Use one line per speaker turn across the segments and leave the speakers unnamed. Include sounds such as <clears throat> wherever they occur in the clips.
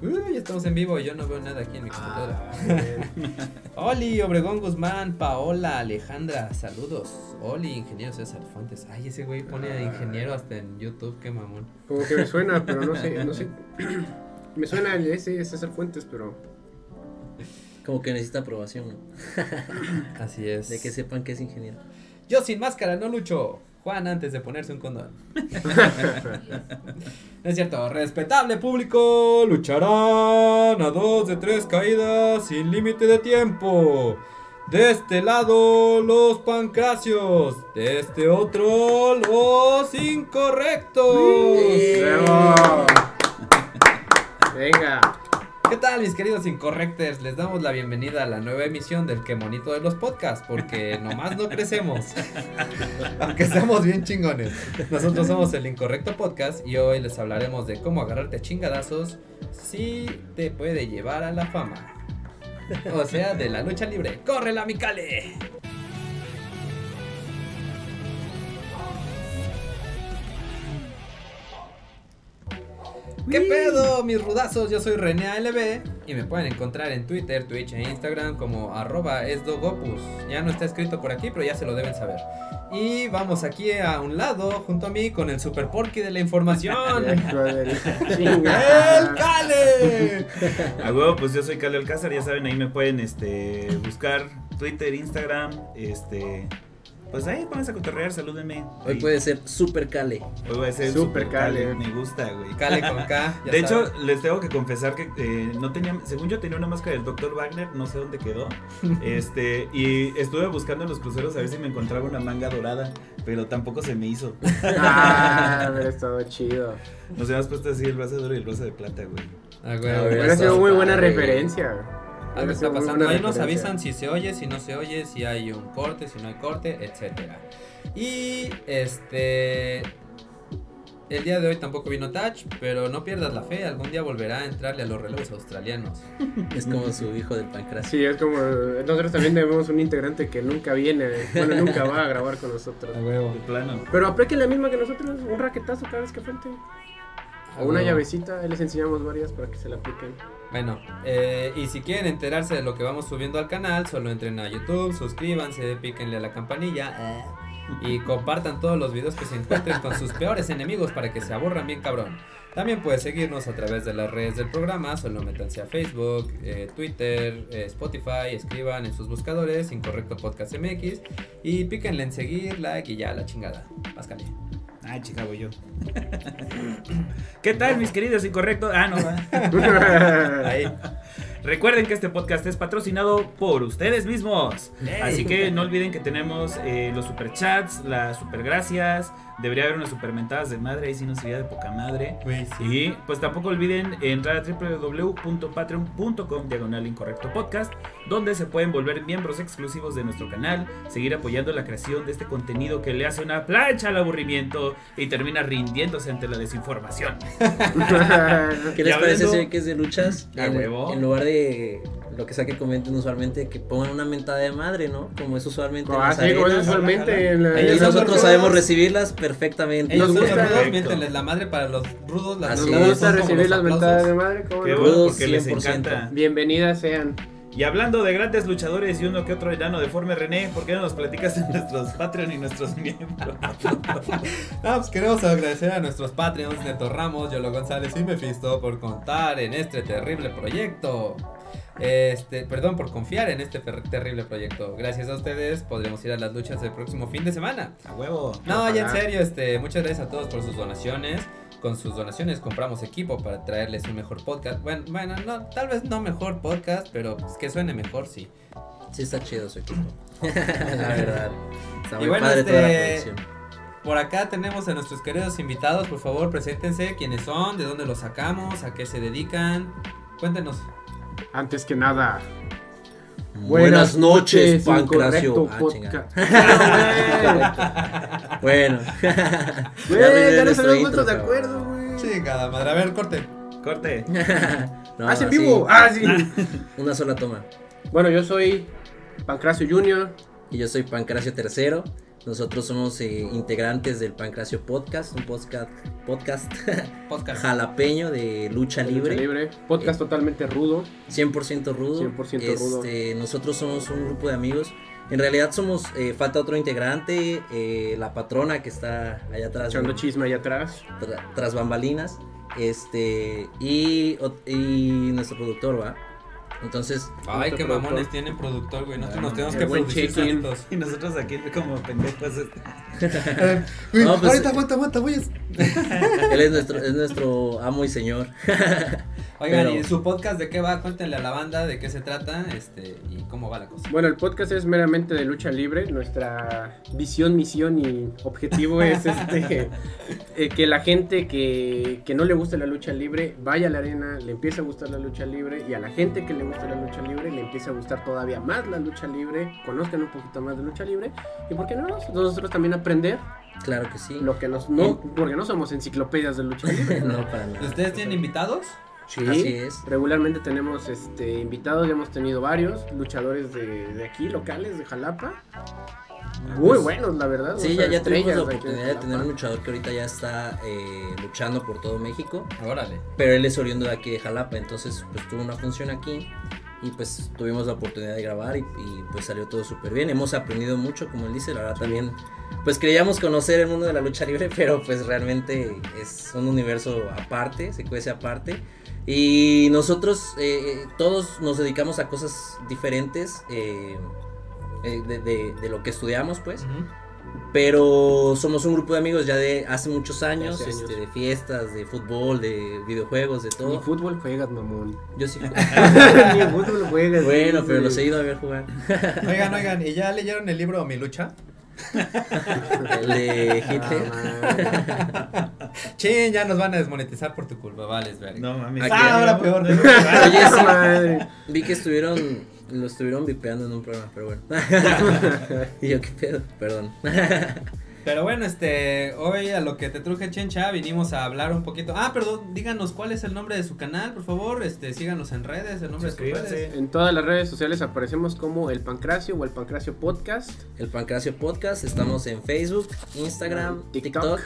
Uy, estamos en vivo y yo no veo nada aquí en mi computadora. Ah.
Ah,
Oli, Obregón Guzmán, Paola, Alejandra, saludos. Ah. Oli, ingeniero César Fuentes. Ay, ese güey pone a ingeniero hasta en YouTube, qué mamón.
Como que me suena, pero no sé, no sé. <clears throat> Me suena el ese César Fuentes, pero
Como que necesita aprobación, ¿no?
Así es.
De que sepan que es ingeniero.
Yo sin máscara, no lucho. Juan antes de ponerse un condón. No es cierto, respetable público, lucharán a dos de tres caídas sin límite de tiempo. De este lado, los pancracios. De este otro, los
¡Oh!
incorrectos.
¡Bravo! Venga.
¿Qué tal, mis queridos incorrectors? Les damos la bienvenida a la nueva emisión del Que Monito de los Podcasts, porque nomás no crecemos. Aunque seamos bien chingones. Nosotros somos el Incorrecto Podcast y hoy les hablaremos de cómo agarrarte a chingadazos si te puede llevar a la fama. O sea, de la lucha libre. ¡Córrela, Micale! ¿Qué pedo, mis rudazos? Yo soy René ALB y me pueden encontrar en Twitter, Twitch e Instagram como arroba esdogopus. Ya no está escrito por aquí, pero ya se lo deben saber. Y vamos aquí a un lado, junto a mí, con el super porky de la información.
<laughs> Hijo de la
¡El
chingada.
Cale!
A huevo, pues yo soy Cali Alcázar, ya saben, ahí me pueden este, buscar Twitter, Instagram, este. Pues ahí pónganse a cotorrear, salúdenme.
Hoy pues,
Y-
puede ser super cale.
hoy voy a ser
Super
super Cali,
Cali.
me gusta, güey.
Cale con K. ya
De hecho,
sabes.
les tengo que confesar que eh, no tenía, según yo tenía una máscara del Dr. Wagner, no sé dónde quedó. Este, y estuve buscando en los cruceros a ver si me encontraba una manga dorada, pero tampoco se me hizo.
Ah, haber estado chido.
Nos habíamos puesto así el brazo de oro y el brazo de plata, güey.
Ah, güey,
Hubiera
Hubiera
eso.
sido muy buena
padre.
referencia.
Algo
Hubiera
está
sido muy
pasando.
buena
Ahí nos
referencia.
avisan si se oye, si no se oye, si hay un corte, si no hay corte, etcétera. Y este. El día de hoy tampoco vino Touch, pero no pierdas la fe, algún día volverá a entrarle a los relevos australianos.
Es como su hijo del pancracio.
Sí, es como. Nosotros también tenemos un integrante que nunca viene. Bueno, nunca va a grabar con nosotros.
huevo.
De plano.
Pero apliquen la misma que nosotros, un raquetazo cada vez que falte. O
Ah,
una llavecita, ahí les enseñamos varias para que se la
<laughs>
apliquen. <laughs>
Bueno, eh, y si quieren enterarse de lo que vamos subiendo al canal, solo entren a YouTube, suscríbanse, píquenle a la campanilla eh, y compartan todos los videos que se encuentren con sus peores enemigos para que se aburran bien cabrón. También puedes seguirnos a través de las redes del programa, solo métanse a Facebook, eh, Twitter, eh, Spotify, escriban en sus buscadores Incorrecto Podcast MX y píquenle en seguir, like y ya la chingada. Páscale.
Ah, chica, voy yo. ¿Qué tal, mis queridos incorrectos? Ah, no. va.
Ahí.
Recuerden que este podcast es patrocinado por ustedes mismos. Así que no olviden que tenemos eh, los superchats, las supergracias. Debería haber unas supermentadas de madre, ahí sí nos sería de poca madre. Y pues tampoco olviden entrar a www.patreon.com diagonal incorrecto podcast, donde se pueden volver miembros exclusivos de nuestro canal, seguir apoyando la creación de este contenido que le hace una plancha al aburrimiento y termina rindiéndose ante la desinformación.
¿Qué les
Y
parece
hablando-
si que es de luchas?
A
en,
huevo.
en lugar de lo que sea que comenten usualmente, que pongan una mentada de madre, ¿no? Como es usualmente. en
Ah,
las
sí, como
arenas.
usualmente en la-
Ahí
Y
Ellos son
nosotros
los
sabemos
rudos.
recibirlas perfectamente.
Ellos
Nos
son los
gusta.
rudos,
Perfecto.
miéntenles la madre para los rudos. Las
Nos
Así
mentadas
es.
gusta
son como los
recibir las
aplausos.
mentadas de madre, ¿cómo
Qué
no?
bueno,
Rudos
porque les
100%.
encanta.
Bienvenidas sean.
Y hablando de grandes luchadores y uno que otro enano deforme, René, ¿por qué no nos platicas de nuestros Patreon y nuestros miembros?
Ah, pues queremos agradecer a nuestros Patreons Neto Ramos, Yolo González y Mephisto por contar en este terrible proyecto. Este, perdón, por confiar en este ter- terrible proyecto. Gracias a ustedes podremos ir a las luchas del próximo fin de semana.
A huevo.
No, ya en
Ojalá.
serio, este, muchas gracias a todos por sus donaciones. Con sus donaciones compramos equipo para traerles un mejor podcast. Bueno, bueno, no, tal vez no mejor podcast, pero pues, que suene mejor, sí.
Sí, está chido su equipo. la verdad. Está
Y
muy
bueno,
padre toda la
este-
producción.
Por acá tenemos a nuestros queridos invitados, por favor, preséntense, quiénes son, de dónde los sacamos, a qué se dedican. Cuéntenos.
Antes que nada.
Buenas noches, Pancracio.
incorrecto
Ah, chingada. <laughs>
podcast. Ah,
Bueno. <laughs>
güey.
Ya
Güey,
viene
Ya nos
nuestro
habíamos
intro,
puesto de
cabrón.
acuerdo, güey.
Chingada madre, a ver, corte.
Corte.
No,
¡Hacen
sí,
vivo! ¡Ah, sí!
Una sola toma.
Bueno, yo soy Pancracio Junior.
Y yo soy Pancracio Tercero. Nosotros somos eh, integrantes del Pancracio Podcast, un podcast, podcast
Podcast.
jalapeño de
Lucha
lucha libre. Eh,
libre. Podcast totalmente rudo.
100% rudo.
100% rudo.
Este, Nosotros somos un grupo de amigos. En realidad somos, eh, falta otro integrante, eh, la patrona que está allá atrás,
Echando
¿no?
chisme allá atrás.
tra- tras bambalinas, este, y, ot- y nuestro productor, ¿va? Entonces, <laughs>
Ay, qué
Productor.
mamones tienen productor, güey. Nosotros
Ah,
nos tenemos
el
que
buen
producir
check-in.
solitos.
Y nosotros aquí como pendejos. este,
Uy, No, pues, ahorita,
aguanta, aguanta, voy
él es nuestro, es nuestro amo y señor.
Oigan,
Pero-
¿y su podcast de qué va? Cuéntenle a la banda de qué se trata este y cómo va la cosa.
Bueno, el podcast es meramente de lucha libre. Nuestra visión, misión y objetivo
<laughs>
es este eh, que la gente que, que no le gusta la lucha libre vaya a la arena, le empiece a gustar la lucha libre y a la gente que le gusta la lucha libre le empiece a gustar todavía más la lucha libre, conozcan un poquito más de lucha libre y por qué no nosotros también aprender
Claro que sí.
lo que nos no porque no somos enciclopedias de lucha libre.
<laughs> no, para nada.
¿Ustedes tienen invitados?
Sí,
Así es.
Regularmente tenemos este, invitados, ya hemos tenido varios luchadores de, de aquí, locales, de Jalapa. Muy
Ah, pues,
buenos, la verdad. o
Sí, ya,
sea,
ya tuvimos
estrellas
la
aquí en
oportunidad de tener
Jalapa.
un luchador que ahorita ya está eh, luchando por todo México.
Órale.
pero él es oriundo de aquí de Jalapa, entonces pues tuvo una función aquí y pues tuvimos la oportunidad de grabar y, y, pues salió todo súper bien. Hemos aprendido mucho, como él dice, la verdad también pues creíamos conocer el mundo de la lucha libre, <laughs> pero pues realmente es un universo aparte, se cuece aparte. Y nosotros eh, eh, todos nos dedicamos a cosas diferentes eh, eh, de, de- de lo que estudiamos pues pero somos un grupo de amigos ya de hace muchos años,
hace años.
este, de fiestas, de fútbol, de videojuegos, de
Ni
todo.
fútbol juegas,
<laughs>
mamón. <laughs>
Yo sí.
Ni fútbol juegas.
bueno, pero los he
dice.
ido a ver jugar.
Oigan, oigan, ¿y ya leyeron el libro Mi lucha?
El de Hitler. <laughs>
Ah, man.
Chin, ya nos van a desmonetizar por tu culpa, vales, verga.
No mames.
Aquí.
Ah, ahora peor.
Oye,
Ah,
sí,
madre.
vi que estuvieron, lo estuvieron vipeando en un programa,
<laughs>
pero bueno. y yo, ¿qué pedo? Perdón.
Pero bueno, este, hoy a lo que te truje Chencha vinimos a hablar un poquito. Ah, perdón, díganos cuál es el nombre de su canal, por favor. Este, síganos en redes, el nombre de sus
Suscríbanse.
redes.
En todas las redes sociales aparecemos como El Pancracio o El Pancracio Podcast
El Pancracio Podcast, estamos en Facebook, Instagram,
Ah, TikTok.
TikTok,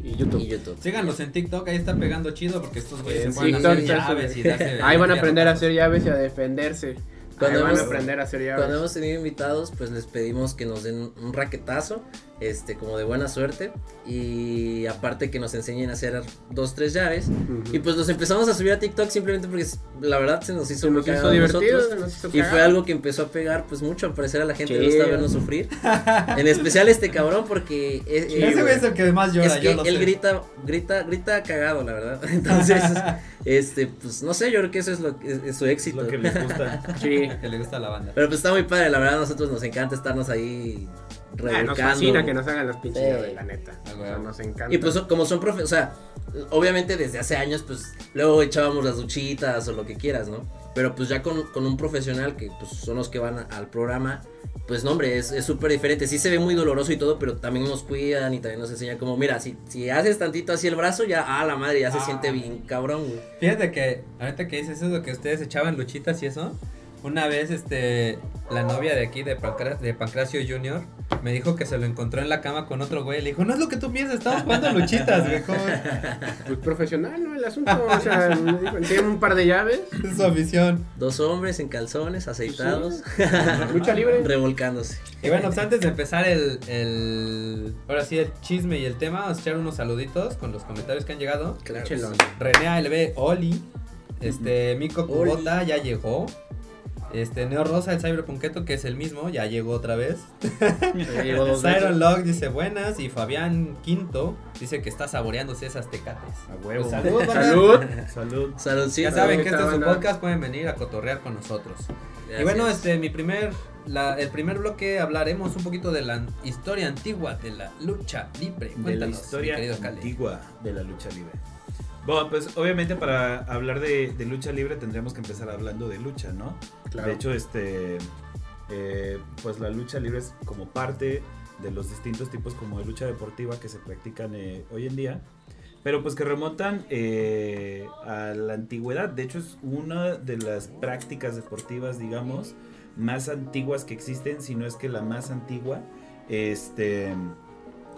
y YouTube.
y YouTube.
Síganos en TikTok, ahí está pegando chido porque estos güeyes
En
se pueden
TikTok,
hacer
sí,
llaves y darse-
Ahí van a
darse
aprender a
rotazos.
hacer llaves y a defenderse. Ahí
Cuando
van a
hemos-
aprender a hacer
Cuando
llaves.
hemos tenido invitados, pues les pedimos que nos den un raquetazo, este, como de buena suerte, y aparte que nos enseñen a hacer dos, tres llaves.
Ujú.
Y pues los empezamos a subir a TikTok simplemente porque s- la verdad se nos
Se
hizo muy
nos hizo
cagado a
divertido,
nosotros,
se nos hizo
Y fue
cagar. <laughs>
algo que empezó a pegar pues mucho, al parecer a la gente le
Sí.
gusta vernos sufrir. En especial este cabrón porque eh, eh,
Ese güey es el que más llora,
es que
yo lo
él
sé.
grita, grita, grita cagado, la verdad. <laughs>
<laughs>
Entonces, este, pues no sé, yo creo que eso es, lo, es, es su <laughs>
Es
éxito.
lo que les gusta.
Sí.
Que le gusta a la banda.
Pero pues está muy padre, la verdad, a nosotros nos encanta estarnos ahí
Ah,
revolcando.
nos fascina que nos hagan las pinches
Sí.
llaves, la neta.
Ah,
O
güey.
sea, nos encanta.
Y pues so- como son profes, o sea, obviamente desde hace años, pues luego echábamos las duchitas o lo que quieras, ¿no? Pero pues ya con, con un profesional que pues son los que van a- al programa, pues no hombre, es es súper diferente. Sí se ve muy doloroso y todo, pero también nos cuidan y también nos enseñan como, mira, si, si haces tantito así el brazo, ya, ah, la madre, ya se
Ah.
siente bien cabrón, güey.
Fíjate que ahorita que dices eso de que ustedes echaban luchitas y eso, una vez este la novia de aquí de, Pancra- de Pancracio Junior me dijo que se lo encontró en la cama con otro güey. Le dijo, no es lo que tú piensas, estamos jugando luchitas, güey. ¿cómo es?
Pues profesional, ¿no? El asunto. O sea, me dijo, enséñame un par de llaves.
Es su afición.
Dos hombres en calzones, aceitados,
Lucha libre.
<laughs> revolcándose.
Y bueno, pues antes de empezar el, el- ahora sí, el chisme y el tema, vamos a echar unos saluditos con los comentarios que han llegado.
Claro.
Échelo.
René ALB, Oli, este, Mico
Oli.
Kubota ya llegó. Este, Neo Rosa, el Cyberpunketo, que es el mismo, ya llegó otra vez.
Ya llegó dos
Siren
veces.
Log dice buenas y Fabián Quinto dice que está saboreándose esas tecates.
A huevo.
Salud, banda.
Salud.
Salud.
Saludcita.
ya saben
ahorita
que este es su
van a-
podcast, pueden venir a cotorrear con nosotros.
Gracias.
Y bueno, este, mi primer, la- el primer bloque hablaremos un poquito de la historia antigua de la lucha libre.
de la
Cuéntanos, mi
historia
querido Cale.
antigua de la lucha libre. Bueno, pues obviamente para hablar de, de lucha libre tendríamos que empezar hablando de lucha, ¿no?
Claro.
De hecho, este, eh, pues la lucha libre es como parte de los distintos tipos como de lucha deportiva que se practican eh, hoy en día, pero pues que remontan eh, a la antigüedad. De hecho, es una de las prácticas deportivas, digamos, más antiguas que existen, si no es que la más antigua. Este,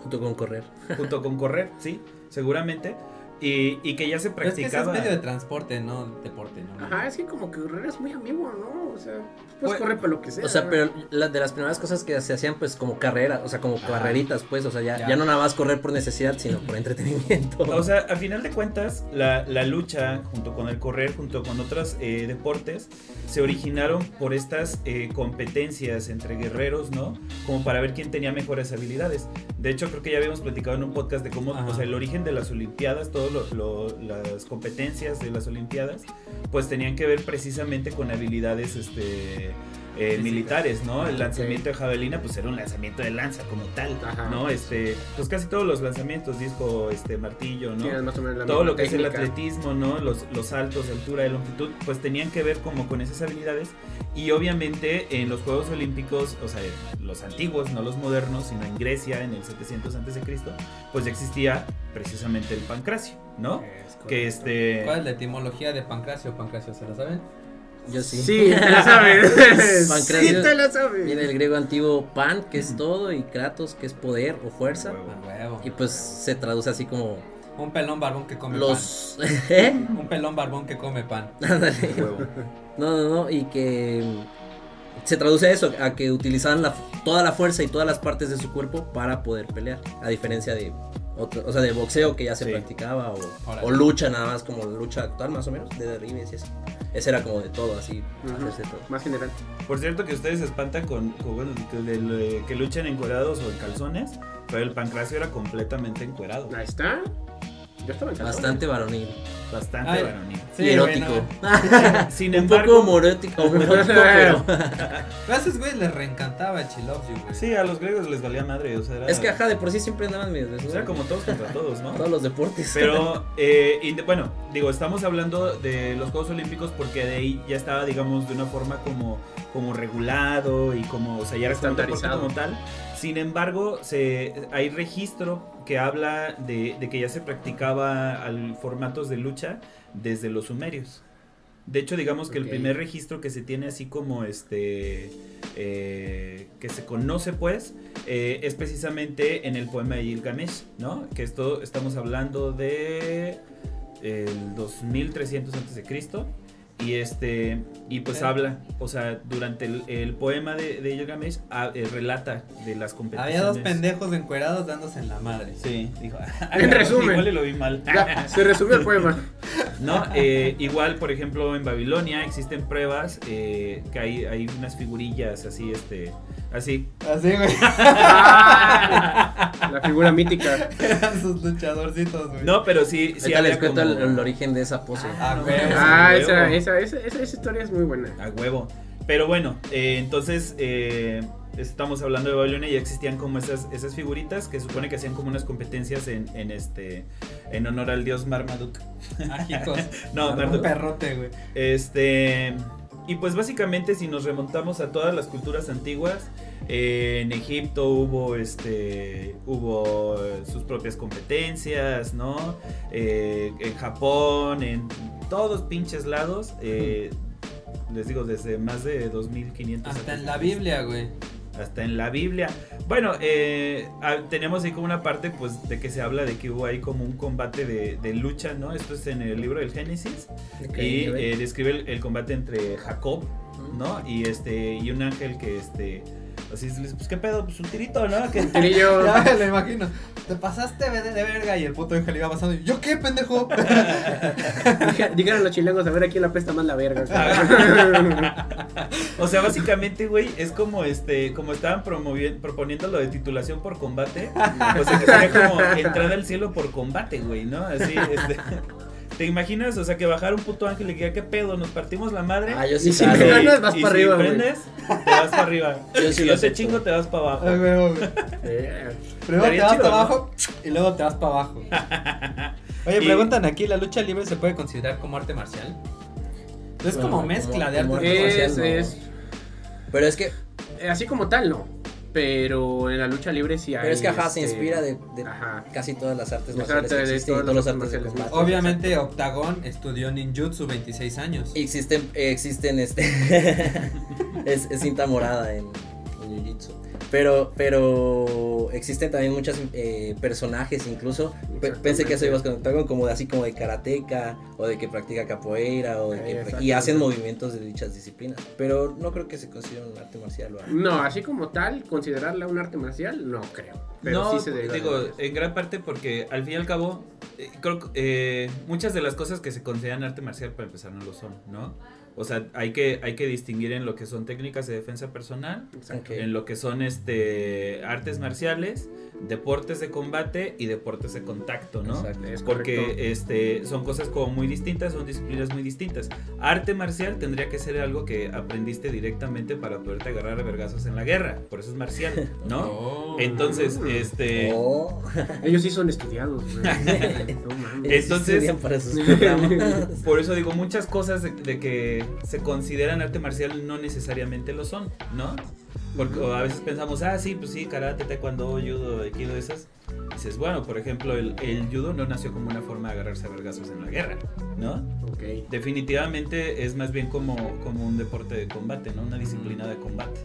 Junto con correr.
junto con correr, sí, seguramente. Y, y que ya se
Pero es que ese es
practicaba.
medio de transporte, no deporte, ¿no?
Ajá, es que como que correr es muy amigo, ¿no? O sea, pues,
Pues-
corre para lo que sea.
O sea, pero la- de las primeras cosas que se hacían, pues como carreras, o sea, como
Ajá.
carreritas, pues, o sea, ya,
Ya.
ya no nada más correr por necesidad, sino por entretenimiento.
<laughs>
O sea, al final de cuentas, la, la lucha, junto con el correr, junto con otros eh, deportes, se originaron por estas eh, competencias entre guerreros, ¿no? Como para ver quién tenía mejores habilidades. De hecho, creo que ya habíamos platicado en un podcast de cómo,
Ajá.
o sea, el origen de las Olimpiadas, todas las competencias de las Olimpiadas, pues tenían que ver precisamente con habilidades, este... eh, militares, ¿no? El
Ok.
lanzamiento de jabalina, pues era un lanzamiento de lanza como tal,
Ajá.
¿no? Este, pues casi todos los lanzamientos, disco, este, martillo, ¿no?
Tienes más o menos la
todo
misma
lo que es el
técnica.
atletismo, ¿no? Los, los saltos de altura, de longitud, pues tenían que ver como con esas habilidades. Y obviamente en los Juegos Olímpicos, o sea, los antiguos, no los modernos, sino en Grecia, en el 700 a.C., pues ya existía precisamente el pancracio, ¿no?
Es Eh, correcto.
Que este...
¿Cuál es la etimología de pancracio? Pancracio, ¿se lo saben?
Yo sí.
Sí, te la sabes.
Pancracio.
sí, te la sabes.
<laughs> Viene el griego antiguo pan, que es todo, y kratos, que es poder o fuerza.
Huevo.
Ah, huevo.
Y pues se traduce así como
Un pelón barbón que come
los... <laughs> ¿Eh?
pan. Un pelón barbón que come pan.
<laughs> Ándale.
Huevo.
No, no, no, y que mm, se traduce a eso, a que utilizaban la, toda la fuerza y todas las partes de su cuerpo para poder pelear, a diferencia de otro, o sea, de boxeo que ya se
Sí.
practicaba o,
Ahora
o
sí.
lucha nada más como lucha actual más o menos, de derribes y eso. Ese era como de todo, así,
Ujú.
hacerse todo.
Más general.
Por cierto que ustedes se espantan con, con, bueno, que, del, eh, que luchan encuerados o en calzones, pero el pancracio era completamente encuerado.
Ahí está. Yo estaba en calzones.
Bastante varonil.
Bastante
Ay.
varonil.
Sí,
y
güey,
erótico.
no.
<laughs>
Sin
Un
embargo,
poco
<laughs>
morótico, morótico, pero...
Pero a esos güeyes les reencantaba el Love You, güey.
Sí, a los griegos les valía madre, o sea, era,
Es que ajá, de por sí siempre andaban medio desnudos.
o sea, como todos contra todos, ¿no?
todos los deportes. <laughs>
Pero, eh, y de- bueno, digo, estamos hablando de los Juegos Olímpicos porque de ahí ya estaba, digamos, de una forma como, como regulado y como, o sea, ya era como un deporte
Estandarizado.
como tal. Sin embargo, se, hay registro que habla de, de que ya se practicaba al, formatos de lucha desde los sumerios. De hecho, digamos que
Ok.
el primer registro que se tiene así como este, eh, que se conoce pues, eh, es precisamente en el poema de Gilgamesh, ¿no? Que esto estamos hablando de el 2300 antes de Cristo y este y pues
Ok.
habla, o sea, durante el, el poema de, de Gilgamesh ah, eh, relata de las competencias.
Había dos pendejos encuerados dándose en la madre.
Sí, dijo. <laughs>
En resumen.
Igual y lo vi mal. <laughs>
Ya, se resumió el poema.
No, eh, igual, por ejemplo, en Babilonia existen pruebas eh, que hay, hay unas figurillas así, este, así.
Así, güey. <laughs>
Ah, la figura mítica.
Eran sus luchadorcitos, güey.
No, pero sí, sí.
Ahorita les
había
cuento
como-
el, el origen de esa pose.
Ah, güey.
Ah,
huevo.
esa, esa, esa, esa, esa historia es muy buena.
A huevo. Pero bueno, eh, entonces eh, estamos hablando de Babilonia y ya existían como esas, esas figuritas que supone que hacían como unas competencias en, en este en honor al dios Marmaduke.
Mágicos.
No,
Un
Marduk.
perrote, güey.
Este. Y pues básicamente si nos remontamos a todas las culturas antiguas, eh, en Egipto hubo este. hubo eh, sus propias competencias, ¿no? Eh, en Japón, en todos pinches lados. eh, les digo, desde más de 2500
Hasta
antes
en
de
la
Cristo
Biblia, güey.
hasta en la Biblia. Bueno, eh, ah, tenemos ahí como una parte pues de que se habla de que hubo ahí como un combate de, de lucha, ¿no? Esto es en el libro del Génesis
Ok,
y
ok.
eh, describe el, el combate entre Jacob, ¿no? Y este y un ángel que este así le dice, pues qué pedo, pues un tirito, ¿no?
<laughs>
Que-
Tirillo.
Ya <laughs> me lo imagino. Te pasaste de, de verga y el puto ángel iba pasando. y, ¿Yo qué, pendejo? <laughs>
Dije- Dijeron los chilangos a ver a quién la pesta más la verga.
Ah.
<laughs> güey.
o sea, básicamente, güey, es como este como estaban promovi- proponiendo lo de titulación por combate, o sea, que sería como entrada al cielo por combate, güey, ¿no? Así este <laughs> ¿Te imaginas? O sea, que bajar un puto ángel y que diga, ¿qué pedo? Nos partimos la madre.
Ah, yo
Y
sí,
si
jalo.
me ganas, vas
y
para arriba,
Si
güey.
prendes, te vas para arriba.
Yo sí
si
lo
yo te
acepto.
chingo, te vas para abajo.
Ay, güey, güey.
Eh,
Primero te
Estaría
vas
chido,
para
¿no?
abajo y luego te vas para abajo. <laughs> Oye,
Y-
preguntan aquí, ¿la lucha libre se puede considerar como arte marcial? No es
No,
como
como-
mezcla de
como
arte.
arte.
Es,
marcial,
es,
Pero es que,
eh, así como tal, no. Pero en la lucha libre sí hay.
pero es que ajá, se
este,
inspira de, de
Ajá.
casi todas las artes
Las
marciales que
artes de
existen,
todas
todos los
las
artes de
artes marciales.
combate.
Obviamente, Octagón estudió ninjutsu 26 años.
<laughs> Existen, eh, existen este. es, es cinta morada en, en Jiu-Jitsu. Pero, pero existen también muchos eh, personajes incluso. Pe- Pensé que eso ibas con algo como de así como de karateca o de que practica capoeira o de
Ok,
que pra- y
exactamente.
hacen movimientos de dichas disciplinas. Pero no creo que se considere un arte marcial. ¿verdad?
No, así como tal, considerarla un arte marcial, no creo. Pero
no,
sí se debe.
digo, en gran parte porque al fin y al cabo, eh, creo que eh, muchas de las cosas que se consideran arte marcial para empezar no lo son, ¿no? O sea, hay que, hay que distinguir en lo que son técnicas de defensa personal,
Ok.
en lo que son este artes marciales, deportes de combate y deportes de contacto, ¿no?
Exacto.
Es correcto.
Porque este, son cosas como muy distintas, son disciplinas muy distintas. Arte marcial tendría que ser algo que aprendiste directamente para poderte agarrar a vergazos en la guerra. Por eso es marcial,
<laughs>
¿no?
Oh.
Entonces, este.
Oh,
Ellos sí son estudiados.
<laughs>
güey. No
<laughs>
mames.
Es- Entonces-
estudian
<laughs>
para <laughs> sus programas.
Por eso digo, muchas cosas de, de que se consideran arte marcial no necesariamente lo son, ¿no? Porque o a veces pensamos, ah, sí, pues sí, karate, taekwondo, judo, aikido, esas. Dices, bueno, por ejemplo, el, el judo no nació como una forma de agarrarse a vergazos en la guerra, ¿no?
Ok.
Definitivamente es más bien como, como un deporte de combate, ¿no? Una disciplina de combate.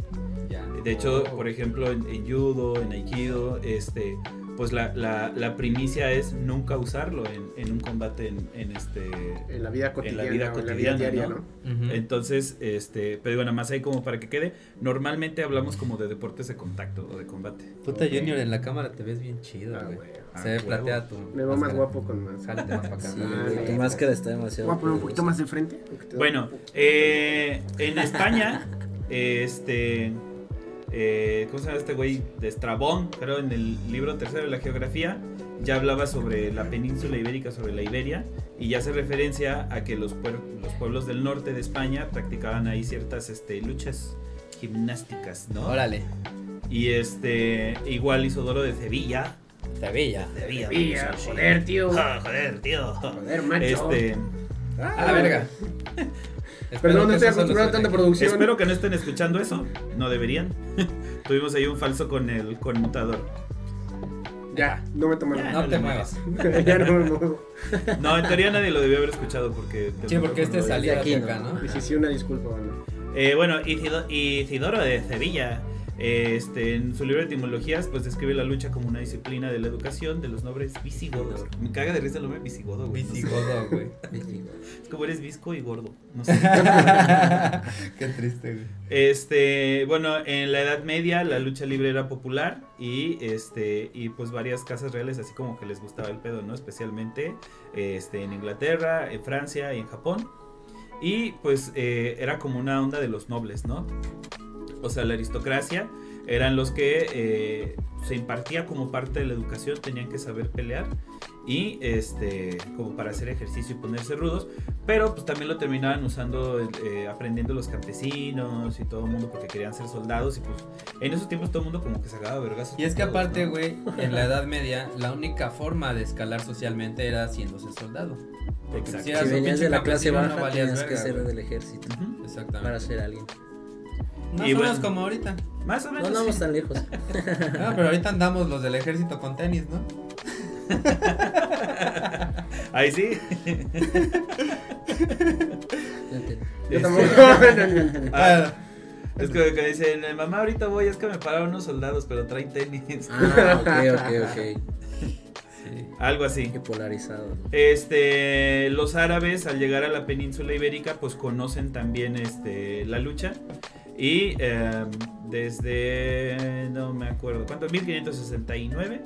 Ya.
De hecho, por ejemplo, en, en judo, en aikido, este, pues la, la, la primicia es nunca usarlo en, en un combate en, en este...
En la vida cotidiana. o En la vida,
cotidiana,
diaria,
¿no?
¿no?
Ujú.
Entonces, este, pero nada más ahí como para que quede, normalmente hablamos como de deportes de contacto o de combate.
Puta Junior, en la cámara te ves bien chido,
Ah,
güey.
güey.
Se ve
Ah,
platea tu.
Me veo más
máscara.
guapo con más.
Jálate más para acá.
Sí,
Ah,
güey, tu
neta.
máscara está demasiado.
Voy a poner un poquito más de frente.
Bueno, eh, en España, este, eh, ¿cómo se llama este güey? De Estrabón, creo, en el libro tercero de la geografía, ya hablaba sobre la península ibérica, sobre la Iberia, y ya hace referencia a que los, puer- los pueblos del norte de España practicaban ahí ciertas este, luchas gimnásticas, ¿no?
Órale,
Y este, igual Isodoro de Sevilla,
Sevilla.
Sevilla,
Sevilla,
sí.
joder, tío.
Ah, joder, tío.
Joder, macho. Ah,
Este,
A la verga.
Perdón, no
Espero que
estoy
eso
acostumbrado a
solucione.
tanta producción.
Espero que no estén escuchando eso. No deberían. <laughs> Tuvimos ahí un falso con el conmutador.
Ya, no me tomaron.
No te
No,
muevas.
<laughs> ya no me muevo.
No, en teoría nadie lo debió haber escuchado porque.
Sí, porque este
es
salía de aquí,
aquí,
acá,
¿no?
¿no? <laughs>
Y sí, sí, una disculpa, bueno.
Eh, bueno, Isido- Isidoro de Sevilla, eh, este, en su libro de etimologías, pues describe la lucha como una disciplina de la educación de los nobles visigodos. Me caga de risa el nombre visigodo, güey. no sé.
Visigodo, güey. <laughs>
Es como eres visco y gordo. No sé.
Qué triste, güey.
Este, bueno, en la Edad Media la lucha libre era popular y este y pues varias casas reales así como que les gustaba el pedo, ¿no? Especialmente este en Inglaterra, en Francia y en Japón. Y pues eh, era como una onda de los nobles, ¿no? O sea, la aristocracia eran los que eh, se impartía como parte de la educación, tenían que saber pelear y este como para hacer ejercicio y ponerse rudos, pero pues también lo terminaban usando, eh, aprendiendo los campesinos y todo el mundo porque querían ser soldados y pues en esos tiempos todo el mundo como que se acababa vergas.
Y es que aparte, güey, en la Edad Media, la única forma de escalar socialmente era haciéndose soldado. Porque
Exacto.
si eras
Si
un
venías
pinche
de la clase
campesino, no
baja,
valías
tenías que
verga,
ser
güey.
del ejército
Ujú.
para
Exactamente.
ser alguien.
Más
Y
o menos
bueno.
como <laughs> ahorita.
Más o
No
menos.
andamos
sí.
tan lejos.
Ah, pero ahorita andamos los del ejército con tenis, ¿no?
Ahí sí.
Yo
Este, <laughs>
tampoco.
ah, es que, que dicen, eh, mamá, ahorita voy, es que me pararon unos soldados, pero traen tenis.
Ah, ok, ok, ok.
Sí.
Algo así.
Qué polarizado.
Este, los árabes al llegar a la península ibérica pues conocen también este, la lucha y eh, desde, no me acuerdo cuánto, 1569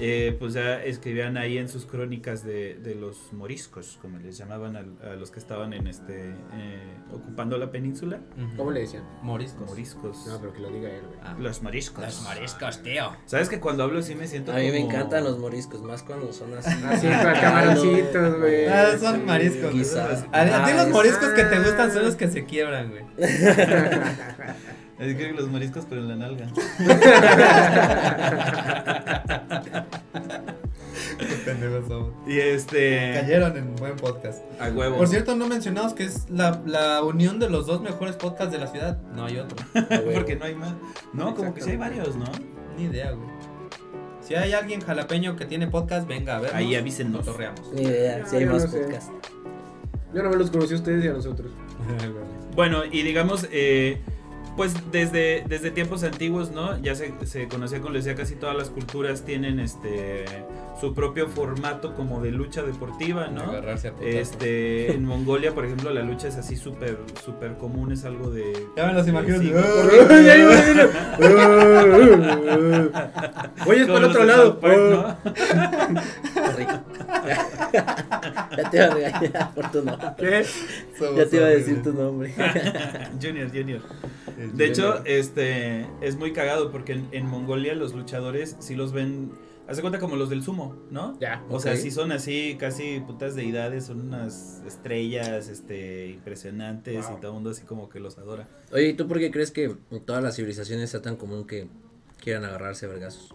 eh, pues ya escribían ahí en sus crónicas de, de los moriscos como les llamaban al- a, los que estaban en este, eh, ocupando la península
Ujú.
¿Cómo le decían?
Moriscos.
moriscos
No, pero que lo diga él, güey.
Ah.
los moriscos
moriscos, tío.
sabes que cuando hablo sí me siento
A mí me
como-
encantan los moriscos, más cuando son así.
Así, para camaroncitos, güey.
Ah, son mariscos.
Guisados.
A, a ti
Ah,
los
es-
moriscos que te gustan son los que se quiebran, güey.
Es que los mariscos, pero en la nalga.
Qué pendejos somos.
Y este.
Cayeron en buen podcast.
A huevo.
Por cierto, no mencionamos que es la, la unión de los dos mejores podcasts de la ciudad. No hay otro. <laughs>
Ah, güey.
Porque no hay más. No, como que sí hay varios, ¿no?
Ni idea, güey. Si hay alguien jalapeño que tiene podcast, venga a ver.
Ahí avísenos.
Cotorreamos. <laughs>
Ni idea, si hay
Yo
más
no sé.
podcast.
<laughs>
Yo no me los conocí a ustedes y a nosotros.
Bueno, y digamos, eh, pues desde, desde tiempos antiguos, ¿no? Ya se, se conocía, como les decía, casi todas las culturas tienen este su propio formato como de lucha
Ah,
deportiva, ¿no?
Agarrarse a putazos.
Este, en Mongolia, por ejemplo, la lucha es así súper, súper común, es algo de...
Ya me los
de
imagino. <laughs>
cinco <laughs>
<laughs> Oye, es
Como
para el otro
los de
lado.
South Park, ¿no?
Rico. <laughs> ya te iba a regañar por tu nombre.
¿Qué?
Somos
Ya te iba a
horribles.
decir tu nombre.
<laughs> Junior, Junior.
El
De hecho,
Junior.
este es muy cagado porque en, en Mongolia los luchadores sí los ven, hace cuenta como los del sumo, ¿no?
Ya.
O sea,
Ok.
sí son así, casi putas deidades, son unas estrellas este, impresionantes
Wow.
y todo el mundo así como que los adora.
Oye, ¿y tú por qué crees que en todas las civilizaciones sea tan común que quieran agarrarse a vergazos?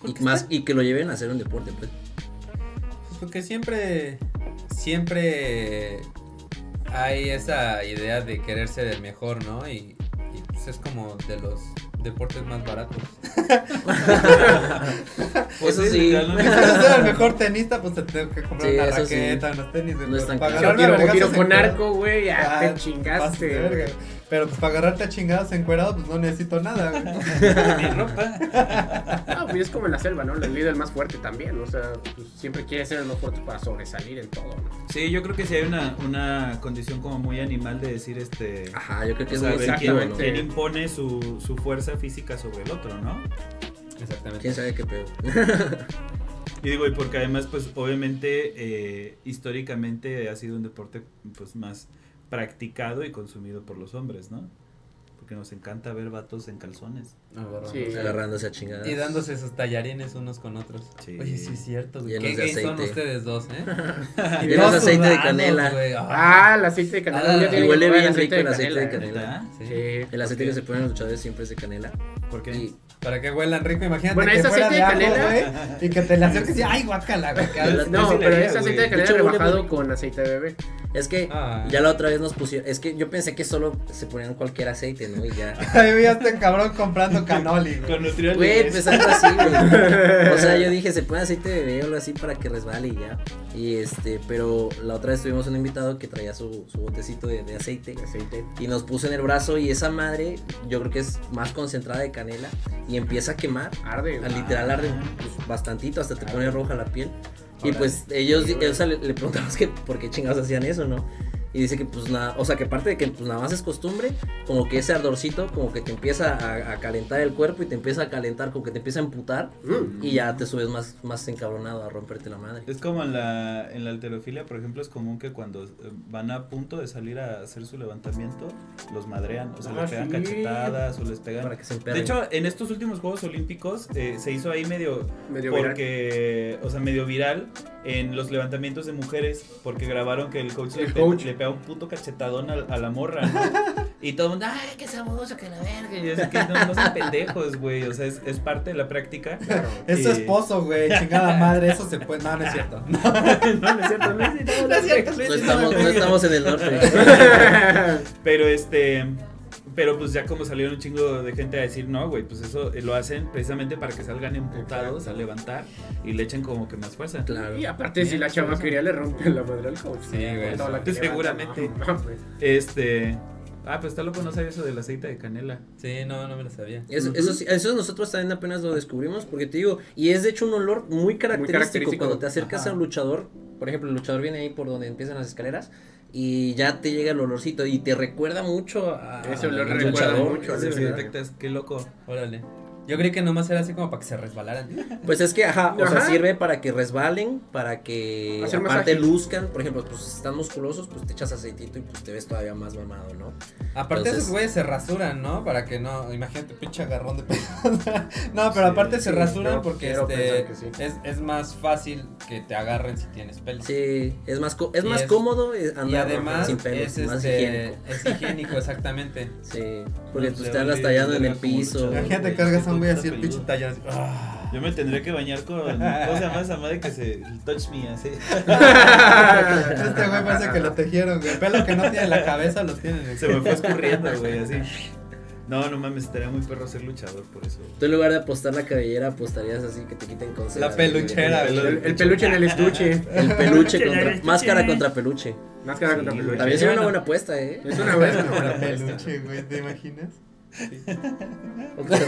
Pues
Y, más, y que lo lleven a hacer un deporte, pues.
Pues Porque siempre, siempre hay esa idea de querer ser el mejor, ¿no? Y, y, pues es como de los deportes más baratos.
Pues
Eso
sí,
sí.
Si
literalmente.
quieres ser el mejor tenista, pues te tengo que comprar
Sí,
una
eso sí.
raqueta, unos tenis.
No
pero
es tan
para
caro.
Yo
agarrarme a
tiro,
vergazos
tiro
en
con
cuerda.
arco, güey. Ya
Ah,
te
pases de
chingaste.
verga.
güey.
Pero pues para agarrarte a chingados encuerado, pues no necesito nada. güey.
<laughs>
<laughs>
Ni ropa.
Ah, pues es como en la selva, ¿no? El líder más fuerte también. O sea, pues, siempre quiere ser el más fuerte para sobresalir en todo, ¿no?
Sí, yo creo que sí hay una, una condición como muy animal de decir este.
Ajá, yo creo Ah, que
o
es
sea,
muy
ver
instintivo,
quién,
¿no?
quién impone su, su fuerza física sobre el otro, ¿no?
Exactamente.
¿Quién sabe qué pedo?
Y digo, y porque además, pues obviamente, eh, históricamente ha sido un deporte pues más practicado y consumido por los hombres, ¿no? Porque nos encanta ver vatos en calzones.
Agarrando.
Sí.
Agarrándose a chingadas.
Y dándose sus tallarines unos con otros.
Sí.
Oye, sí es cierto, güey.
Llenos
Qué
de
gays son
aceite.
ustedes dos,
<laughs>
¿eh? Y
Llenos
todos
de aceite de
sudados,
canela.
güey. Ah,
Ah, el aceite de canela.
Ah,
ya
y
tiene que
huele
probar
bien rico el aceite de
¿eh?
¿Verdad?
sí.
Sí.
El aceite que se ponen los luchadores siempre es de canela.
Porque
Y
Para que huelan rico, imagínate
Bueno,
que
ese
fuera
aceite
de
de
ajo,
canela-
güey, y que te le acerques y digas, ay, guácala,
<laughs>
güey. que hables-
No,
que sí le
pero
haría,
ese aceite
güey.
de canela
De hecho, huele
rebajado
bonito.
con aceite de bebé.
es que
Ah. <laughs>
ya la otra vez nos pusieron. Es que yo pensé que solo se ponían cualquier aceite, ¿no? Y ya.
Ahí vi a este cabrón comprando canoli, güey.
con nutrientes.
Güey, pues algo así, güey. O sea, yo dije, se pone aceite de bebé o algo así para que resbale y ya. Y este, pero la otra vez tuvimos un invitado que traía su, su botecito de, de aceite
Aceite.
y nos puso en el brazo y esa madre, yo creo que es más concentrada de canela y empieza a quemar.
Arde. ah,
a
güey.
Ah, Literal arde pues, bastantito, hasta te pone roja la piel. Y
Órale.
pues ellos,
Sí, güey.
o sea, le, le preguntamos que por qué chingados hacían eso, ¿no? Y dice que pues nada, o sea que aparte de que pues nada más es costumbre, como que ese ardorcito como que te empieza a, a calentar el cuerpo y te empieza a calentar, como que te empieza a emputar
Mm.
y ya te subes más, más encabronado a romperte la madre.
pues-
Es como en la, en la alterofilia, por ejemplo, es común que cuando eh, van a punto de salir a hacer su levantamiento, los madrean, o sea,
Ah,
les pegan
sí.
cachetadas o les pegan...
Para que se emperren.
De hecho, en estos últimos Juegos Olímpicos eh, se hizo ahí medio,
Medio viral.
porque, o sea, medio viral en los levantamientos de mujeres, porque grabaron que el coach,
El
le, pe-
coach.
le pega un puto cachetadón a, a la morra, ¿no? Y todo el mundo, ay, qué sabroso, que la verga. Y yo así que no, no sean pendejos, güey, o sea, es, es parte de la práctica. <laughs>
Eso es
Sí.
pozo, güey. <laughs> Chingada madre, eso se puede. No, no es cierto. No,
no, no es cierto, no es cierto, no es cierto.
no, estamos, no estamos en el norte.
<laughs>
<laughs>
Pero este. Pero pues ya como salieron un chingo de gente a decir, no, güey, pues eso eh, lo hacen precisamente para que salgan emputados a levantar y le echen como que más fuerza.
claro.
Y aparte, si la chava quería, le rompe la madre al coach.
Sí, güey,
Toda la
sí.
que levanta,
Seguramente.
no, pues. mames.
Este. Ah, pues está loco, no sabía eso del aceite de canela.
Sí, no, no me lo sabía.
Eso,
Ujú.
eso, sí- eso nosotros también apenas lo descubrimos, porque te digo, y es de hecho un olor muy característico,
característico.
cuando te acercas
Ajá.
a un luchador, por ejemplo, el luchador viene ahí por donde empiezan las escaleras y ya te llega el olorcito y te recuerda mucho a...
Ese olor
al
recuerda
luchador.
mucho al
Sí,
Sí,
sí,
luchador.
detectas, qué loco.
Órale. Yo creí que nomás era así como para que se resbalaran.
Pues es que, ajá, o sea,
Ajá.
sirve para que resbalen, para que
Hacer más
aparte
ágil.
luzcan, por ejemplo, pues si están musculosos, pues te echas aceitito y pues te ves todavía más mamado, ¿no?
Aparte
Entonces-
esos güeyes se rasuran, ¿no? Para que no, imagínate, pinche agarrón de pelo. <laughs> no, pero
Sí,
aparte se
sí,
rasuran
yo
porque
quiero
este,
pensar que sí.
es, es más fácil que te agarren si tienes pelo.
Sí, es más, co- es
Y
más
es-
cómodo eh, andar
Y además
sin pelo,
es,
más
este,
higiénico.
es
<laughs>
higiénico, exactamente.
Sí, porque
No
pues
sé,
te andas
oye,
tallando en
verga,
el
como
piso.
luchador.
Imagínate
güey,
que hagas
es
a
que
un güey
todo
así, el
está
pinche
peludo.
tallar así. ah.
Yo me tendría que bañar con. ¿Cómo se llama esa madre que se. el touch me así?
<laughs> Este güey parece que lo tejieron, güey. El pelo que no tiene en la cabeza lo tiene en el
Se me fue escurriendo, güey, así. No, no mames, estaría muy perro ser luchador por eso.
Tú en lugar de apostar la cabellera, apostarías así que te quiten con
La peluchera,
El,
güey. <laughs>
el peluche en el estuche.
El peluche contra. máscara contra peluche.
Más que nada
Sí,
contra
güey.
Peluche.
También sería una
Bueno.
buena apuesta, ¿eh?
Es una buena, una buena apuesta.
Peluche, güey, ¿te imaginas?
O que, te,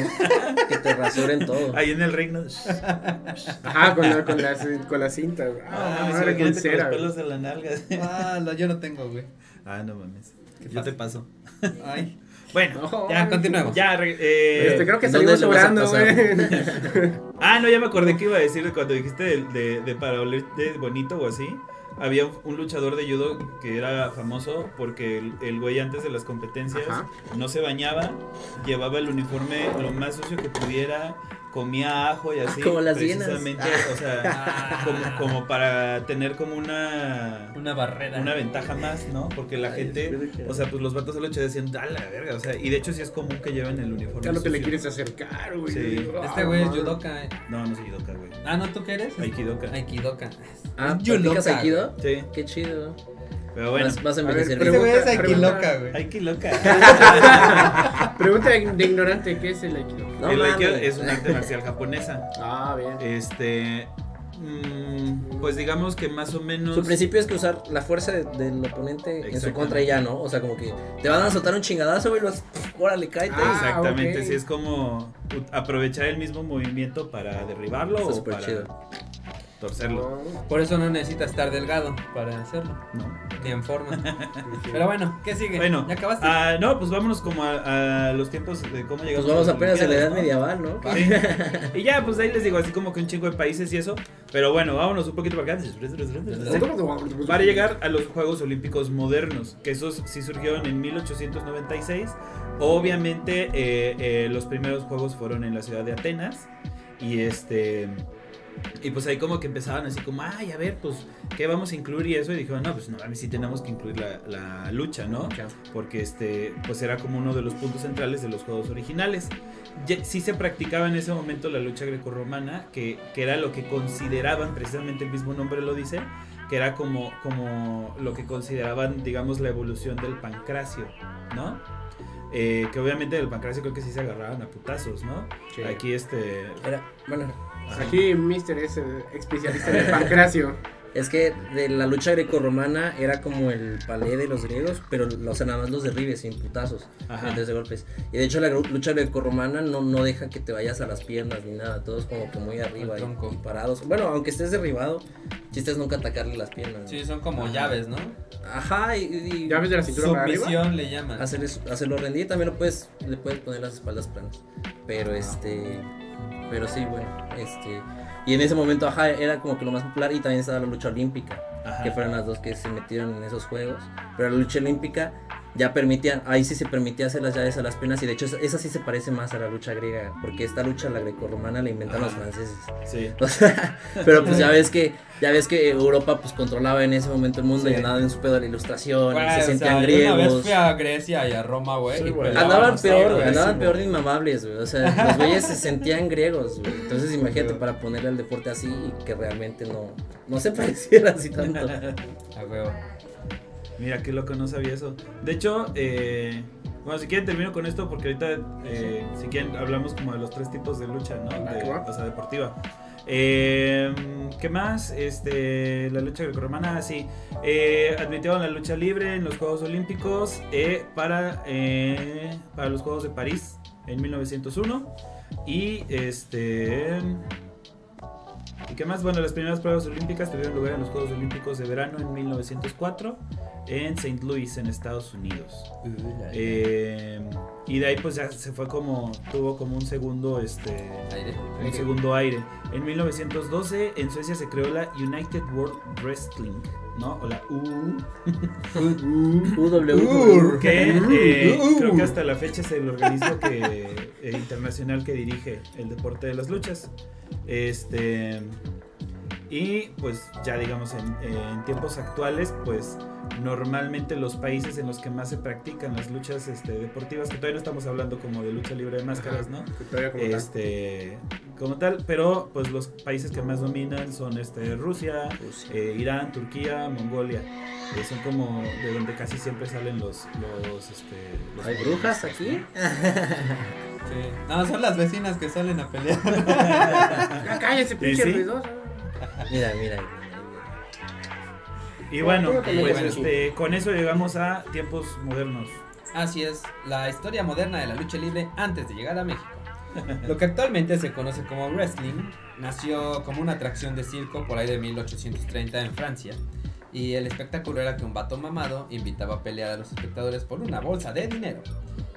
que te rasuren todo.
Ahí en el <laughs> reino.
Ajá, Ah, con la, con las, con las cintas. güey. Ah,
Ah,
madre,
imagínate
con
con
cera,
los
güey.
pelos de la nalga.
Ah, no, yo no tengo, güey.
Ah, no mames.
¿Qué
Yo
pasa?
te paso.
Ay.
Bueno,
Ya, continuemos.
ya. re- eh,
Este, creo que
¿dónde
salimos
le vas a
sobrando,
pasar?
güey.
<laughs> Ah, no, ya me acordé que iba a decir cuando dijiste de, de, de para oler de bonito o así. Había un, un luchador de judo que era famoso porque el, el güey antes de las competencias
Ajá.
no se bañaba, llevaba el uniforme lo más sucio que pudiera, comía ajo y así.
Ah, como las hienas. Ah.
precisamente, o sea, como, como para tener como una
Una barrera.
una ventaja más, ¿no? Porque la
Ay,
gente,
espero que-
o sea, pues los vatos solo decían, "A la verga", o sea, y de hecho sí es común que lleven el uniforme.
Ya no te le
sucio.
quieres acercar, güey.
Sí.
Ah,
Este güey es
madre.
judoka. eh.
No, no soy judoka, güey.
Ah, ¿no tú qué eres?
Aikidoka.
Aikidoka.
Ah,
Es
¿practicas
yudoka,
Aikido?
Sí,
Qué chido.
pero bueno.
Vas, vas a
A ver,
envejecer
Este
bien.
güey es
Pregunta-
Aikiloca, güey.
Ay, qué loca.
<laughs>
Pregunta de de ignorante, ¿qué es el Aikido?
No
el Aikido
mames.
es un arte marcial japonesa.
Ah, bien.
Este. mm, pues digamos que más o menos.
Su principio es que usar la fuerza de- del oponente en su
Exactamente.
contra y ya, ¿no? O sea, como que te van a soltar un chingadazo, güey, los... Órale, cállate.
Ah,
Exactamente,
ok.
sí, es como ut- aprovechar el mismo movimiento para derribarlo
Está
o
súper
para
chido.
torcerlo.
Por eso no necesitas estar delgado para hacerlo.
No.
Ni en
<laughs>
forma. Pero bueno, ¿qué sigue?
Bueno,
¿Ya acabaste?
ah, no, pues vámonos como a, a los tiempos de cómo
Pues
llegamos.
vamos
las
apenas a la edad
Olimpiadas, ¿no?
medieval, ¿no?
Sí. Y ya, pues ahí les digo, así como que un chingo de países y eso. Pero bueno, vámonos un poquito para acá. Pues Para llegar a los Juegos Olímpicos modernos, que esos sí surgieron en 1896. Obviamente, eh, eh, los primeros Juegos fueron en la ciudad de Atenas. Y este. Y pues ahí como que empezaban así como, ay, a ver, pues, ¿qué vamos a incluir? Y eso, y dijeron, no, pues no, a mí sí tenemos que incluir la, la lucha, ¿no? Porque este, pues era como uno de los puntos centrales de los juegos originales. Ya- sí se practicaba en ese momento la lucha grecorromana, que, que era lo que consideraban, precisamente el mismo nombre lo dice, que era como, como lo que consideraban, digamos, la evolución del pancracio, ¿no? Eh, que obviamente del pancracio creo que sí se agarraban a putazos, ¿no?
Sí.
Aquí este...
Era- bueno,
Aquí Mister es el especialista en el pancracio.
es que de la lucha grecorromana era como el palé de los griegos, pero los sea, nada más los derribes sin putazos,
Ajá.
antes de golpes. Y de hecho la gru- lucha grecorromana no, no deja que te vayas a las piernas ni nada, todos como que muy arriba y,
tronco.
y parados. Bueno, aunque estés derribado, chiste es nunca atacarle las piernas. ¿no?
Sí, son como
Ajá.
llaves, ¿no?
Ajá, y, y-
¿Ya ves de la cintura para arriba?
Submisión le llaman.
hacerle su- hacerlo rendir, también lo puedes, le puedes poner las espaldas planas. Pero este, pero sí, bueno, este. Y en ese momento, ajá, era como que lo más popular y también estaba la lucha olímpica,
Ajá.
que fueron las dos que se metieron en esos juegos. Pero la lucha olímpica ya permitía, ahí sí se permitía hacer las llaves a las penas y de hecho esa, esa sí se parece más a la lucha griega, porque esta lucha, la grecorromana, la inventaron
Ah.
Ajá.
los franceses. <laughs>
Sí.
O sea, pero pues ya ves que ya ves que Europa pues controlaba en ese momento el mundo
Sí.
y andaba en su pedo la ilustración,
Güey,
y se
o sea,
sentían
yo una vez
griegos.
fui a Grecia y a Roma, güey.
Sí,
y
güey.
peleaban
Andaban
los
peor,
griegos.
andaban peor de inmamables, güey. O sea, los güeyes
<laughs>
se sentían griegos, güey. Entonces, imagínate para ponerle al deporte así y que realmente no, no se <laughs> pareciera así tanto.
<laughs> A huevo.
Mira, qué loco, no sabía eso. De hecho, eh, bueno, si quieren termino con esto porque ahorita, eh, si quieren, hablamos como de los tres tipos de lucha, ¿no?
Va,
De,
que va.
o sea, deportiva. Eh, ¿Qué más? Este, la lucha grecorromana, ah, sí. Eh, admitieron la lucha libre en los Juegos Olímpicos eh, para, eh, para los Juegos de París en 1901. Y este... ¿Y qué más? Bueno, las primeras pruebas olímpicas tuvieron lugar en los Juegos Olímpicos de verano en 1904 en St. Louis, en Estados Unidos. Eh, y de ahí pues ya se fue como, tuvo como un segundo, este,
Aire.
un segundo aire. En 1912 en Suecia se creó la United World Wrestling, ¿no? O la UU,
UW.
que
UU.
eh,
Uh.
creo que hasta la fecha es el organismo que, eh, internacional que dirige el deporte de las luchas. Este y pues ya digamos en, en tiempos actuales pues normalmente los países en los que más se practican las luchas este, deportivas que todavía no estamos hablando como de lucha libre de máscaras, ¿no?
Que todavía como tal.
Este como tal, pero pues los países que más dominan son este Rusia,
Pues,
eh, Irán, Turquía, Mongolia. Eh, son como de donde casi siempre salen los. los, este, los
pues, ¿Hay brujas aquí?
Sí. No, son las vecinas que salen a pelear.
Ah, cállese, pinche
sí.
Ah,
ruidoso.
Mira, mira. mira, mira.
Y bueno,
Creo que lo
pues
llevan aquí.
este, con eso llegamos a tiempos modernos.
Así es, la historia moderna de la lucha libre antes de llegar a México. Lo que actualmente se conoce como wrestling nació como una atracción de circo por ahí de 1830 en Francia. Y el espectáculo era que un vato mamado invitaba a pelear a los espectadores por una bolsa de dinero.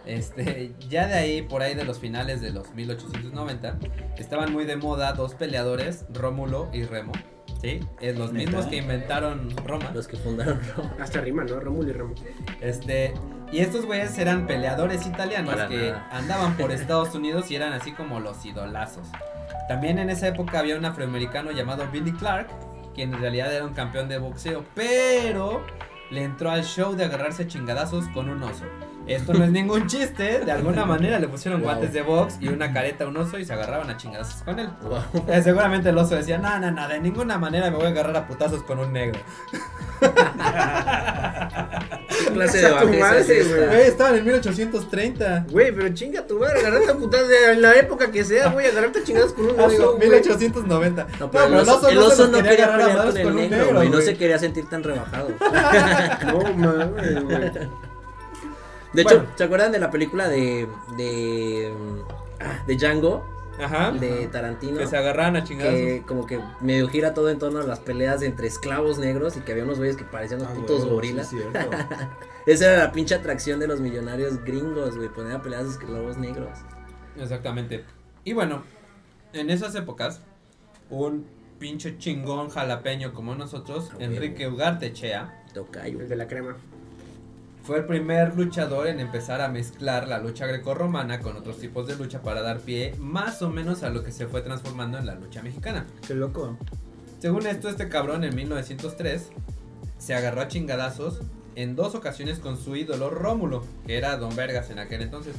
Este, ya de ahí, por ahí de los finales de los 1890, estaban muy de moda dos peleadores, Rómulo y Remo. ¿Sí? Eh, los
¿Neta?
mismos que inventaron Roma.
Los que fundaron <laughs> Roma.
Hasta rima, ¿no? Rómulo y Remo.
Este, y estos güeyes eran peleadores italianos
Para
que
nada.
andaban
<laughs>
por Estados Unidos y eran así como los idolazos. También en esa época había un afroamericano llamado Billy Clark, quien en realidad era un campeón de boxeo, pero le entró al show de agarrarse a chingadazos con un oso. Esto
<laughs>
no es ningún chiste, de alguna manera le pusieron
Wow.
guantes de box y una careta a un oso y se agarraban a chingadazos con él.
Wow.
Eh, seguramente el oso decía, no, no, no, de ninguna manera me voy a agarrar a putazos con un
<laughs>
negro.
¿Qué clase
Esa
de
tu
bajeza es
madre,
esta?
Güey, Eh, estaban en 1830.
Güey, pero chinga tu madre, agarrarte a putas de- en la época que sea, güey, agarrarte a chingadas con un
No, digo,
oso, güey.
1890.
No, pero el oso, el oso no quería pelear con el negro, güey. No se quería sentir tan rebajado.
No mames, güey.
De
Bueno.
hecho, ¿se acuerdan de la película de. de. ah, de Django?
Ajá.
De Tarantino.
Que se agarraban a chingados.
que como que medio gira todo en torno a las peleas entre esclavos negros y que había unos güeyes que parecían unos
Ah,
putos
huevo,
gorilas.
sí,
<laughs>
cierto.
Esa era la pinche atracción de los millonarios gringos, güey, poner a pelear a los esclavos negros.
Exactamente. Y bueno, en esas épocas, un pinche chingón jalapeño como nosotros,
Ah, güey.
Enrique Ugarte Chea,
Tocayo.
El de la crema.
fue el primer luchador en empezar a mezclar la lucha grecorromana con otros tipos de lucha para dar pie más o menos a lo que se fue transformando en la lucha mexicana.
Qué loco.
Según esto, este cabrón en 1903 se agarró a chingadazos en dos ocasiones con su ídolo Rómulo, que era Don Vergas en aquel entonces.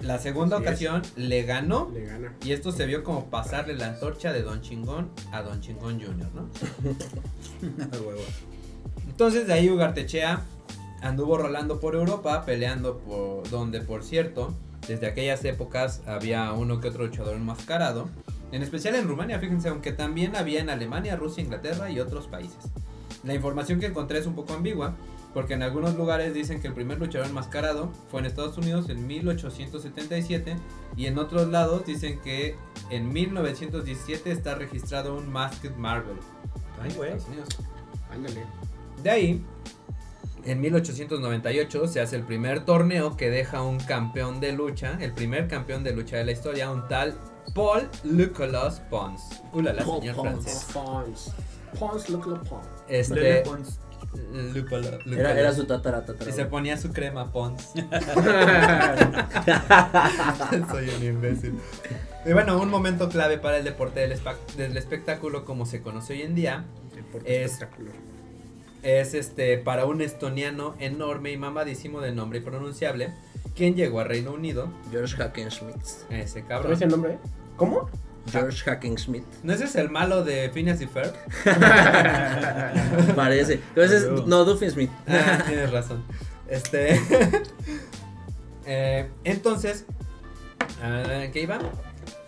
La segunda
Así es.
ocasión le ganó
Le gana.
y esto se vio como pasarle la antorcha de Don Chingón a Don Chingón Jr., ¿no?
Ah, huevo.
Entonces de ahí Ugartechea anduvo rolando por Europa, peleando por donde, por cierto, desde aquellas épocas había uno que otro luchador enmascarado. En especial en Rumania, fíjense, aunque también había en Alemania, Rusia, Inglaterra y otros países. La información que encontré es un poco ambigua, porque en algunos lugares dicen que el primer luchador enmascarado fue en Estados Unidos en 1877 y en otros lados dicen que en 1917 está registrado un Masked Marvel.
Ay, güey.
Estados Unidos.
Ándale.
De ahí, en 1898 se hace el primer torneo que deja un campeón de lucha, el primer campeón de lucha de la historia, un tal Paul Nicolas Pons. Ulala,
Paul
señor
Pons.
francés.
Oh, Pons. Pons, look look, Pons.
Este,
Lele Pons.
<laughs>
Nicolas-
Era, era su tatara,
Y se
tatara.
ponía su crema
<laughs>
Pons. Soy un imbécil. Y bueno, un momento clave para el deporte del, espa- del espectáculo como se conoce hoy en día
Deporte
Es-
espectacular.
es este para un estoniano enorme y mamadísimo de nombre impronunciable, quien llegó a Reino Unido
George Hackenschmidt.
Ese
¿Cómo
cabrón.
es el nombre? ¿Cómo?
George Hackenschmidt.
¿No ese es el malo de Phineas y Ferb?
<laughs> Parece. Entonces,
Claro.
no, Duffensmith.
Ah, tienes razón. Este. <laughs> eh, entonces. ah, ¿Qué iba?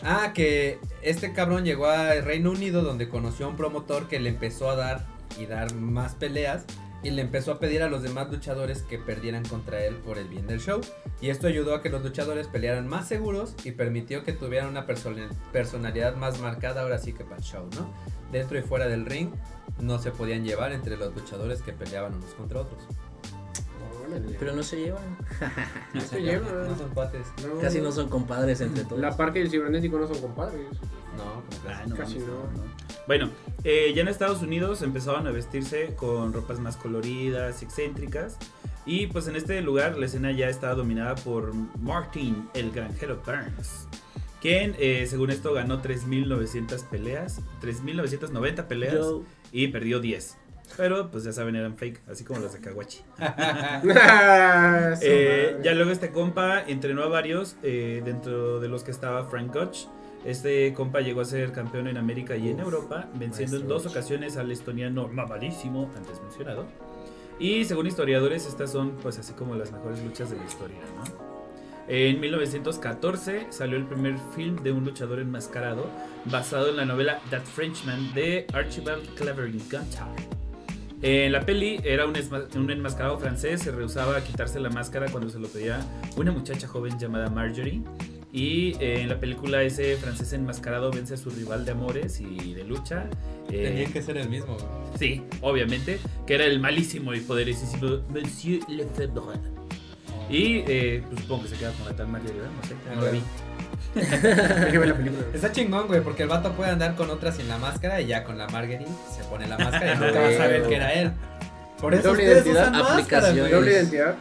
Ah, que este cabrón llegó a Reino Unido donde conoció a un promotor que le empezó a dar y dar más peleas y le empezó a pedir a los demás luchadores que perdieran contra él por el bien del show. Y esto ayudó a que los luchadores pelearan más seguros y permitió que tuvieran una persona- personalidad más marcada ahora sí que para el show, ¿no? Dentro y fuera del ring no se podían llevar entre los luchadores que peleaban unos contra otros.
Órale.
Pero no se llevan.
No se lleva.
No son cuates.
No,
Casi no son compadres entre todos.
La parca y el cibernético no son compadres.
No, como que-
Ah, no
Casi
mames,
no.
Bueno, eh, ya en Estados Unidos empezaban a vestirse con ropas más coloridas, excéntricas. Y pues en este lugar la escena ya estaba dominada por Martin, el granjero Burns. Quien, eh, según esto, ganó 3.900 peleas, 3.990 peleas
Yo-
y perdió 10. Pero pues ya saben, eran fake, así como las de Kawachi.
<laughs> Ah, su
Eh,
madre.
ya luego este compa entrenó a varios, eh, dentro de los que estaba Frank Koch. Este compa llegó a ser campeón en América y en
Uf,
Europa, venciendo en
maestro
dos
Koch.
ocasiones al estoniano mamadísimo, antes mencionado. Y según historiadores, estas son pues así como las mejores luchas de la historia, ¿no? En 1914 salió el primer film de un luchador enmascarado basado en la novela That Frenchman de Archibald Clavering Gunter. En la peli era un, esma- un enmascarado francés, se rehusaba a quitarse la máscara cuando se lo pedía una muchacha joven llamada Marjorie. Y eh, en la película ese francés enmascarado vence a su rival de amores y de lucha. eh,
Tenía que ser el mismo, güey.
Sí, obviamente, que era el malísimo y poderosísimo Monsieur Lefebvre.
Oh.
Y eh, pues, supongo que se queda con la tal Marjorie, ¿verdad? No sé, no la vi.
Hay que ver la película.
Está chingón, güey, porque el vato puede andar con otra sin la máscara y ya con la Marguerite se pone la
<laughs>
máscara y nunca va a saber que era él. Por eso
Doble
ustedes
identidad,
usan máscara,
aplicación.
güey.
Doble
pues,
identidad.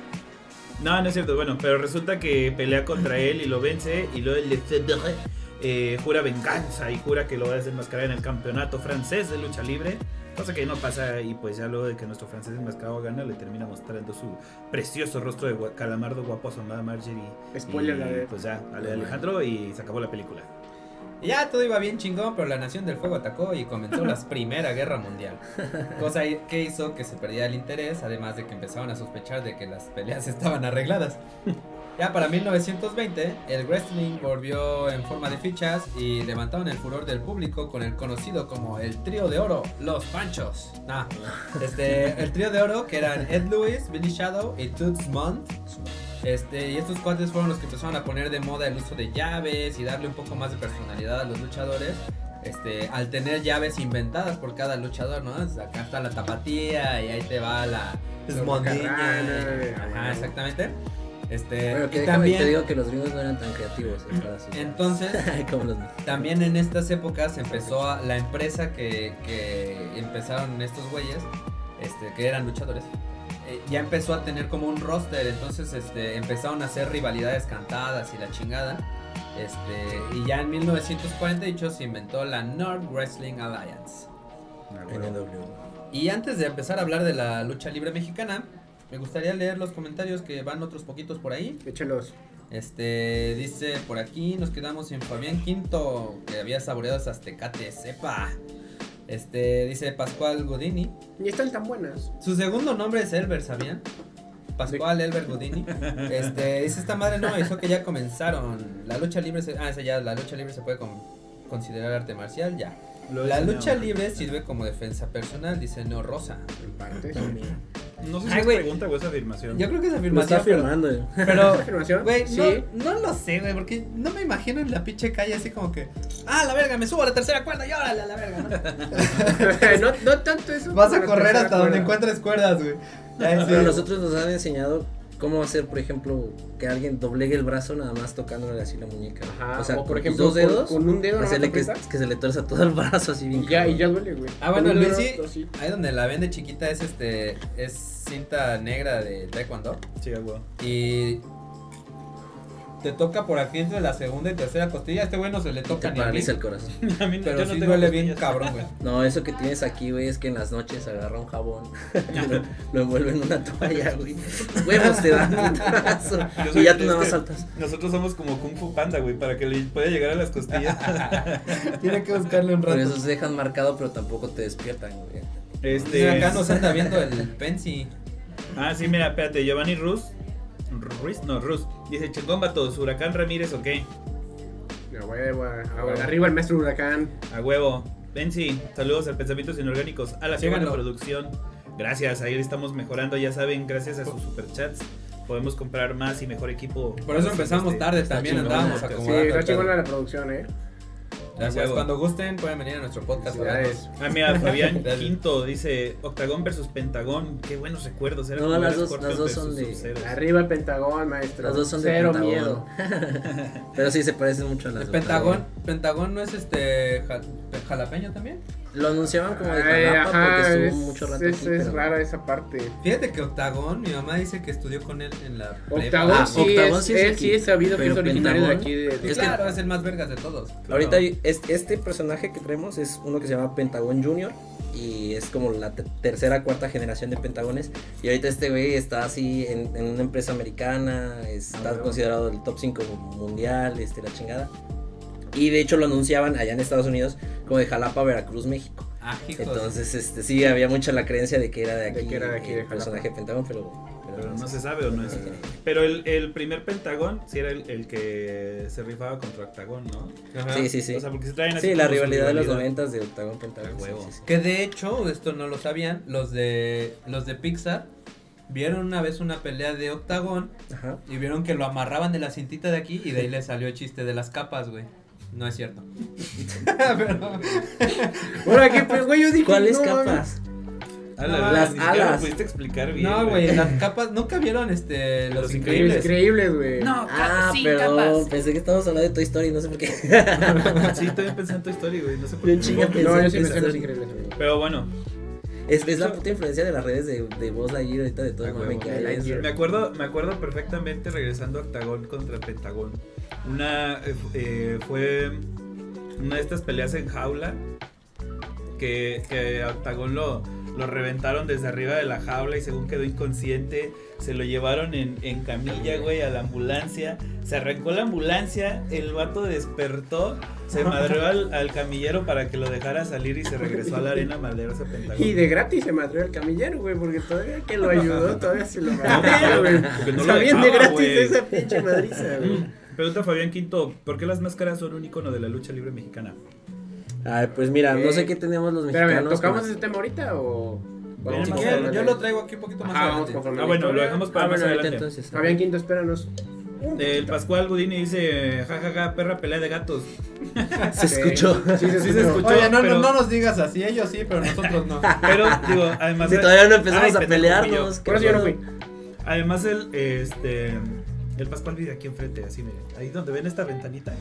No, no es cierto. Bueno, pero resulta que pelea contra él y lo vence. Y luego el Lefebvre eh, jura venganza y jura que lo va a desenmascarar en el campeonato francés de lucha libre. Cosa que no pasa. Y pues ya luego de que nuestro francés enmascarado gana, le termina mostrando su precioso rostro de gua- calamardo guaposo amada Marjorie.
Spoiler
Y,
la de-
Pues ya, Ale Alejandro y se acabó la película.
Y ya todo iba bien chingón, pero la Nación del Fuego atacó y comenzó
<laughs>
la Primera Guerra Mundial. Cosa que hizo que se perdiera el interés, además de que empezaban a sospechar de que las peleas <laughs> estaban arregladas. Ya para 1920, el wrestling volvió en forma de fichas y levantaron el furor del público con el conocido como el trío de oro, los Panchos. Nah, este, el trío de oro que eran Ed Lewis, Billy Shadow y Toots Mont. Este, y estos cuates fueron los que empezaron a poner de moda el uso de llaves y darle un poco más de personalidad a los luchadores. Este, al tener llaves inventadas por cada luchador, ¿no? Es- Acá está la tapatía y ahí te va la
La
mondinha.
macarrana.
Ajá, exactamente. Este,
Bueno, que
y
déjame
también,
te digo que los gringos no eran tan creativos. eh, para sus- <laughs>
entonces,
como los mexicanos.
también en estas épocas empezó a- la empresa que, que empezaron estos güeyes, este, que eran luchadores, eh, ya empezó a tener como un roster, entonces este, empezaron a hacer rivalidades cantadas y la chingada. Este, y ya en 1948 se inventó la North Wrestling Alliance.
NW.
Y antes de empezar a hablar de la lucha libre mexicana, me gustaría leer los comentarios que van otros poquitos por ahí.
Échalos.
Este, dice por aquí, nos quedamos en Fabián Quinto, que había saboreado esas tecates, sepa. Este, dice Pascual Godini.
Ni están tan buenas.
Su segundo nombre es Elber, ¿sabían? Pascual Elber Godini. Este, dice esta madre, no, eso que ya comenzaron. La lucha libre, se, ah, esa ya, la lucha libre se puede con- considerar arte marcial, ya. La lucha libre sirve como defensa personal, dice No Rosa.
En parte.
No sé si
Ay,
es
güey.
pregunta o es afirmación.
Yo creo que es
Lo está
afirmación. pero-
firmando. eh.
pero
afirmación?
Güey,
sí.
no, no lo sé, güey, porque no me imagino en la pinche calle así como que, ah, la verga, me subo a la tercera cuerda y órale a la <laughs> verga.
<laughs> no, no tanto eso.
¿no? Vas a
pero
correr
tercera
hasta donde
cuerda.
encuentres cuerdas, güey. Ya, sí.
Pero nosotros nos han enseñado cómo hacer, por ejemplo, que alguien doblegue el brazo nada más tocándole así la muñeca.
Ajá,
o sea,
o por
con tus
ejemplo,
dos
con-
dedos,
con un dedo nada
hacerle
más
que,
apretas.
que se le torza todo el brazo así bien.
Y ya, y ya
cabrón.
duele, güey.
Ah, bueno,
Con un
Luis sí-
dedo, pues sí.
Ahí donde la vende chiquita es este, es cinta negra de taekwondo
Sí, a huevo.
y te toca por aquí entre la segunda y tercera costilla, a este güey no se le
Y Te
toca ni a mí,
paraliza el corazón.
<laughs> A mí no-
pero
yo no
sí
tengo
duele bien
costillas.
cabrón,
<laughs>
güey.
No, eso que tienes aquí, güey, es que en las noches agarra
<laughs>
un jabón, lo, lo envuelve en una toalla, güey. Huevos te dan
<laughs>
putazo.
Yo soy
Y ya tú
de
nada más
este-
saltas.
Nosotros somos como Kung Fu Panda, güey, para que le pueda llegar a las costillas.
<laughs> Tiene que buscarle un
Por
rato.
eso se dejan marcado, pero tampoco te despiertan, güey.
este.
Mira, acá nos anda viendo el pensi.
Ah, sí, mira, espérate, Giovanni Ruz. Ruiz, no, Ruz. Dice, chingón vatos, Huracán Ramírez, ¿o qué?
No, güey, güey, ah, güey, Arriba el maestro huracán.
A huevo. Benzi, saludos a Pensamientos Inorgánicos, a la semana
Síganlo.
producción. Gracias, ahí estamos mejorando, ya saben, gracias a sus superchats. Podemos comprar más y mejor equipo.
Por eso empezamos
Este,
tarde
está
también,
chingón,
andábamos
este,
acomodados.
Sí,
Como dato,
está
claro.
chingona la producción, eh.
Gracias.
huevo.
Cuando gusten pueden venir a nuestro podcast. a vernos.
Felicidades.
Ah,
<laughs>
mira, Fabián
Gracias.
Quinto dice Octagón versus Pentagón. Qué buenos recuerdos. Era
No,
jugar
las dos-
Scorpion
las dos son
versus
de-
Sub-Zero.
Arriba el Pentagón, maestro.
Las dos son de
Cero
Pentagón.
miedo.
<laughs> Pero sí, se parecen mucho a las
El
de Octavio.
Pentagón, Pentagón no es este ja- jalapeño también.
Lo anunciaban como de
Ay,
Jalapa porque estuvo
es,
mucho rato
es,
aquí,
es
pero-
rara esa parte.
Fíjate que Octagón, mi mamá dice que estudió con él en la prepa.
Octagón
Ah,
sí,
Octagón
es,
sí es
él
aquí,
sí es sabido que
pero
es originario de
Pentagón-
aquí. De, de-
<laughs>
Sí,
Es que-
claro, es el más vergas de todos.
Ahorita hay- es- este personaje que traemos es uno que se llama Pentagón Junior y es como la te- tercera cuarta generación de Pentagones y ahorita este güey está así en, en una empresa americana, está
huevo.
considerado el top 5 mundial, este la chingada. Y de hecho lo anunciaban allá en Estados Unidos como de Jalapa, Veracruz, México.
Ah, hijos.
Entonces, este sí había mucha la creencia de que era
De
de aquí,
que era de aquí, de
el personaje de Pentagón, pero, pero
pero no se sabe o no es. Pero el, el primer Pentagón sí era el, el que se rifaba contra Octagón, ¿no?
Ajá.
Sí, sí, sí.
O sea, porque se traen así
Sí, la
como su
rivalidad de los noventas de Octagón Pentagón.
A
sí,
huevo.
sí, sí.
Que de hecho, esto no lo sabían, los de los de Pixar vieron una vez una pelea de Octagón
Ajá.
y vieron que lo amarraban de la cintita de aquí y de ahí le salió el chiste de las capas, güey. No es cierto. <laughs> Pero-
Ahora que pues, güey, yo dije.
¿Cuáles
no,
capas?
A Ah, la-
No,
ni
las
siquiera
alas.
lo pudiste explicar bien.
no, güey, las capas nunca vieron este los,
Los
increíbles.
Increíbles, increíbles, güey.
No,
Ah,
sí,
perdón,
capaz.
pensé que estábamos hablando de Toy Story, no sé por qué. <laughs>
<laughs> Sí, también pensé en tu historia, güey. No sé por
Bien
qué.
chinga.
No, yo sí me
Pensé
sé
en
los
Toy Story.
increíbles, güey.
Pero bueno,
es, es la puta influencia de las redes de, de Buzz Lightyear ahorita de
Ah,
todo
A
el mame
huevo.
que hay. es-
me acuerdo, me acuerdo perfectamente regresando a Octagón contra Pentagón. Una eh, eh, fue una de estas peleas en jaula que, que a Octagón lo, lo reventaron desde arriba de la jaula y según quedó inconsciente, se lo llevaron en, en camilla, güey, a la ambulancia. Se arrancó la ambulancia, el vato despertó, se madreó al, al camillero para que lo dejara salir y se regresó a la arena a madrearse a Pentagón.
Y de gratis se madrió el camillero, güey, porque todavía que lo
<laughs>
ayudó, todavía se lo <laughs> madrió, güey.
Porque no lo
Está bien de
dejaba,
gratis
güey.
esa pinche madriza, güey.
Mm. Pregunta Fabián Quinto, ¿por qué las máscaras son un icono de la lucha libre mexicana?
Ay, pues mira, no sé
Ok.
qué tenemos los
Espérame,
mexicanos.
¿tocamos este
con-
ese tema ahorita o...?
Vamos
Si
a
quieren,
hablar
yo lo traigo aquí un poquito más
Ah, vamos
adelante.
conforme
Ah,
a la
bueno, lo
historia.
dejamos para
Ah,
más
bueno,
adelante.
entonces.
Fabián Quinto, espéranos.
El Pascual Godini dice, jajaja, perra pelea de gatos.
Se escuchó.
Sí, sí,
Sí
sí,
se escuchó.
Oye, no,
pero-
no, no nos digas así, ellos sí, pero nosotros no.
Pero, digo, además...
Si todavía no empezamos
Ay,
a
pendejo,
pelearnos.
Por eso yo no Ah, este fui.
fui yo. Además, el, este, el Pascual vive aquí enfrente, así, miren. Ahí donde ven esta ventanita,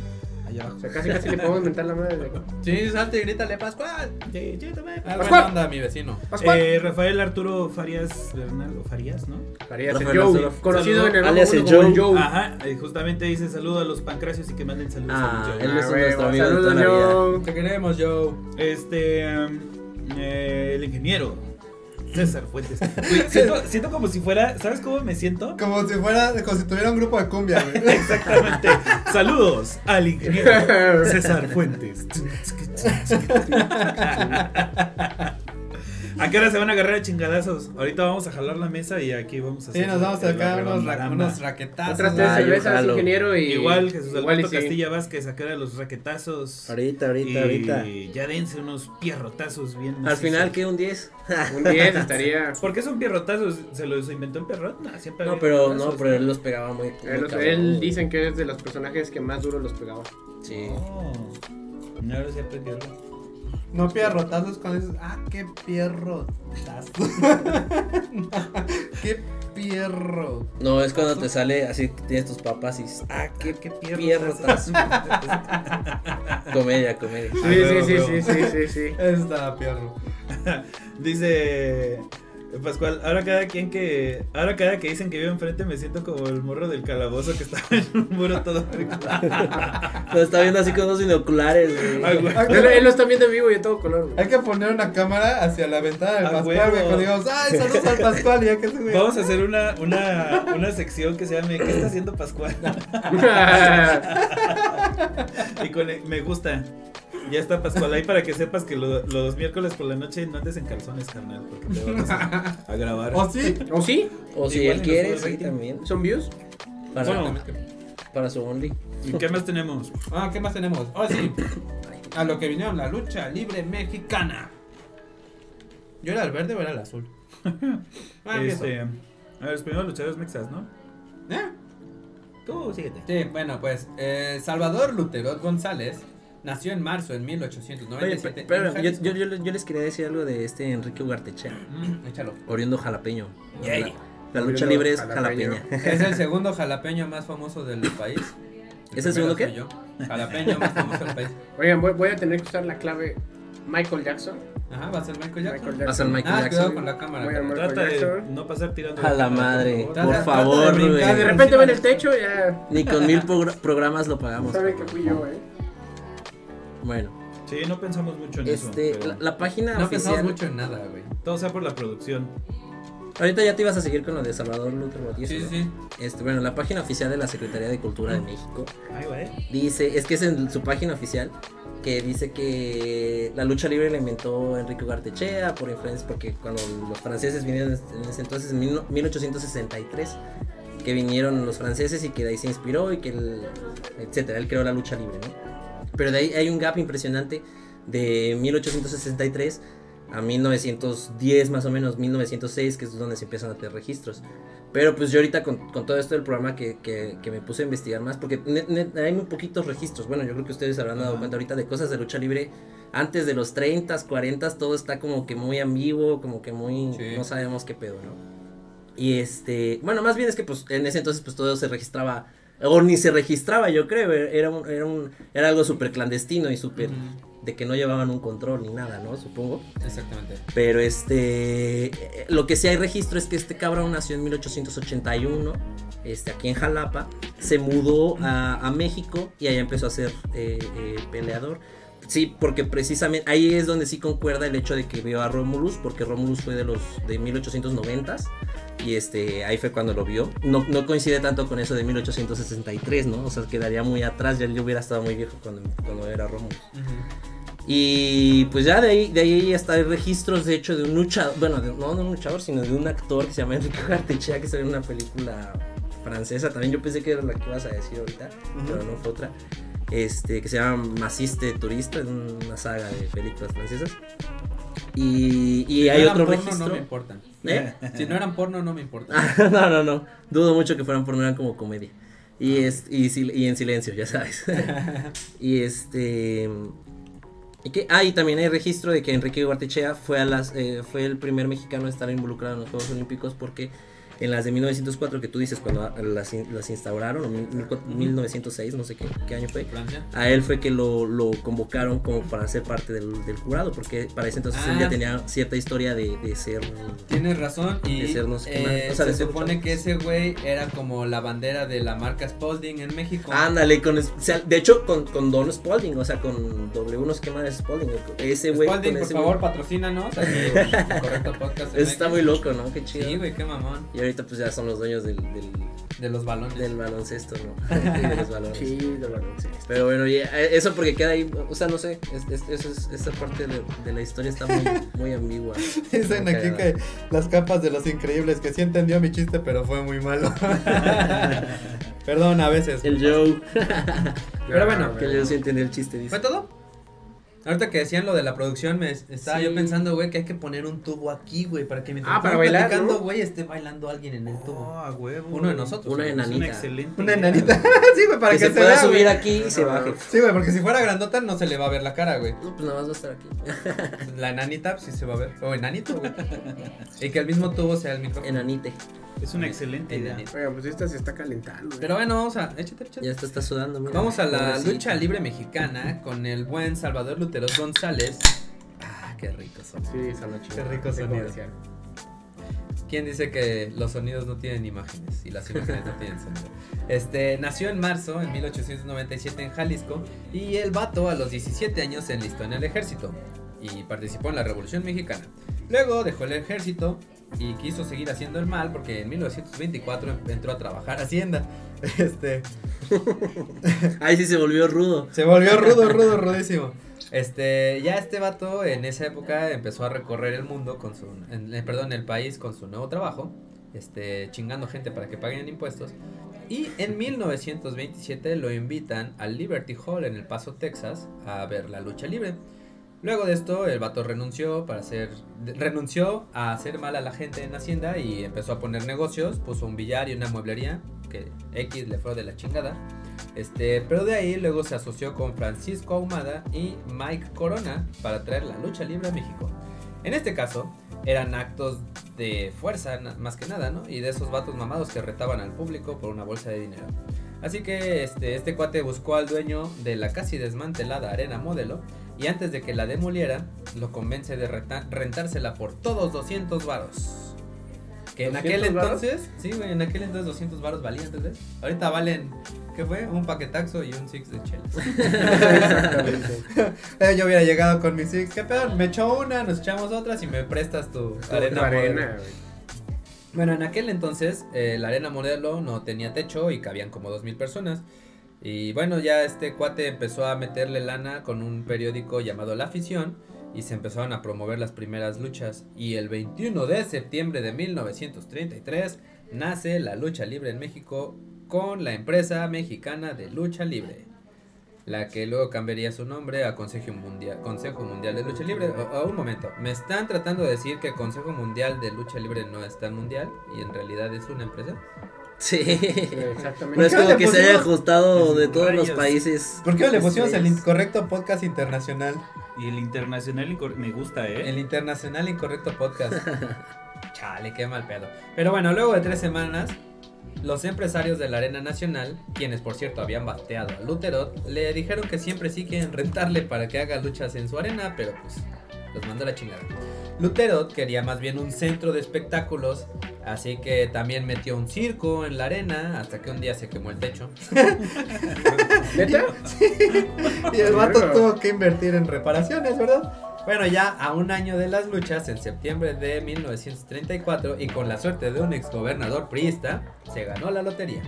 allá abajo.
O sea, casi casi le podemos mentar la madre de
Eh,
aquí.
<laughs> Sí, salte y grítale, Pascual.
Sí, sí, también.
Ah,
Pascual.
buena onda, mi vecino.
Eh, Rafael Arturo Farias Bernal, o Farías, ¿no?
Farías el
Rafael
Joe,
Mazzaroff.
conocido
Saludos.
en el
Alias
mundo
el
como
Joe.
Joe.
Ajá, eh, justamente dice, saludo a los pancracios y que manden saludos
Ah,
a mi Joe".
él es
Ah,
nuestro
huevo,
amigo de toda
saludos,
la vida.
Joe.
Te queremos, Joe.
Este. mm, eh, el ingeniero. César
<laughs>
Fuentes. Güey, siento, siento como si fuera. ¿Sabes cómo me siento?
Como si fuera, como si tuviera un grupo de cumbia, <laughs> güey.
Exactamente. Saludos al ingeniero
<laughs>
<laughs>
César Fuentes. ¿A qué hora se van a agarrar a chingadazos? Ahorita vamos a jalar la mesa y aquí vamos a
Sí,
hacer.
nos vamos a
el-
sacar
el
unos, ra-
rebambaramba.
unos raquetazos.
Otras tres
Ah, yo
cervezas,
jalo.
ingeniero y...
Igual Jesús
igual y
Alberto
sí.
Castilla Vázquez, a qué hora los raquetazos.
Ahorita,
y
ahorita, ahorita.
ya dense unos pierrotazos bien.
Al
macizos.
final, ¿qué? ¿Un 10?
Un 10 estaría...
¿Por qué son pierrotazos? ¿Se los inventó el perrot? No, siempre
No,
había
pero no,
pierrotazos,
pero él los pegaba muy. muy
Eh, los-
cabrón,
él
güey.
dicen que es de los personajes que más duro los pegaba.
Sí.
No, Oh, no ahora sí aprendió.
No pierrotazos cuando dices, ah, qué pierrotazo. <laughs> qué pierro.
No, es cuando te sale así, tienes tus papas y dices, ah, qué, qué pierrotazo.
<laughs>
comedia, comedia.
Sí,
Ah, huevo,
sí, sí,
huevo.
sí, sí, sí, sí.
Está pierro.
<laughs> Dice Pascual, ahora cada quien que. Ahora cada que dicen que vivo enfrente me siento como el morro del calabozo que estaba en un muro todo.
Lo está viendo así con unos binoculares,
Ay,
güey.
Ah, güey.
Él, él lo está viendo en vivo y a todo color. güey.
<laughs> Hay que poner una cámara hacia la ventana del
Ah,
Pascual, güey.
huevo.
Cuando digamos, ay, saludos al Pascual, y ya que se güey.
Vamos a hacer una, una, una sección que se llame ¿Qué está haciendo Pascual?
<laughs>
Y con el- me gusta. Ya está Pascual ahí para que sepas que lo- los miércoles por la noche no andes en calzones, carnal, porque te vamos a, a
<laughs>
grabar.
¿O sí?
¿O sí?
O si
Igual
él
y nos sube
quiere,
el
sí,
rating.
también.
¿Son views?
Para,
Bueno.
para su only.
¿Y qué más tenemos?
Ah, ¿qué más tenemos? Oh, sí. A lo que vinieron, la lucha libre mexicana. ¿Yo era el verde o era el
<laughs>
azul? Ah, empiezo.
Este, a ver, los primeros luchadores mexas, ¿no?
¿Eh?
Tú, síguete.
Sí, bueno, pues eh, Salvador Lutero González nació en marzo en
Oye,
1897.
pe- pero
en
yo,
Jalisco.
yo, yo, yo les quería decir algo de este Enrique Ugartechea,
Mm, échalo.
oriundo jalapeño.
Yay.
La, la lucha
Oriundo
libre es
jalapeño.
jalapeña.
Es el segundo jalapeño más famoso del país.
¿Es el segundo
primero
qué?
soy yo. Jalapeño más famoso del país.
Oigan, voy, voy a tener que usar la clave Michael Jackson.
Ajá, va a ser Michael Jackson.
Michael
Pasa
Jackson.
el Michael
Ah, cuidado
Jackson.
con la
Voy a
cámara.
mar-
Trata de
Jackson.
no pasar tirando.
A la
cámara,
madre,
por
Trata- trata
por
favor.
favor,
de brincar
De
güey.
repente ven el techo, ya
Ni con mil progr- programas lo pagamos.
saben que fui yo, eh.
Bueno,
Sí, no pensamos mucho en
este,
eso. pero
la, la página
pues, No pensamos
oficial.
mucho en nada, güey.
Todo sea por la producción.
Ahorita ya te ibas a seguir con lo de Salvador Lutero Ortiz,
Sí,
¿no?
sí, sí.
Este, bueno, la página oficial de la Secretaría de Cultura de México
Ay, güey.
dice, es que es en su página oficial, que dice que la lucha libre la inventó Enrique Gartechea por influencia, porque cuando los franceses vinieron en ese entonces, en mil- 1863, que vinieron los franceses y que de ahí se inspiró y que él, etcétera, él creó la lucha libre, ¿no? Pero de ahí hay un gap impresionante de 1863 a 1910 más o menos, 1906, que es donde se empiezan a tener registros. Pero pues yo ahorita con, con todo esto del programa que, que- que me puse a investigar más, porque ne- ne- hay muy poquitos registros. Bueno, yo creo que ustedes habrán dado
Ajá.
cuenta ahorita de cosas de lucha libre. Antes de los 30, 40, todo está como que muy ambiguo, como que muy...
Sí.
No sabemos qué pedo, ¿no? Y este, bueno, más bien es que pues en ese entonces pues todo se registraba, o ni se registraba yo creo, e- era, un- era, un- era algo súper clandestino y súper,
Ujú,
de que no llevaban un control ni nada, ¿no? Supongo.
Exactamente.
Pero este, eh, lo que sí hay registro es que este cabrón nació en 1881, este, aquí en Jalapa, se mudó a, a México y allá empezó a ser eh, eh, peleador. Sí, porque precisamente ahí es donde sí concuerda el hecho de que vio a Romulus, porque Romulus fue de los de 1890s y este ahí fue cuando lo vio. No, no coincide tanto con eso de 1863, ¿no? O sea, quedaría muy atrás, ya yo hubiera estado muy viejo cuando, cuando era Romulus.
Ujú.
Y pues ya de ahí, de ahí hasta hay registros, de hecho, de un luchador, bueno, de- no de un luchador, sino de un actor que se llama Enrique Gartechea, que salió en una película francesa. También yo pensé que era la que ibas a decir ahorita, pero no fue otra. Este, que se llama Maciste Turista, es una saga de películas francesas. Y, y
Si
hay
no eran
otro
porno,
registro.
No me importan.
¿Eh?
<laughs> Si no eran porno, no me importan.
Ah, <laughs> no, no, no. Dudo mucho que fueran porno, eran como comedia. Y, es, y, sil- y en silencio, ya sabes. y este. ¿y qué? Ah, y también hay registro de que Enrique Guartechea fue, a las, eh, fue el primer mexicano a estar involucrado en los Juegos Olímpicos porque en las de 1904 que tú dices, cuando a- las, in- las instauraron, o mil- mil cua- 1906, no sé qué, qué año fue.
Francia.
A él fue que lo, lo convocaron como para ser parte del, del jurado, porque para ese entonces él
Ah.
ya tenía cierta historia de, de ser
Tienes razón y
De ser no sé qué
eh,
más. O sea, de
se
ser
supone
luchadores.
que ese güey era como la bandera de la marca Spalding en México.
Ándale, con, es- o sea, de hecho con, con Don Spalding, o sea, con W no sé qué madre es Spalding, el- ese güey. con
Spalding, por
ese
favor,
güey. <laughs>
patrocínanos. aquí en Correcto Podcast
Eso está
MX.
muy loco, ¿no? Qué chido.
Sí, güey, qué mamón.
y ahorita pues ya son los dueños del, del,
De los balones.
del baloncesto, ¿no? De los balones.
Chido, baloncesto.
Pero bueno, ya, eh, eso porque queda ahí, o sea, no sé, es- es- eso es- esa parte de, de la historia está muy, muy
<laughs>
ambigua.
<laughs> Dicen
Muy
aquí
cagada.
que las capas de los increíbles, que sí entendió mi chiste, pero fue muy
<laughs>
malo. Perdón, a veces.
El Joe,
Pero bueno,
que le entiende el chiste, dice.
¿Fue todo? Ahorita que decían lo de la producción, me es- estaba
Sí.
yo pensando, güey, que hay que poner un tubo aquí, güey, para que mientras
Ah, para
estamos
bailar,
platicando,
¿no?
güey, esté bailando alguien en el
Oh,
tubo.
a huevo.
Uno de nosotros.
Una
güey.
enana.
Es
Nanita.
una excelente.
Una
idea.
enanita. sí, güey, para
que
que,
se pueda
vea,
subir
güey.
aquí y se baje.
Sí, güey, porque si fuera grandota no se le va a ver la cara, güey.
No, pues nada más va a estar aquí.
La enanita pues, sí se va a ver. O enanito, güey. y que el mismo tubo sea el micrófono.
Enanite,
Es una excelente idea.
Enanito.
Oigan, pues esta se está calentando. ¿eh?
Pero bueno, vamos a. Échate, échate.
ya está, está sudando, mira.
Vamos a la
Pobrecito.
lucha libre mexicana con el buen Salvador Luteros González. Ah, qué rico son.
Sí, está muy chido.
Qué rico
Qué
sonido.
comercial.
<laughs> ¿Quién dice que los sonidos no tienen imágenes y las imágenes no tienen sonido? Este, nació en marzo en 1897 en Jalisco y el vato a los 17 años se enlistó en el ejército y participó en la Revolución Mexicana. Luego dejó el ejército y quiso seguir haciendo el mal porque en 1924 entró a trabajar a Hacienda. <laughs> Este,
Ahí sí se volvió rudo.
Se volvió rudo, rudo, rudísimo. Este, ya este vato en esa época empezó a recorrer el mundo con su, en- eh, perdón, el país con su nuevo trabajo, este, chingando gente para que paguen impuestos. Y en 1927 lo invitan al Liberty Hall en El Paso, Texas, a ver la lucha libre. Luego de esto, el vato renunció para hacer, de- renunció a hacer mal a la gente en Hacienda y empezó a poner negocios, puso un billar y una mueblería, que X le fue de la chingada. Este, pero de ahí luego se asoció con Francisco Ahumada y Mike Corona para traer la lucha libre a México. En este caso, eran actos de fuerza na- más que nada, ¿no? Y de esos vatos mamados que retaban al público por una bolsa de dinero. Así que este, este cuate buscó al dueño de la casi desmantelada arena modelo y antes de que la demoliera, lo convence de reta- rentársela por todos 200 varos. Que en aquel
200 varos?
entonces, sí, güey, en aquel entonces 200 varos valían, ¿entendés? Ahorita valen, ¿qué fue? Un paquetaxo y un six de <laughs> chelas.
Exactamente.
Eh, yo hubiera llegado con mis six, ¿qué pedo? Me echó una, nos echamos otras y me prestas tu arena.
Tu
modelo.
arena, güey.
Bueno, en aquel entonces eh, la arena modelo no tenía techo y cabían como 2.000 personas. Y bueno, ya este cuate empezó a meterle lana con un periódico llamado La Afición y se empezaron a promover las primeras luchas. Y el 21 de septiembre de 1933 nace la lucha libre en México con la empresa mexicana de lucha libre. La que luego cambiaría su nombre a Consejo Mundial, Consejo Mundial de Lucha Libre. O- o un momento, me están tratando de decir que Consejo Mundial de Lucha Libre no es tan mundial y en realidad es una empresa.
Sí.
Exactamente. pues,
Pero
¿Por
es
qué
como
le
que se
pusimos-
haya ajustado de todos los
Rayos.
países.
¿Por qué no le pusimos el
Estrellas.
incorrecto podcast internacional?
Y el internacional incor- me gusta, ¿eh?
El internacional incorrecto podcast. Chale, qué mal pedo. Pero bueno, luego de tres semanas, los empresarios de la Arena Nacional, quienes por cierto habían bateado a Luterot, le dijeron que siempre sí quieren rentarle para que haga luchas en su arena, pero pues los mandó a la chingada. Luterot quería más bien un centro de espectáculos, así que también metió un circo en la arena hasta que un día se quemó el techo.
¿Neta?
Y el vato
Verga.
tuvo que invertir en reparaciones, ¿verdad? Bueno, ya a un año de las luchas, en septiembre de 1934, y con la suerte de un exgobernador priista, se ganó la lotería.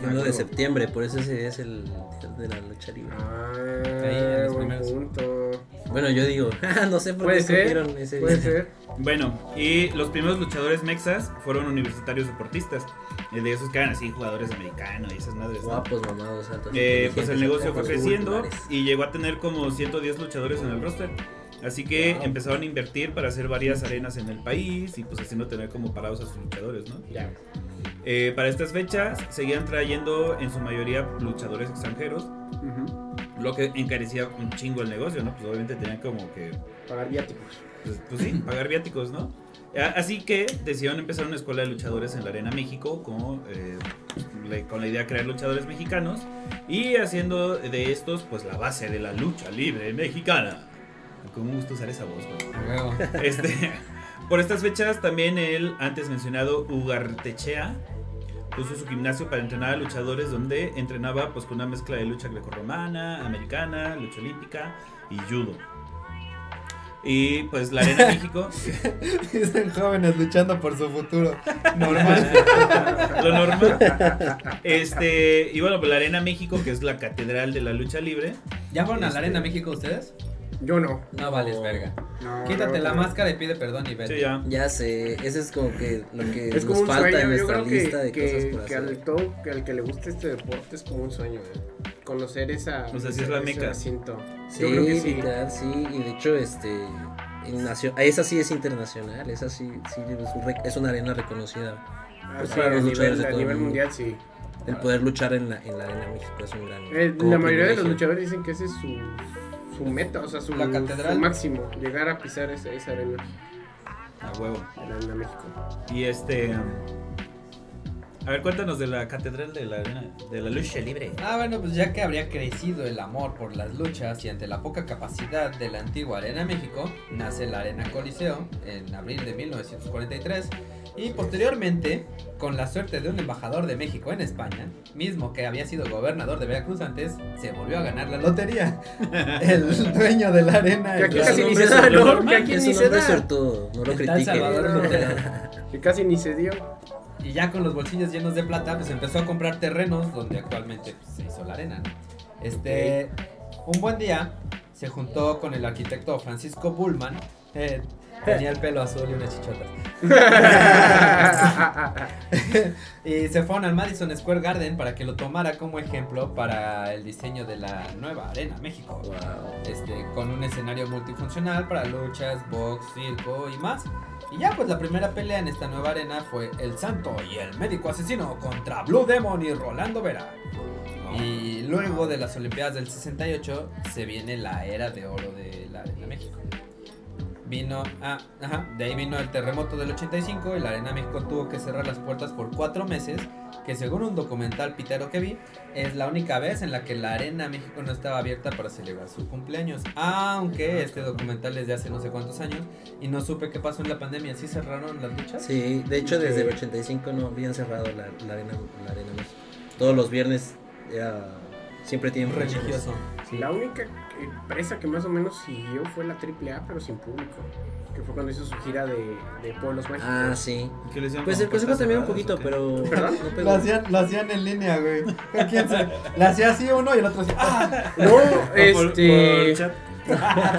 El
1 de septiembre, por eso ese es el día de la lucha libre.
en
Ah,
los
buen
primeros.
punto.
Bueno, yo digo, <laughs> ah, no sé por qué
Puede ser.
escogieron ese
Puede
día.
ser.
Bueno, y los primeros luchadores mexas fueron universitarios deportistas. eh, De esos que eran así jugadores americanos y esas madres. ¿no?
<laughs> Guapos, mamados, altos.
Eh, pues el
inteligentes,
negocio fue
ojos
creciendo
populares.
y llegó a tener como 110 luchadores en el roster. Así que empezaron a invertir para hacer varias arenas en el país y pues haciendo tener como parados a sus luchadores, ¿no?
Ya.
Eh, para estas fechas seguían trayendo en su mayoría luchadores extranjeros,
Ujú.
lo que encarecía un chingo el negocio, ¿no? Pues obviamente tenían como que
Pagar viáticos.
pues, pues sí, pagar viáticos, ¿no? A- Así que decidieron empezar una escuela de luchadores en la Arena México con, eh, le- con la idea de crear luchadores mexicanos y haciendo de estos pues la base de la lucha libre mexicana. Con un gusto usar esa voz, güey. Este, <laughs> por estas fechas también el antes mencionado Ugartechea puso su gimnasio para entrenar a luchadores donde entrenaba pues con una mezcla de lucha grecorromana, americana, lucha olímpica y judo. Y pues la Arena México,
<laughs>
<laughs>
Dicen jóvenes luchando por su futuro. Normal.
lo normal. Este, y bueno, pues la Arena México, que es la catedral de la lucha libre.
<laughs> ¿Ya fueron a la
Este-
Arena México ustedes?
Yo no.
No vales verga.
no
Quítate
no,
la
no.
máscara y pide perdón y vete.
Sí, ya.
Ya sé, ese es como que lo que
Es
nos
como un
falta
sueño.
en
Yo
nuestra
creo
lista
que,
de cosas
que,
por
que
hacer.
al, todo, que al que le guste este deporte es como un sueño. eh. Conocer esa.
O sea, sí es la
ese
meca.
recinto.
Sí,
Yo creo que sí.
literal, sí, y de hecho, este, en nacio- esa sí es internacional, esa sí, sí es, un rec- es una arena reconocida.
Ah,
Pues
sí,
para
a
los
nivel,
luchadores de
a
todo el
nivel
mundo.
mundial, sí.
El poder luchar en la, en la arena México es un gran.
Eh,
como
la mayoría de los
privilegio.
luchadores dicen que ese es su, su meta, o sea, su,
La catedral.
su máximo, llegar a pisar esa, esa arena,
A huevo.
la arena México.
Y este. A ver, cuéntanos de la catedral de la arena, de la lucha libre.
Ah, bueno, pues ya que habría crecido el amor por las luchas y ante la poca capacidad de la antigua Arena México, nace la Arena Coliseo en abril de 1943 y posteriormente, con la suerte de un embajador de México en España, mismo que había sido gobernador de Veracruz antes, se volvió a ganar la
<laughs>
lotería. El dueño de la arena.
Que aquí
el-
casi ni
hombre
se da,
es un
¿no?
normal,
Que aquí
Es
ni
un
se
hombre
da.
sortudo, no lo
el tal Salvador
critiquen.
Lutero.
Que casi ni se
<laughs>
dio. <laughs>
Y ya con los bolsillos llenos de plata, pues empezó a comprar terrenos donde actualmente pues, se hizo la arena. ¿no? Este, un buen día se juntó con el arquitecto Francisco Bullman. eh, tenía el pelo azul y unas chichotas. y se fueron al Madison Square Garden para que lo tomara como ejemplo para el diseño de la nueva arena México
Wow.
este, con un escenario multifuncional para luchas, box, circo y más. Y ya pues la primera pelea en esta nueva arena fue El Santo y el Médico Asesino contra Blue Demon y Rolando Vera. Y luego de las Olimpiadas del 68 se viene la era de oro de la Arena México. Vino, ah, ajá, de ahí vino el terremoto del 85 y la Arena México tuvo que cerrar las puertas por cuatro meses, que según un documental pitero que vi, es la única vez en la que la Arena México no estaba abierta para celebrar su cumpleaños.
Ah,
Aunque este documental es de hace no sé cuántos años y no supe qué pasó en la pandemia. ¿Sí cerraron las luchas?
Sí, de hecho desde el
Ok.
85 no habían cerrado la, la arena, la arena México. Todos los viernes era, eh, siempre tienen funciones.
Religioso.
Sí.
La única empresa que más o menos siguió fue la AAA, pero sin público. Que fue cuando hizo su gira de, de Pueblos Mágicos.
Ah, sí.
¿Qué le hicieron
Pues
con
el consejo
puertas
también un
cerradas,
poquito,
o qué?
pero. <laughs>
¿Perdón?
no
Lo
pegó.
hacían, lo hacían en línea, güey. ¿Quién se? Le hacía así uno y el otro así. ¡Ah!
No,
Ah, por- por
este. <laughs>
chat.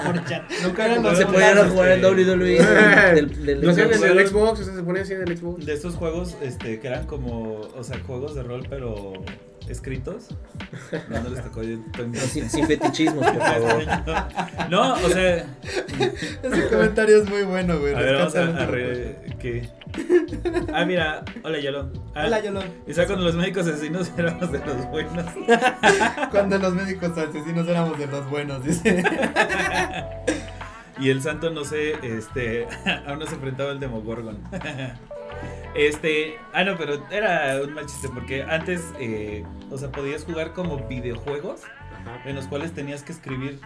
Por chat. Nunca eran
No
los
se
dos
podían
lados.
jugar en WWE. E
<laughs>
del- del-
Lo hacían en
Xbox.
el Xbox, o sea, se ponía así en el Xbox.
De estos juegos este, que eran como, o sea, juegos de rol, pero escritos. No, no les tocó. Yo
<laughs>
estoy
No, sin, sin fetichismos, por <laughs> favor.
<laughs> No, o sea,
Ese comentario es muy bueno, güey.
a ver, vamos a,
rescátalo.
a re- que- Ah, mira, hola Yolo. Ah,
Hola, Yolo.
Y sea, cuando los médicos asesinos <laughs> éramos de los buenos.
Cuando los médicos asesinos éramos de los buenos, dice.
Y el santo no se, este, <laughs> aún no se enfrentaba al Demogorgon. <laughs> Este, ah no, pero era un mal chiste porque antes, eh, o sea, podías jugar como videojuegos en los cuales tenías que escribir.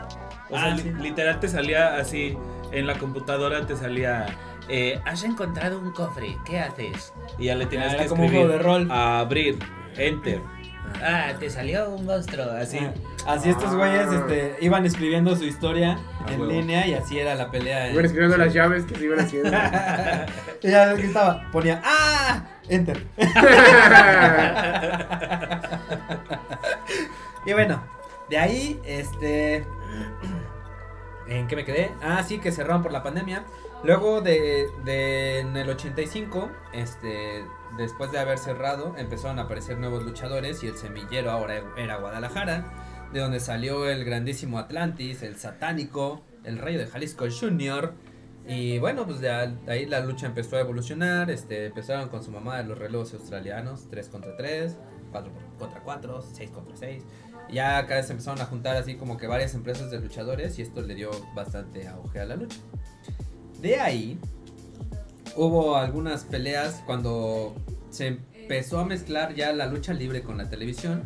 O sea,
Ah,
li-
sí.
literal te salía así, en la computadora te salía, eh, has encontrado un cofre, ¿qué haces? Y ya le tenías
Ah, era
que
como un
escribir. Ah.
juego de rol.
Abrir, enter. Ah, te salió un monstruo, así.
Así estos güeyes este, iban escribiendo su historia
Ah,
en
huevo.
línea y así era la pelea.
Iban
En...
escribiendo las
<laughs>
llaves que se iban haciendo.
Y ya gritaba, ponía ¡Ah! Enter.
Y bueno, de ahí, este. ¿En qué me quedé? Ah, sí, que cerraron por la pandemia. Luego de, de- en el 85, este, después de haber cerrado, empezaron a aparecer nuevos luchadores y el semillero ahora era Guadalajara, de donde salió el grandísimo Atlantis, el satánico, el rayo de Jalisco Junior. Y bueno, pues de a- de ahí la lucha empezó a evolucionar, este, empezaron con su mamá de los relevos australianos, 3 contra 3, 4 contra 4, 6 contra 6. Ya acá se empezaron a juntar así como que varias empresas de luchadores y esto le dio bastante auge a la lucha. De ahí hubo algunas peleas cuando se empezó a mezclar ya la lucha libre con la televisión.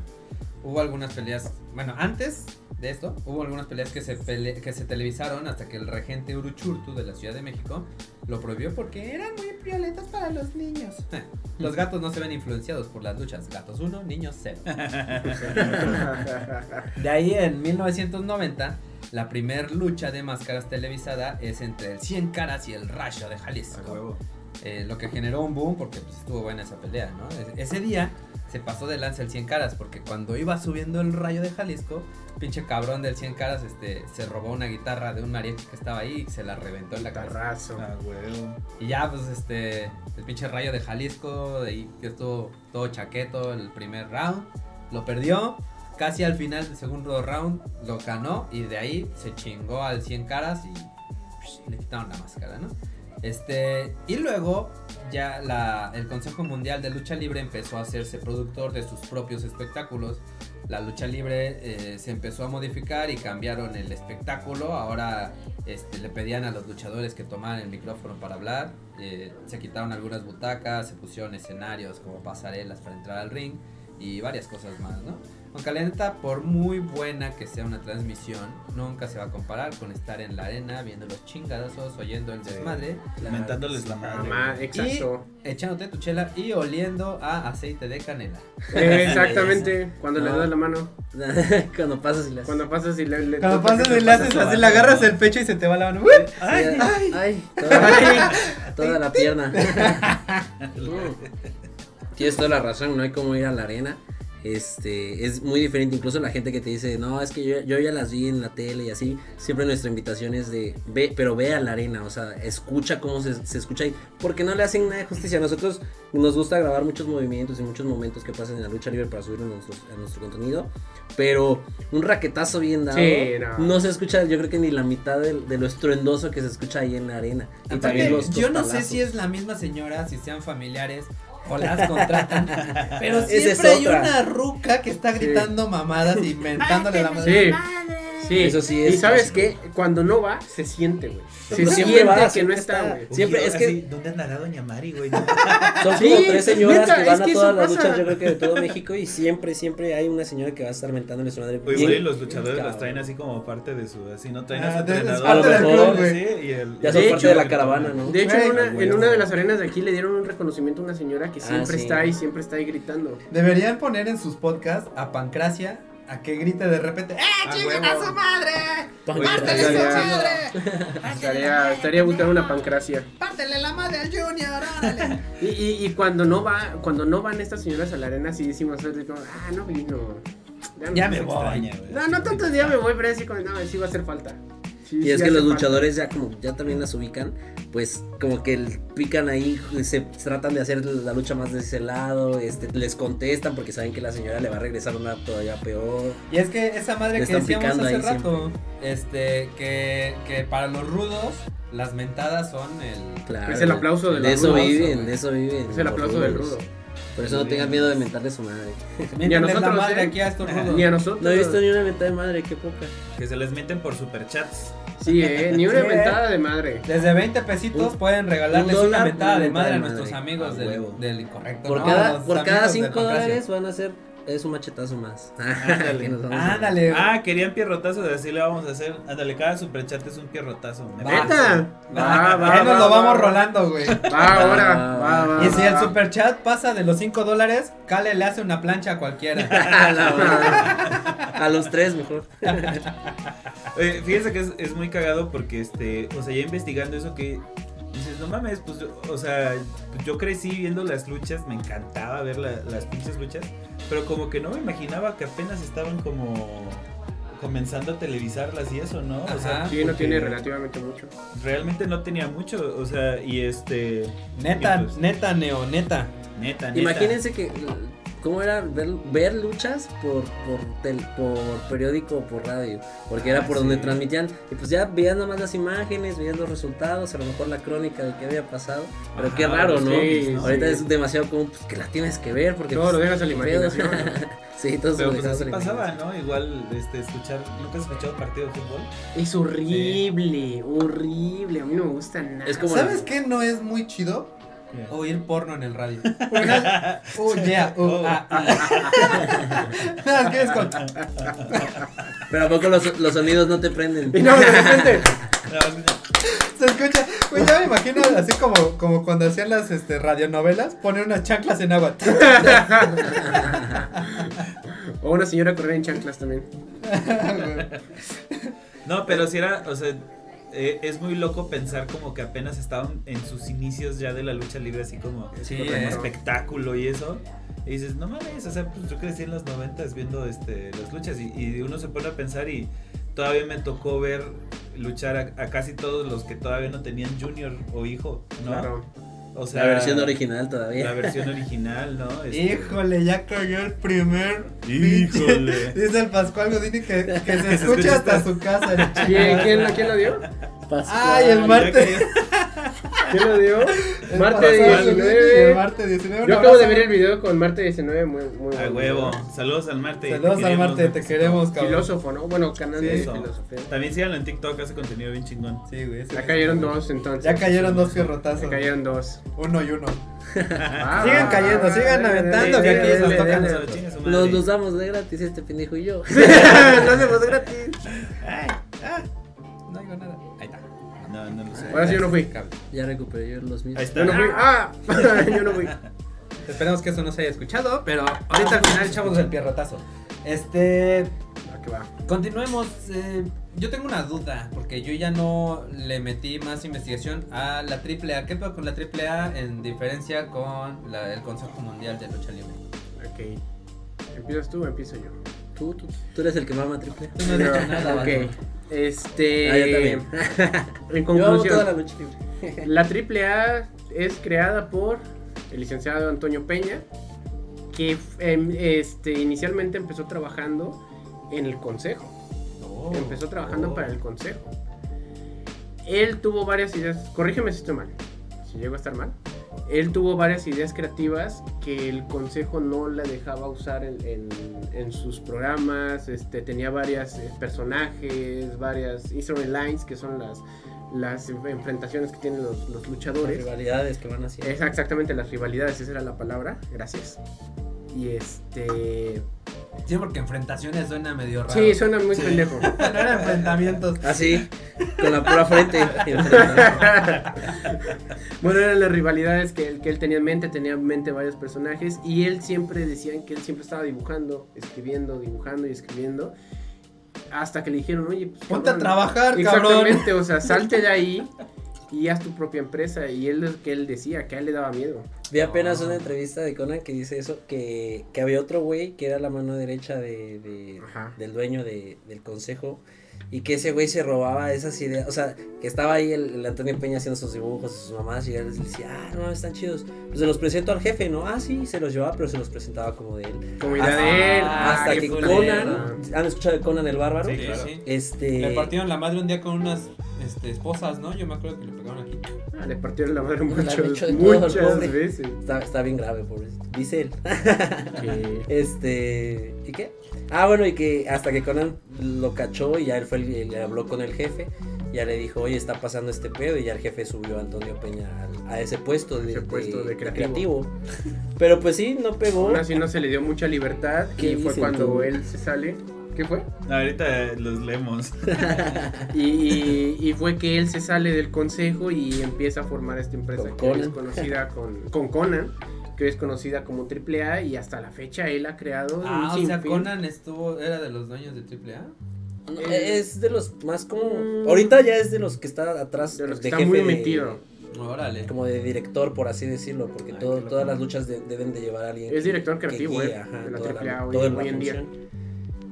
Hubo algunas peleas, bueno, antes de esto, hubo algunas peleas que se, pele- que se televisaron hasta que el regente Uruchurtu de la Ciudad de México lo prohibió porque eran muy violentas para los niños. <laughs> Los gatos no se ven influenciados por las luchas. Gatos 1, niños
<laughs>
0. De ahí en 1990, la primer lucha de máscaras televisada es entre el 100 caras y el Rayo de
A
Jalisco.
huevo.
Eh, lo que generó un boom porque pues, estuvo buena esa pelea, ¿no? E- Ese día se pasó de lanza el 100 caras porque cuando iba subiendo el Rayo de Jalisco, pinche cabrón del 100 caras este, se robó una guitarra de un mariachi que estaba ahí y se la reventó en la cabeza.
Tarrazo.
A huevo.
Y ya, pues, este, el pinche rayo de Jalisco, de ahí que estuvo todo chaqueto el primer round, lo perdió, casi al final del segundo round lo ganó y de ahí se chingó al 100 caras y psh, le quitaron la máscara, ¿no? Este, y luego ya la- el Consejo Mundial de Lucha Libre empezó a hacerse productor de sus propios espectáculos. La lucha libre eh, se empezó a modificar y cambiaron el espectáculo. Ahora este, le pedían a los luchadores que tomaran el micrófono para hablar. eh, se quitaron algunas butacas, se pusieron escenarios como pasarelas para entrar al ring y varias cosas más, ¿no? Aunque la neta, por muy buena que sea una transmisión, nunca se va a comparar con estar en la arena viendo los chingadazos, oyendo el
Sí.
desmadre,
Lamentándoles la madre.
Mamá, exacto.
echándote tu chela y oliendo a aceite de canela.
Eh, exactamente. Cuando le
No.
das la mano.
<laughs> Cuando pasas y las.
Cuando pasas y le. le
Cuando
tocas
pasas
el-
y le haces así, le agarras el pecho y se te va la mano. ¡Uy!
Sí, ay, ay, toda, toda la pierna. Mm. Tienes toda la razón, no hay como ir a la arena. Este, es muy diferente, incluso la gente que te dice, no, es que yo, yo ya las vi en la tele y así, siempre nuestra invitación es de, ve, pero ve a la arena, o sea, escucha cómo se, se escucha ahí, porque no le hacen nada de justicia, a nosotros nos gusta grabar muchos movimientos y muchos momentos que pasan en la lucha libre para subirlo a, nuestros- a nuestro contenido, pero un raquetazo bien dado,
Sí, no.
no se escucha, yo creo que ni la mitad del- de, lo estruendoso que se escucha ahí en la arena. Y
Aparte,
también los- los
yo no sé
palazos.
si es la misma señora, si sean familiares o las
<laughs>
contratan, pero
Esa es
siempre hay
otra.
una ruca que está gritando mamadas
<laughs>
e inventándole la madre.
Sí. Sí.
Eso sí
Y
es
sabes
fácil.
qué? Cuando no va, se siente, güey. Se
Pero siempre
siente
va,
que no
siempre
está,
está.
güey.
Siempre, es que
¿Dónde andará Doña Mari, güey?
son
Sí,
como tres señoras
neta,
que van
es que
a todas
eso
las
pasa.
luchas, yo creo que de todo México, y siempre, siempre hay una señora que va a estar mentándole su madre.
Oye,
bien,
Pues, güey, los luchadores
cabrón.
las traen así como parte de su. Así no traen
Ah,
a su
de- es
entrenador.
parte del club,
güey.
sí, y el-
Ya
y
son
el-
parte de la caravana, ¿no?
De hecho, en una,
Güey.
en una de las arenas de aquí le dieron un reconocimiento a una señora que
Ah,
siempre
sí.
está ahí, siempre está ahí gritando.
Deberían poner en sus podcasts a Pancracia a que grite de repente ¡Eh,
Ah,
chinguen
huevo.
a su madre!
Pan-
¡Pártele su
Estaría-
madre!
Estaría, estaría buscar una pancracia.
¡Pártele la madre al Junior! ¡Órale!
Y, y, y cuando no va, cuando no van estas señoras a la arena, sí decimos así como, ah, no vino.
Ya me
hizo
voy.
extraño". No, no tanto ya me voy, pero así como, no, sí va a hacer falta. Sí,
Y
sí
es que
hace
los
falta.
luchadores ya como ya también las ubican, pues como que el- pican ahí, se tratan de hacer la lucha más de ese lado, este, les contestan porque saben que la señora le va a regresar una todavía peor.
Y es que esa madre
Le
que
están
decíamos
picando
hace
ahí
rato, este, que, que para los rudos, las mentadas son el.
Claro,
Es el aplauso de
de,
los
eso
rudos,
viven,
güey.
de eso viven.
Es el
los
aplauso del
rudos.
rudo.
Por eso no tengan miedo de mentarle su madre.
Ni a
Miéntenles la
nosotros,
madre
¿eh?
aquí a estos rudos.
Ni a nosotros.
No he visto ni una mentada de madre, qué poca.
Que se les meten por superchats.
Sí, eh, ni una
Sí, eh.
mentada de madre.
Desde 20 pesitos
Un-
pueden regalarles
un
una
dólar,
mentada
una
de madre a
mentada de
nuestros
madre,
amigos
a
del,
huevo.
del incorrecto.
Por
¿no?
cada,
Los
por
amigos
cada
de
5
Pancracio.
dólares van a hacer es un machetazo más.
Ándale.
Que nos vamos a-
Ándale.
Ah, querían pierrotazos, así le vamos a hacer. Ándale, cada superchat es un pierrotazo. Ah, Me
Va.
parece.
¿Neta?
Va,
Va, va,
ahí nos
va,
lo
va,
vamos
va.
rolando, güey.
Va ahora.
Va,
Va,
va.
va,
Y si
va,
el
va.
superchat pasa de los 5 dólares, Kale le hace una plancha a
<laughs>
cualquiera.
A la madre. A los tres mejor.
Eh, fíjense que es, es muy cagado porque, este, o sea, ya investigando eso que dices, no mames, pues, yo- o sea, yo crecí viendo las luchas, me encantaba ver la- las pinches luchas, pero como que no me imaginaba que apenas estaban como comenzando a televisarlas y eso, ¿no? O sea,
Ajá.
Sí, no
porque
tiene relativamente mucho.
Realmente no tenía mucho, o sea, y este,
Neta,
Y pues-
neta, neo, neta.
neta, neta.
Imagínense que cómo era ver, ver luchas por por, tel- por periódico o por radio, porque era por
Ah,
donde
sí.
transmitían y pues ya veías nada más las imágenes, veías los resultados, a lo mejor la crónica de qué había pasado, pero
Ajá,
qué raro,
los
¿no?
clips,
¿no?
Ahorita
pues Sí.
es demasiado común pues, que la tienes que ver porque
Todo
pues,
lo dejas a la
qué pedo.
imaginación.
<laughs> sí, todo se
Pero
lo
pues
dejas
así
a la
pasaba,
imaginación.
¿no? Igual, este, escuchar, ¿nunca has escuchado partido de fútbol?
Es horrible, horrible. A mí no me gusta nada.
Es como-
¿Sabes qué no es muy chido? Oír porno en el radio. <laughs> Oh, yeah. Oh,
Oh.
ah, ah. <laughs> No, es que es con-
Pero a poco los, los sonidos no te prenden.
Y no, de repente.
Nada más que-
Se escucha. Güey, ya me imagino así como, como cuando hacían las este, radionovelas, poner unas chanclas en agua.
<laughs> O una señora correr en chanclas también.
No, pero si era, o sea, eh, es muy loco pensar como que apenas estaban en sus inicios ya de la lucha libre, así como
Sí,
como
eh.
espectáculo y eso. Y dices, no mames, o sea, pues yo crecí en los noventas viendo este, las luchas y, y uno se pone a pensar y todavía me tocó ver luchar a, a casi todos los que todavía no tenían junior o hijo, ¿no?
Claro.
O sea,
La
Ah.
versión original todavía.
La versión
<laughs>
original, ¿no? Este,
Híjole, ya cayó el primer.
Híjole.
Dice el Pascual Godini que,
<laughs>
que se escucha
se escucha
hasta
hasta-
su casa. el ch-
¿Quién, quién, lo- quién lo dio?
Pascual.
Ay, el
ya
martes.
que-
¿Quién
<laughs>
lo dio?
el
Marte
Pascual Godini y el
19.
Marte 19. un
Yo acabo de
abrazo.
ver el video con Marte 19. Muy, muy
A
bueno.
huevo. Saludos al Marte.
Saludos al
te queremos,
Marte, te
Martecito.
queremos, cabrón.
Filósofo, ¿no? Bueno, canal de
Sí.
filosofía.
También síganlo en TikTok, hace contenido bien chingón.
Sí, güey. ese
Ya
güey.
cayeron dos entonces.
Ya cayeron dos
Ya
fierrotazos.
cayeron dos.
Uno y uno.
Ah,
<laughs> Sigan cayendo, sigan
dale,
aventando,
dale,
que aquí
dale,
nos
dale,
tocan
dale.
los-
Chinga su madre.
Los, los damos de gratis este pendejo y yo. <laughs>
<laughs>
Lo hacemos gratis.
No digo nada. Ahí está.
No, no lo sé.
Ahora sí yo no fui.
Cable.
Ya recuperé yo los mismos.
Ahí está.
Yo no fui. Ah, <laughs>
<laughs>
yo no fui.
Esperemos que eso no se haya escuchado, pero ahorita al final echamos el pierrotazo. Este,
Ah, que va.
continuemos. eh, yo tengo una duda, porque yo ya no le metí más investigación a la AAA. ¿Qué pasa con la AAA en diferencia con la- el Consejo Mundial de Lucha Libre?
Ok. ¿Empiezas tú o empiezo yo?
Tú, tú, tú eres el que mama triple.
Tú no
<laughs>
has dicho nada, Eh,
ok.
Valdo.
Este.
Ah, yo también. <laughs>
En
Yo amo toda la
conclusión,
lucha libre.
la AAA es creada por el licenciado Antonio Peña, que em, este, inicialmente empezó trabajando en el Consejo.
Oh,
empezó trabajando
oh.
para el Consejo. Él tuvo varias ideas, corrígeme si estoy mal, si llego a estar mal. Él tuvo varias ideas creativas que el Consejo no la dejaba usar en, en- en sus programas. Este, tenía varias eh, personajes, varias storylines que son las, las enfrentaciones que tienen los, los
Las
luchadores.
rivalidades que van
Eh.
haciendo.
Es exactamente las rivalidades, esa era la palabra. Gracias. Y este.
Sí, porque enfrentaciones suena medio raro.
Sí, suena muy pendejo.
no eran enfrentamientos.
Así, Ah, con la pura frente. <laughs> enfrentando.
bueno, eran las rivalidades que, él- que él tenía en mente, tenía en mente varios personajes y él siempre decían que él siempre estaba dibujando, escribiendo, dibujando y escribiendo. Hasta que le dijeron, oye, pues,
Ponte a
cabrón,
trabajar, cabrón.
Exactamente, o sea, salte de ahí y haz tu propia empresa. Y él es lo que él decía, que a él le daba miedo.
Vi apenas una entrevista de Conan que dice eso, que, que había otro güey que era la mano derecha de, de-
Ajá.
del dueño de- del consejo y que ese güey se robaba esas ideas, o sea, que estaba ahí el, el Antonio Peña haciendo sus dibujos, sus mamás y él les decía, ah, no, están chidos. Pues se los presento al jefe, ¿no? Ah, sí, se los llevaba, pero se los presentaba como de él.
Como idea
Hasta-
de él.
Ah,
Hasta
qué
que
culero.
Conan, ¿han escuchado de Conan el Bárbaro?
Sí,
Sí,
claro.
sí.
Este...
Eh,
Le partieron la madre un día con unas este, esposas, ¿no? Yo me acuerdo que le pegaron aquí.
Ah, Le partieron la madre
han hecho de
muchas,
todo,
muchas
pobre.
veces.
Está, está bien grave, pobrecito. Dice él.
Que-
Este. ¿Y qué? Ah, bueno, y que hasta que Conan lo cachó y ya él fue el- el- le habló con el jefe. Ya le dijo, oye, está pasando este pedo. Y ya el jefe subió a Antonio Peña al- a ese puesto de,
Ese
de-
puesto de
de
creativo.
Pero pues sí, no pegó.
Aún así no se le dio mucha libertad
¿Qué
y fue
dicen
cuando
tú?
él se sale. ¿Qué fue?
Ahorita los leemos.
Y, y- y fue que él se sale del consejo y empieza a formar esta empresa
Con
que hoy es
Conan.
conocida con, con Conan, que hoy es conocida como AAA y hasta la fecha él ha creado
Ah,
un
o sea,
sinfín.
Conan estuvo, era de los dueños de AAA.
No, es de los más como.
eh, Mm.
Ahorita ya es de los que está atrás.
De los que
de
está muy
de-
metido.
Órale.
como de director, por así decirlo. Porque
Ay,
todo-
qué loco.
todas las luchas de- deben de llevar a alguien.
Es director
que
creativo,
guíe,
eh,
ajá,
de la
toda
AAA hoy,
toda la
hoy en día.
función.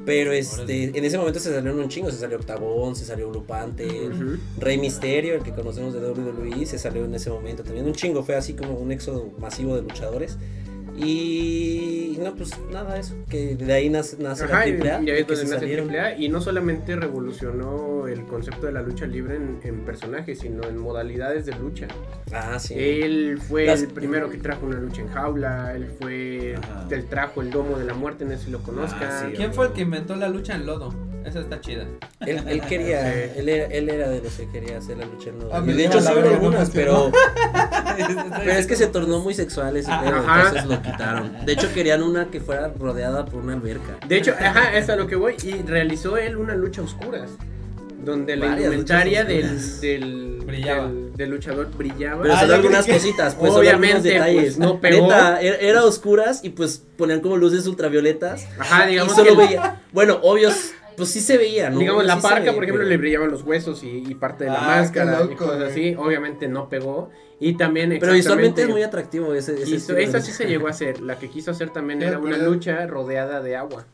Pero este,
Órale.
en ese momento se salieron un chingo, se salió Octagón, se salió Lupante,
Ujú.
Rey Misterio, el que conocemos de WWE, se salió en ese momento también un chingo, fue así como un éxodo masivo de luchadores. Y no, pues nada, eso, que de ahí nace, nace
Ajá, y,
la AAA.
y ahí es
que
donde
se
nace
salieron.
AAA y no solamente revolucionó el concepto de la lucha libre en, en personajes, sino en modalidades de lucha.
Ah, sí.
Él fue
Las-
el primero que trajo una lucha en jaula, él fue
Ajá.
él trajo el domo de la muerte, no sé si lo conozcan.
Ah, sí,
¿Quién fue el que inventó la lucha en lodo? Esa está chida.
Él, él quería,
<laughs> Sí.
él, era, él era de los que quería hacer la lucha. No.
Ah,
Y
me
de
dijo
hecho,
la
sí hubo
verga, no
algunas, pero,
funcionó.
pero es que se tornó muy sexual ese pedo,
Ajá.
entonces lo quitaron. De hecho, querían una que fuera rodeada por una alberca.
De hecho, ajá, es a lo que voy. Y realizó él una lucha a oscuras. Donde la
Varias
indumentaria
luchas
del, del,
Brillaba.
del- del luchador brillaba.
Pero
Ah,
salió
yo
algunas
creí que-
cositas, pues salió algunos
Obviamente,
detalles.
pues, no pegó.
Neta, er- era, oscuras y pues ponían como luces ultravioletas.
ajá,
Y
Ah, digamos que
solo veía. Bueno, obvios, pues sí se veía, ¿no?
digamos, la
Sí se
parca,
veía,
por ejemplo,
pero-
le brillaban los huesos y, y parte de la
Ah,
máscara. y
qué loco,
cosas
güey.
así. Obviamente no pegó. Y también.
Pero visualmente es
exactamente,
muy atractivo ese. ese
quiso-
estilo de
esa sí
lucha.
se llegó a hacer. La que quiso hacer también
Qué
era una
pedo.
lucha rodeada de agua.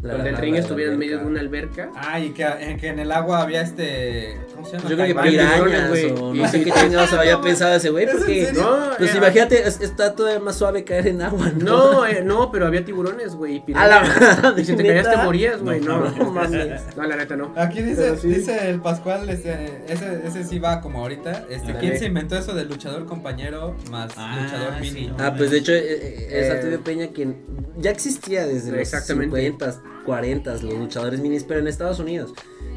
La-
donde el
la-
ring
la-
estuviera
la
en medio de
alberca.
una alberca.
<laughs>
Ah, y que, en, que en el agua había este. ¿Cómo se llama?
Yo creo que
Caimanes.
piraña.
pirañas
güey.
o
Y <laughs>
no sé
sí,
qué chingados había pensado ese güey, porque.
No,
Pues
eh,
imagínate, es- está todavía más suave caer en agua, ¿no?
No, eh, no, pero había tiburones, güey. y
A la
pirañas.
madre,
Y si te caías te
¿neta?
morías, güey. No,
No,
<laughs> no,
mames.
la neta no.
Aquí dice,
Pero sí.
dice el Pascual, este, ese, ese sí va como ahorita. Este, ¿Quién
Ándale.
se inventó eso de luchador compañero más
Ah,
luchador
sí,
mini?
no.
Ah, pues de hecho, eh, eh, es
Eh,
Antonio Peña quien ya existía desde los
Exactamente.
50, 40, los luchadores minis, pero en Estados Unidos.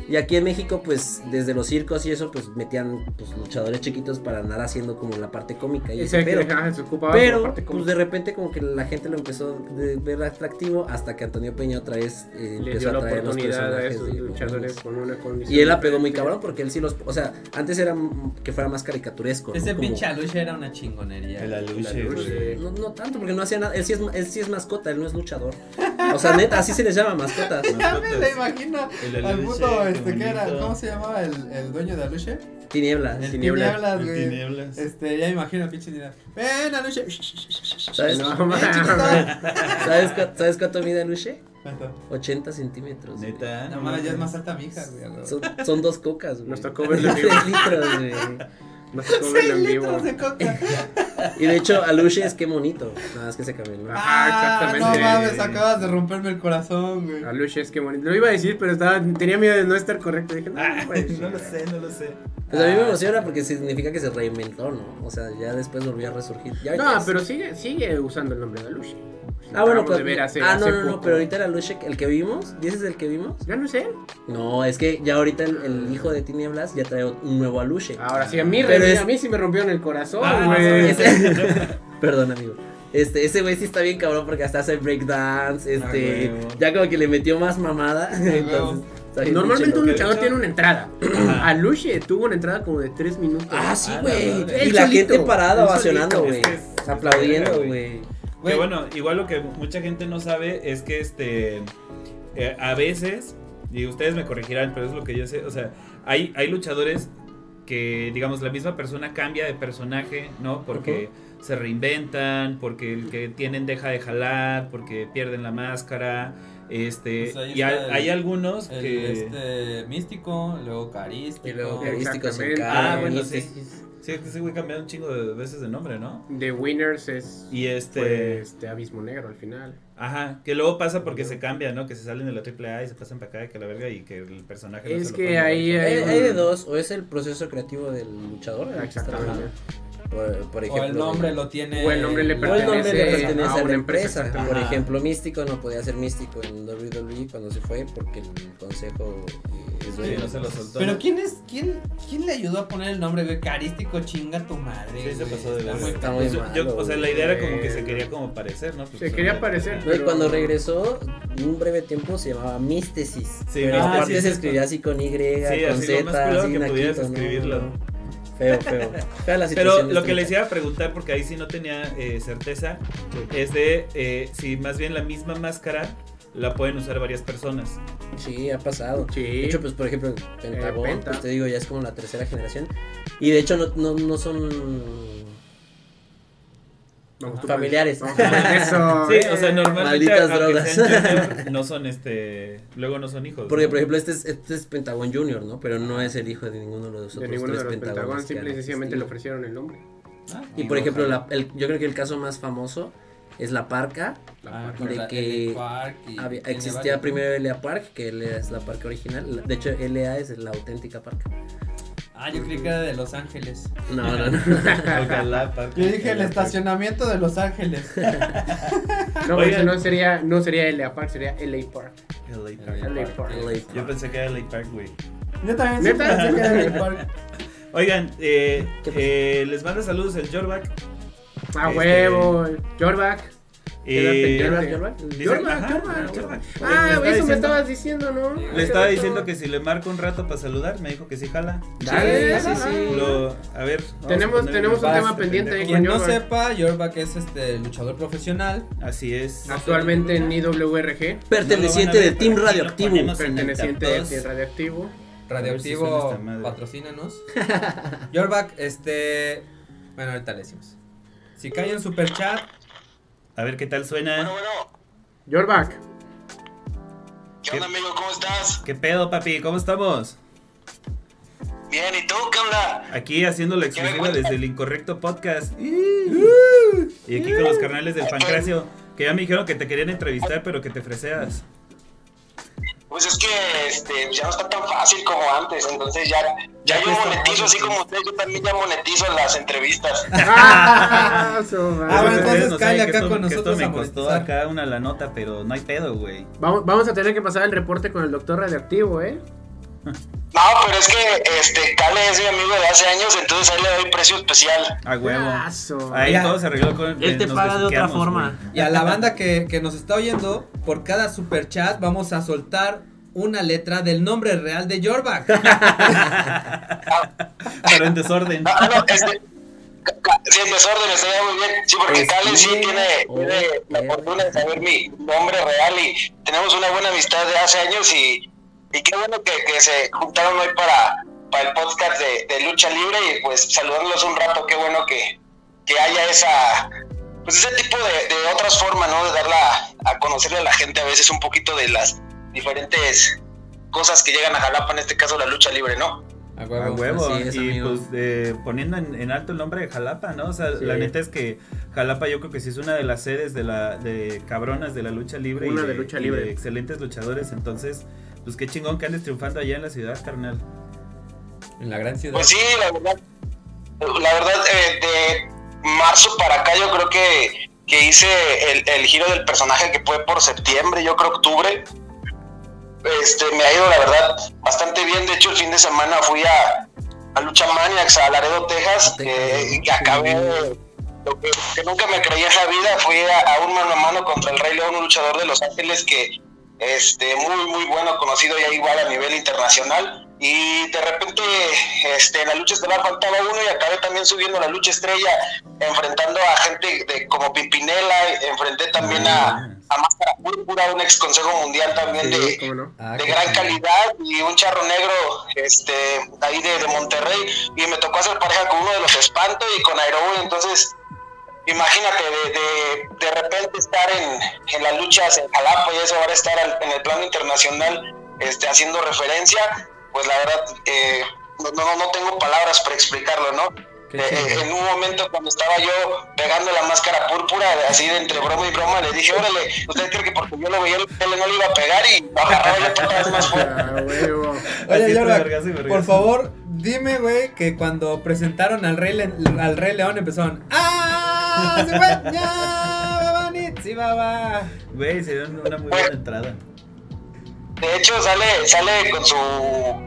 Y aquí en México, pues desde los circos y eso, pues metían pues, luchadores chiquitos para andar haciendo como la parte cómica y ese
Ese que
pedo.
ajá, se ocupaba por
Pero,
parte como-
pues de repente, como que la gente lo empezó de ver atractivo hasta que Antonio Peña otra vez eh,
le
empezó
dio
a
la
traer los
oportunidad a
personajes.
esos
de los
luchadores
minis.
con una condición.
Y él la pegó muy
diferente.
cabrón porque él sí los. O sea, antes era mm, que fuera más caricaturesco. ¿no?
Ese
Como-
pinche Aluche era una chingonería.
El
La lucha.
aluche.
Pues, No, no tanto, porque no hacía nada. Él sí, es, él sí es mascota, él no es luchador. O sea, neta, así se les llama mascotas.
Ya me lo imagino.
El
Al puto,
Aluche,
este,
qué
¿qué era?
bonito.
¿Cómo se llamaba el, el dueño de Aluche?
Ah, Tinieblas.
El
Tinieblas.
Tinieblas,
El
güey.
tinieblas.
Este, ya me imagino, pinche Tinieblas. Ven, Aluche.
¿Sabes,
No, mames.
¿sabes, cua- sabes cuánto mide Luche?
Cuánto.
80 centímetros. güey.
Neta.
No mames, ya es más alta mi hija, güey. a huevo.
Son, son dos cocas, güey.
Nos tocó
<laughs>
verlo en vivo.
Tres litros, güey.
Nos
<laughs>
tocó verlo
Seis
en vivo.
litros
<laughs>
de coca.
Y de hecho, a Luche es que bonito. Nada más que se cambió, ¿no?
Ah,
exactamente. Ah,
No mames, acabas de romperme el corazón, güey.
A Lush es que bonito. Lo iba a decir, pero estaba, tenía miedo de no estar correcto. Dije, no, no, puede ser.
<laughs> No lo sé, no lo sé.
Pues a mí me
Ah.
emociona porque significa que se reinventó, ¿no? O sea, ya después volvió a resurgir. Ya
No,
es-
pero sigue, sigue usando el nombre de Lush.
Ah, bueno,
pues.
pues.
De ver hace,
ah, no,
hace
no, no,
poco.
pero ahorita era Luche, el que vimos. ¿Dices el que vimos?
Ya no sé.
No, es que ya ahorita el, el hijo de Tinieblas ya trae un nuevo aluche.
Ah. Ahora sí, a mí,
Pero
re-
es-
a mí sí me rompieron el corazón,
Ah, no,
güey.
sabes.
Perdón, amigo. Este, ese güey sí está bien cabrón porque hasta hace breakdance, este,
huevo.
ya como que le metió más mamada.
huevo.
<laughs> Entonces, está bien
Normalmente un
pinche loco.
luchador
hecho-
tiene una entrada. <laughs>
Ajá.
Aluche tuvo una entrada como de 3 minutos.
Ah, sí,
Ah, la
güey.
madre.
y
Él
la
solito,
gente parada
él
ovacionando,
solito.
güey.
Es que es- es la
Aplaudiendo,
verga,
güey.
Que
Güey,
bueno, igual lo que mucha gente no sabe es que este eh, a veces, y ustedes me corregirán, pero es lo que yo sé, o sea, hay, hay luchadores que, digamos, la misma persona cambia de personaje, ¿no? Porque se reinventan, porque el que tienen deja de jalar, porque pierden la máscara, este,
Pues ahí
y hay,
está el-
hay algunos
el,
que...
este, místico, luego carístico.
Y luego
Exactamente.
carístico se
Ah,
encarga,
bueno,
y
sí.
este-
Sí, es que ese güey cambió un chingo de veces de nombre, ¿no?
The Winners es
Y este...
fue, este Abismo Negro al final.
Ajá, que luego pasa porque se cambia, ¿no? Que se salen de la AAA y se pasan para acá, que la verga, y que el personaje... no
Es
se lo
que
pueden
ahí
llevar.
"Eh, Hay,
un-
hay de dos, o es el proceso creativo del luchador, el que Ah, está
Exactamente.
trabajando, por, por
o
ejemplo.
el nombre lo tiene.
O el nombre le
o el nombre le
pertenece
pertenece a,
a
la
una empresa,
empresa. Por
exactamente.
ejemplo, Místico no podía ser Místico en WWE cuando se fue porque el consejo eh, es
Sí,
dueño.
no se lo soltó.
Pero quién es, quién, quién le ayudó a poner el nombre, güey, carístico, chinga tu madre.
Sí, se
güey.
pasó de
Está
verga.
muy
Está
Pues
muy
yo-
malo,
yo- o sea, la idea era como que se
güey.
quería como parecer, ¿no?
Se quería parecer,
Güey,
pero-
Cuando regresó, un breve tiempo se llamaba Místesis.
Sí,
pero
ah,
aparte
sí,
se
sí,
escribía así con Y,
así
con
lo
Z,
más culero
así
que pudieras
naquito, ¿no?
escribirlo.
Feo,
<laughs>
feo. Fea la
Pero
situación este
lo que
ahorita.
les iba a preguntar, porque ahí sí no tenía eh, certeza, es de eh, si más bien la misma máscara la pueden usar varias personas.
Sí, ha pasado.
Sí.
De hecho, pues por ejemplo,
Eh,
Pentagón,
Penta.
pues te digo, ya es como la tercera generación. Y de hecho no, no, no son
Vamos tú, pues.
familiares.
Vamos, Eso.
<laughs> Sí, o sea, normalmente
Malditas
aunque
drogas.
sean junior, no son este, luego no son hijos.
Porque
¿no?
por ejemplo este es, este es Pentagón Junior, ¿no? Pero no es el hijo de ninguno de los
De
otros
ninguno
tres
de los
Pentagones
Pentagón,
que
simple y
han
sencillamente le
existido.
ofrecieron el nombre.
Ah,
Y por ejemplo, la- el- yo creo que el caso más famoso es la parca.
Ah,
de
la-
que
el Park y-
Había-
tiene
existía
varios.
primero LA Park, que LA es la parca original. De hecho, LA es la auténtica parca.
Ah, yo creí que era de Los Ángeles.
No, no, no.
Alcalá, Parque.
Yo dije el estacionamiento de Los Ángeles.
No,
Oigan.
eso no sería, no sería LA Park, sería LA Park.
LA Park.
LA Park.
Yo pensé que era LA Park, güey.
Yo también siempre
¿Neta?
pensé que era el
<laughs>
parque.
Oigan, eh,
¿Qué pasó?
eh, les manda saludos el Jorback.
A
Este-
huevo. Jorback.
Eh,
Jorback,
Jorback,
Jorback.
dice-
Jorback,
ajá,
Jorback.
Jorback.
Ah,
Le
eso
estaba
me
diciendo-
estabas diciendo, ¿no?
Le estaba diciendo que si le marco un rato para saludar, me dijo que sí jala.
Dale, sí,
Sí,
sí.
Lo- a ver. vamos
Tenemos-
a poner
tenemos
un
el-
tema
este
pendiente ahí.
pendejo.
Quien no
Jorback.
sepa, Jorback es este luchador profesional.
Así es.
Ah. Actualmente en IWRG,
Perteneciente
No lo van a
de Team
ver, pero aquí lo
Radioactivo.
ponemos en el
perteneciente
top
de
dos.
Tierra Radioactivo.
A ver si
Radioactivo,
suena esta madre.
patrocínanos. <laughs> Yorback, este. Bueno, ahorita le decimos. Si cae en super chat,
A ver qué tal suena.
Bueno,
Jorback.
¿qué onda, amigo? ¿Cómo estás?
¿Qué pedo, papi? ¿Cómo estamos?
Bien, ¿y tú qué onda?
Aquí haciendo la
¿Qué me
exclusiva
cuentas?
desde el incorrecto podcast. Y aquí con los carnales del Pancracio. Que ya me dijeron que te querían entrevistar, pero que te freseas.
Pues es que este, ya no está tan fácil como antes, entonces ya, ya,
Ya
yo
cuesta
monetizo
más,
así como ustedes, yo también ya monetizo las entrevistas. <laughs>
Ah, su <laughs>
Ah, bueno,
madre.
entonces
Ustedes saben
cállate
que
acá
esto-
con
que
nosotros
Esto
a
me costó
monetizar.
acá una la nota, pero no hay pedo, güey.
Vamos, vamos a tener que pasar el reporte con el doctor radioactivo, ¿eh?
No, pero es que este, Cale es mi amigo de hace años, entonces a él le doy precio especial.
A huevo.
Ah, su-
Ahí
Ya.
todo se arregló con eh,
Él te
nos
paga de otra
besuqueamos,
forma.
güey.
y a la banda que, que nos está oyendo, por cada super chat vamos a soltar una letra del nombre real de Yorback.
Pero en desorden.
<laughs> No, ah, no, este, ca- ca- sí, en desorden, estaría muy bien. Sí, porque
Pues
Cale sí
sí,
tiene,
oh,
tiene
eh.
la fortuna de saber mi nombre real y tenemos una buena amistad de hace años y, y qué bueno que, que se juntaron hoy para, para el podcast de, de Lucha Libre y pues saludarlos un rato, qué bueno que, que haya esa... Pues ese tipo de, de otras formas, ¿no? De darla a conocerle a la gente a veces un poquito de las diferentes cosas que llegan a Jalapa, en este caso la lucha libre, ¿no?
A
A
huevo.
huevo,
Así es,
y
amigo.
pues eh, poniendo en, en alto el nombre de Jalapa, ¿no? O sea,
Sí.
la neta es que Jalapa yo creo que sí es una de las sedes de la de cabronas de la lucha libre.
Una
y
de lucha
y
libre.
de excelentes luchadores, entonces, pues qué chingón que andes triunfando allá en la ciudad, carnal.
En la gran ciudad.
Pues sí, la verdad, la verdad, eh, de marzo para acá yo creo que, que hice el, el giro del personaje que fue por septiembre, yo creo octubre. Este, me ha ido la verdad bastante bien. De hecho, el fin de semana fui a, a Lucha Maniacs, a Laredo, Texas,
A Texas,
eh,
¿no?
y acabé, lo que, que nunca me creí en la vida fui a, a un mano a mano contra el Rey León, un luchador de Los Ángeles que este muy muy bueno, conocido ya igual a nivel internacional. Y de repente este, en la lucha estelar faltaba uno y acabé también subiendo la lucha estrella, enfrentando a gente de, como Pimpinela, enfrenté también a, a Máscara Púrpura, un ex Consejo Mundial también de,
Sí, cómo no.
Ah,
de
qué
gran
padre.
calidad y un charro negro este ahí de, de Monterrey y me tocó hacer pareja con uno de los espantos y con Aerobús entonces imagínate de, de, de repente estar en, en las luchas en Jalapa y eso ahora estar al- en el plano internacional este haciendo referencia pues la verdad eh, no, no, no tengo palabras para explicarlo no
Qué
eh,
chido.
eh, en un momento cuando estaba yo pegando la máscara púrpura, así de entre broma y broma, le dije, órale, usted cree que porque yo lo veía en la tele no le iba a pegar y lo agarraba yo para atrás más fuerte.
Ah, huevo.
Así
Oye,
tú,
Yorba,
vergazo y vergazo.
por favor, dime, güey, que cuando presentaron al Rey, Le- al Rey León empezaron. ¡Ah! ¡Se fue! ¡Ya! ¡Babanit! ¡Sí,
Ah,
baba!
Güey, se dio una muy buena entrada.
De hecho, sale, sale con su.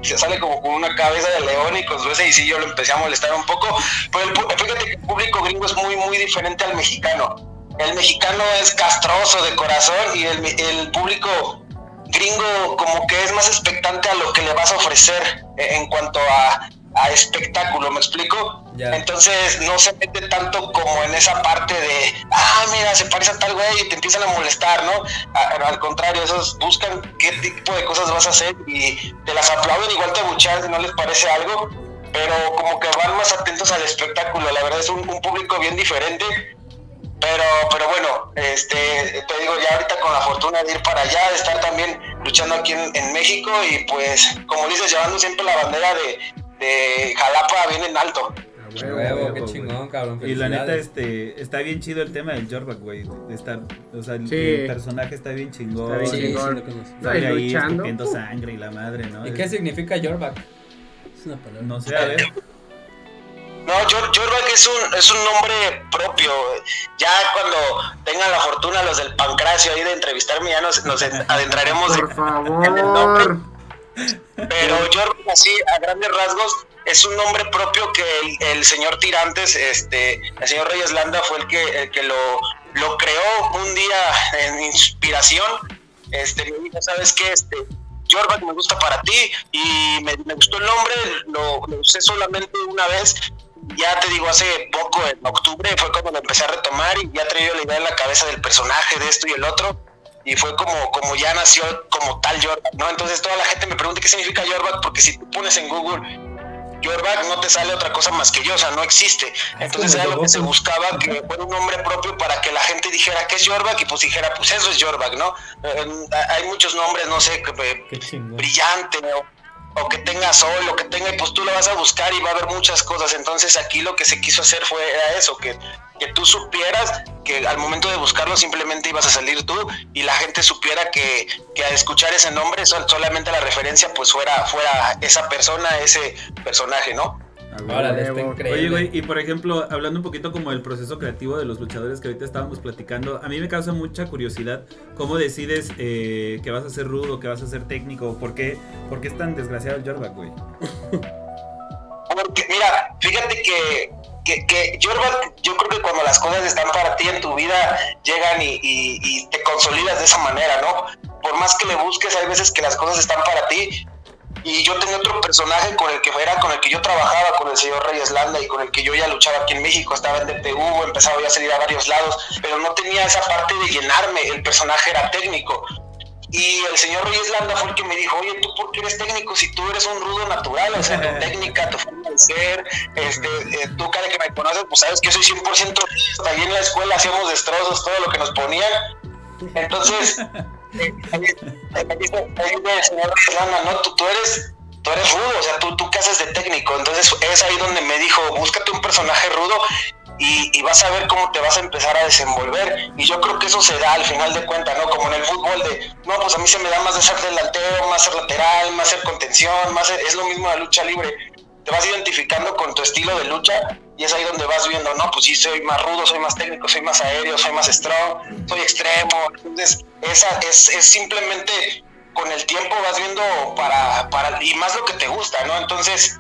se Sale como con una cabeza de león y con su ese, y sí, yo lo empecé a molestar un poco. Pero el pu- fíjate que el público gringo es muy, muy diferente al mexicano. El mexicano es castroso de corazón y el, el público gringo, como que es más expectante a lo que le vas a ofrecer eh, en cuanto a, a espectáculo, ¿me explico?
Ya.
Entonces no se mete tanto como en esa parte de, ah, mira, se parece a tal güey y te empiezan a molestar, ¿no? A- al contrario, esos buscan qué tipo de cosas vas a hacer y te las aplauden, igual te abuchean si no les parece algo, pero como que van más atentos al espectáculo, la verdad es un, un público bien diferente. Pero, pero bueno, este, te digo, ya ahorita con la fortuna de ir para allá, de estar también luchando aquí en, en México y pues, como dices, llevando siempre la bandera de, de Jalapa bien en alto.
Ah,
¡Qué
huevo,
huevo! ¡Qué
huevo,
chingón, cabrón!
Y la neta,
felicidades.
este, está bien chido el tema del Jorback, güey. Está, o sea, el,
Sí.
el personaje está bien
Está
chingón.
bien
Sí, sí,
chingón.
lo conozco.
No, y
Sale ahí
luchando.
escupiendo sangre y la madre, ¿no?
¿Y qué significa Yorback?
Es una palabra.
No sé, a ver.
No, yo, yo creo que es un, es un nombre propio. Ya cuando tengan la fortuna los del Pancracio ahí de entrevistarme, ya nos, nos en- adentraremos
Por
<laughs> en,
favor.
Pero yo así, a grandes rasgos, es un nombre propio que el, el señor Tirantes, este, el señor Reyes Landa fue el que, el que lo, lo creó un día en inspiración. Este, me dijo, ¿sabes qué? Este, Jorback me gusta para ti y me, me gustó el nombre, lo, lo usé solamente una vez. Ya te digo, hace poco, en octubre, fue cuando lo empecé a retomar y ya traía la idea en la cabeza del personaje, de esto y el otro y fue como, como ya nació como tal Jorback, ¿no? Entonces toda la gente me pregunta qué significa Jorback, porque si tú pones en Google Jorback no te sale otra cosa más que yo, o sea, no existe. Entonces
como
era lo
Yoroku.
que se buscaba, que fuera un nombre propio para que la gente dijera qué es Jorback y pues dijera, pues eso es Jorback, ¿no? Eh, eh, hay muchos nombres, no sé, que, eh,
¡Qué chingón!
brillante o, o que tenga sol o que tenga y pues tú lo vas a buscar y va a haber muchas cosas entonces aquí lo que se quiso hacer fue era eso que, que tú supieras que al momento de buscarlo simplemente ibas a salir tú y la gente supiera que, que al escuchar ese nombre sol- solamente la referencia pues fuera fuera esa persona ese personaje no
A ver.
Órale, está
Huevo.
increíble.
Oye, güey, y por ejemplo, hablando un poquito como del proceso creativo de los luchadores que ahorita estábamos platicando, a mí me causa mucha curiosidad cómo decides eh, que vas a ser rudo, que vas a ser técnico, por qué, por qué es tan desgraciado el Jorback, güey.
Porque, mira, fíjate que, que, que Jordan, yo creo que cuando las cosas están para ti en tu vida, llegan y, y- y te consolidas de esa manera, ¿no? Por más que le busques, hay veces que las cosas están para ti. Y yo tenía otro personaje con el que era con el que yo trabajaba, con el señor Reyes Landa y con el que yo ya luchaba aquí en México, estaba en DPU, empezaba ya a salir a varios lados, pero no tenía esa parte de llenarme, el personaje era técnico. Y el señor Reyes Landa fue el que me dijo, oye, ¿tú por qué eres técnico si tú eres un rudo natural? O sea, tu técnica, tu forma de ser, este, eh, tú cara que me conoces, pues sabes que yo soy 100% rudo. Hasta ahí en la escuela hacíamos destrozos, todo lo que nos ponían. Entonces, eh, ahí ahí dice ahí dice el señor Reyes Landa, no, tú, tú eres... Tú eres rudo, o sea, tú, tú qué haces de técnico. Entonces es ahí donde me dijo, búscate un personaje rudo y, y vas a ver cómo te vas a empezar a desenvolver. Y yo creo que eso se da al final de cuentas, ¿no? Como en el fútbol de, no, pues a mí se me da más de ser delantero, más ser lateral, más ser contención, más ser- es lo mismo la lucha libre. Te vas identificando con tu estilo de lucha y es ahí donde vas viendo, no, pues sí, soy más rudo, soy más técnico, soy más aéreo, soy más strong, soy extremo. Entonces, esa es, es simplemente con el tiempo vas viendo para, para, y más lo que te gusta, ¿no? Entonces,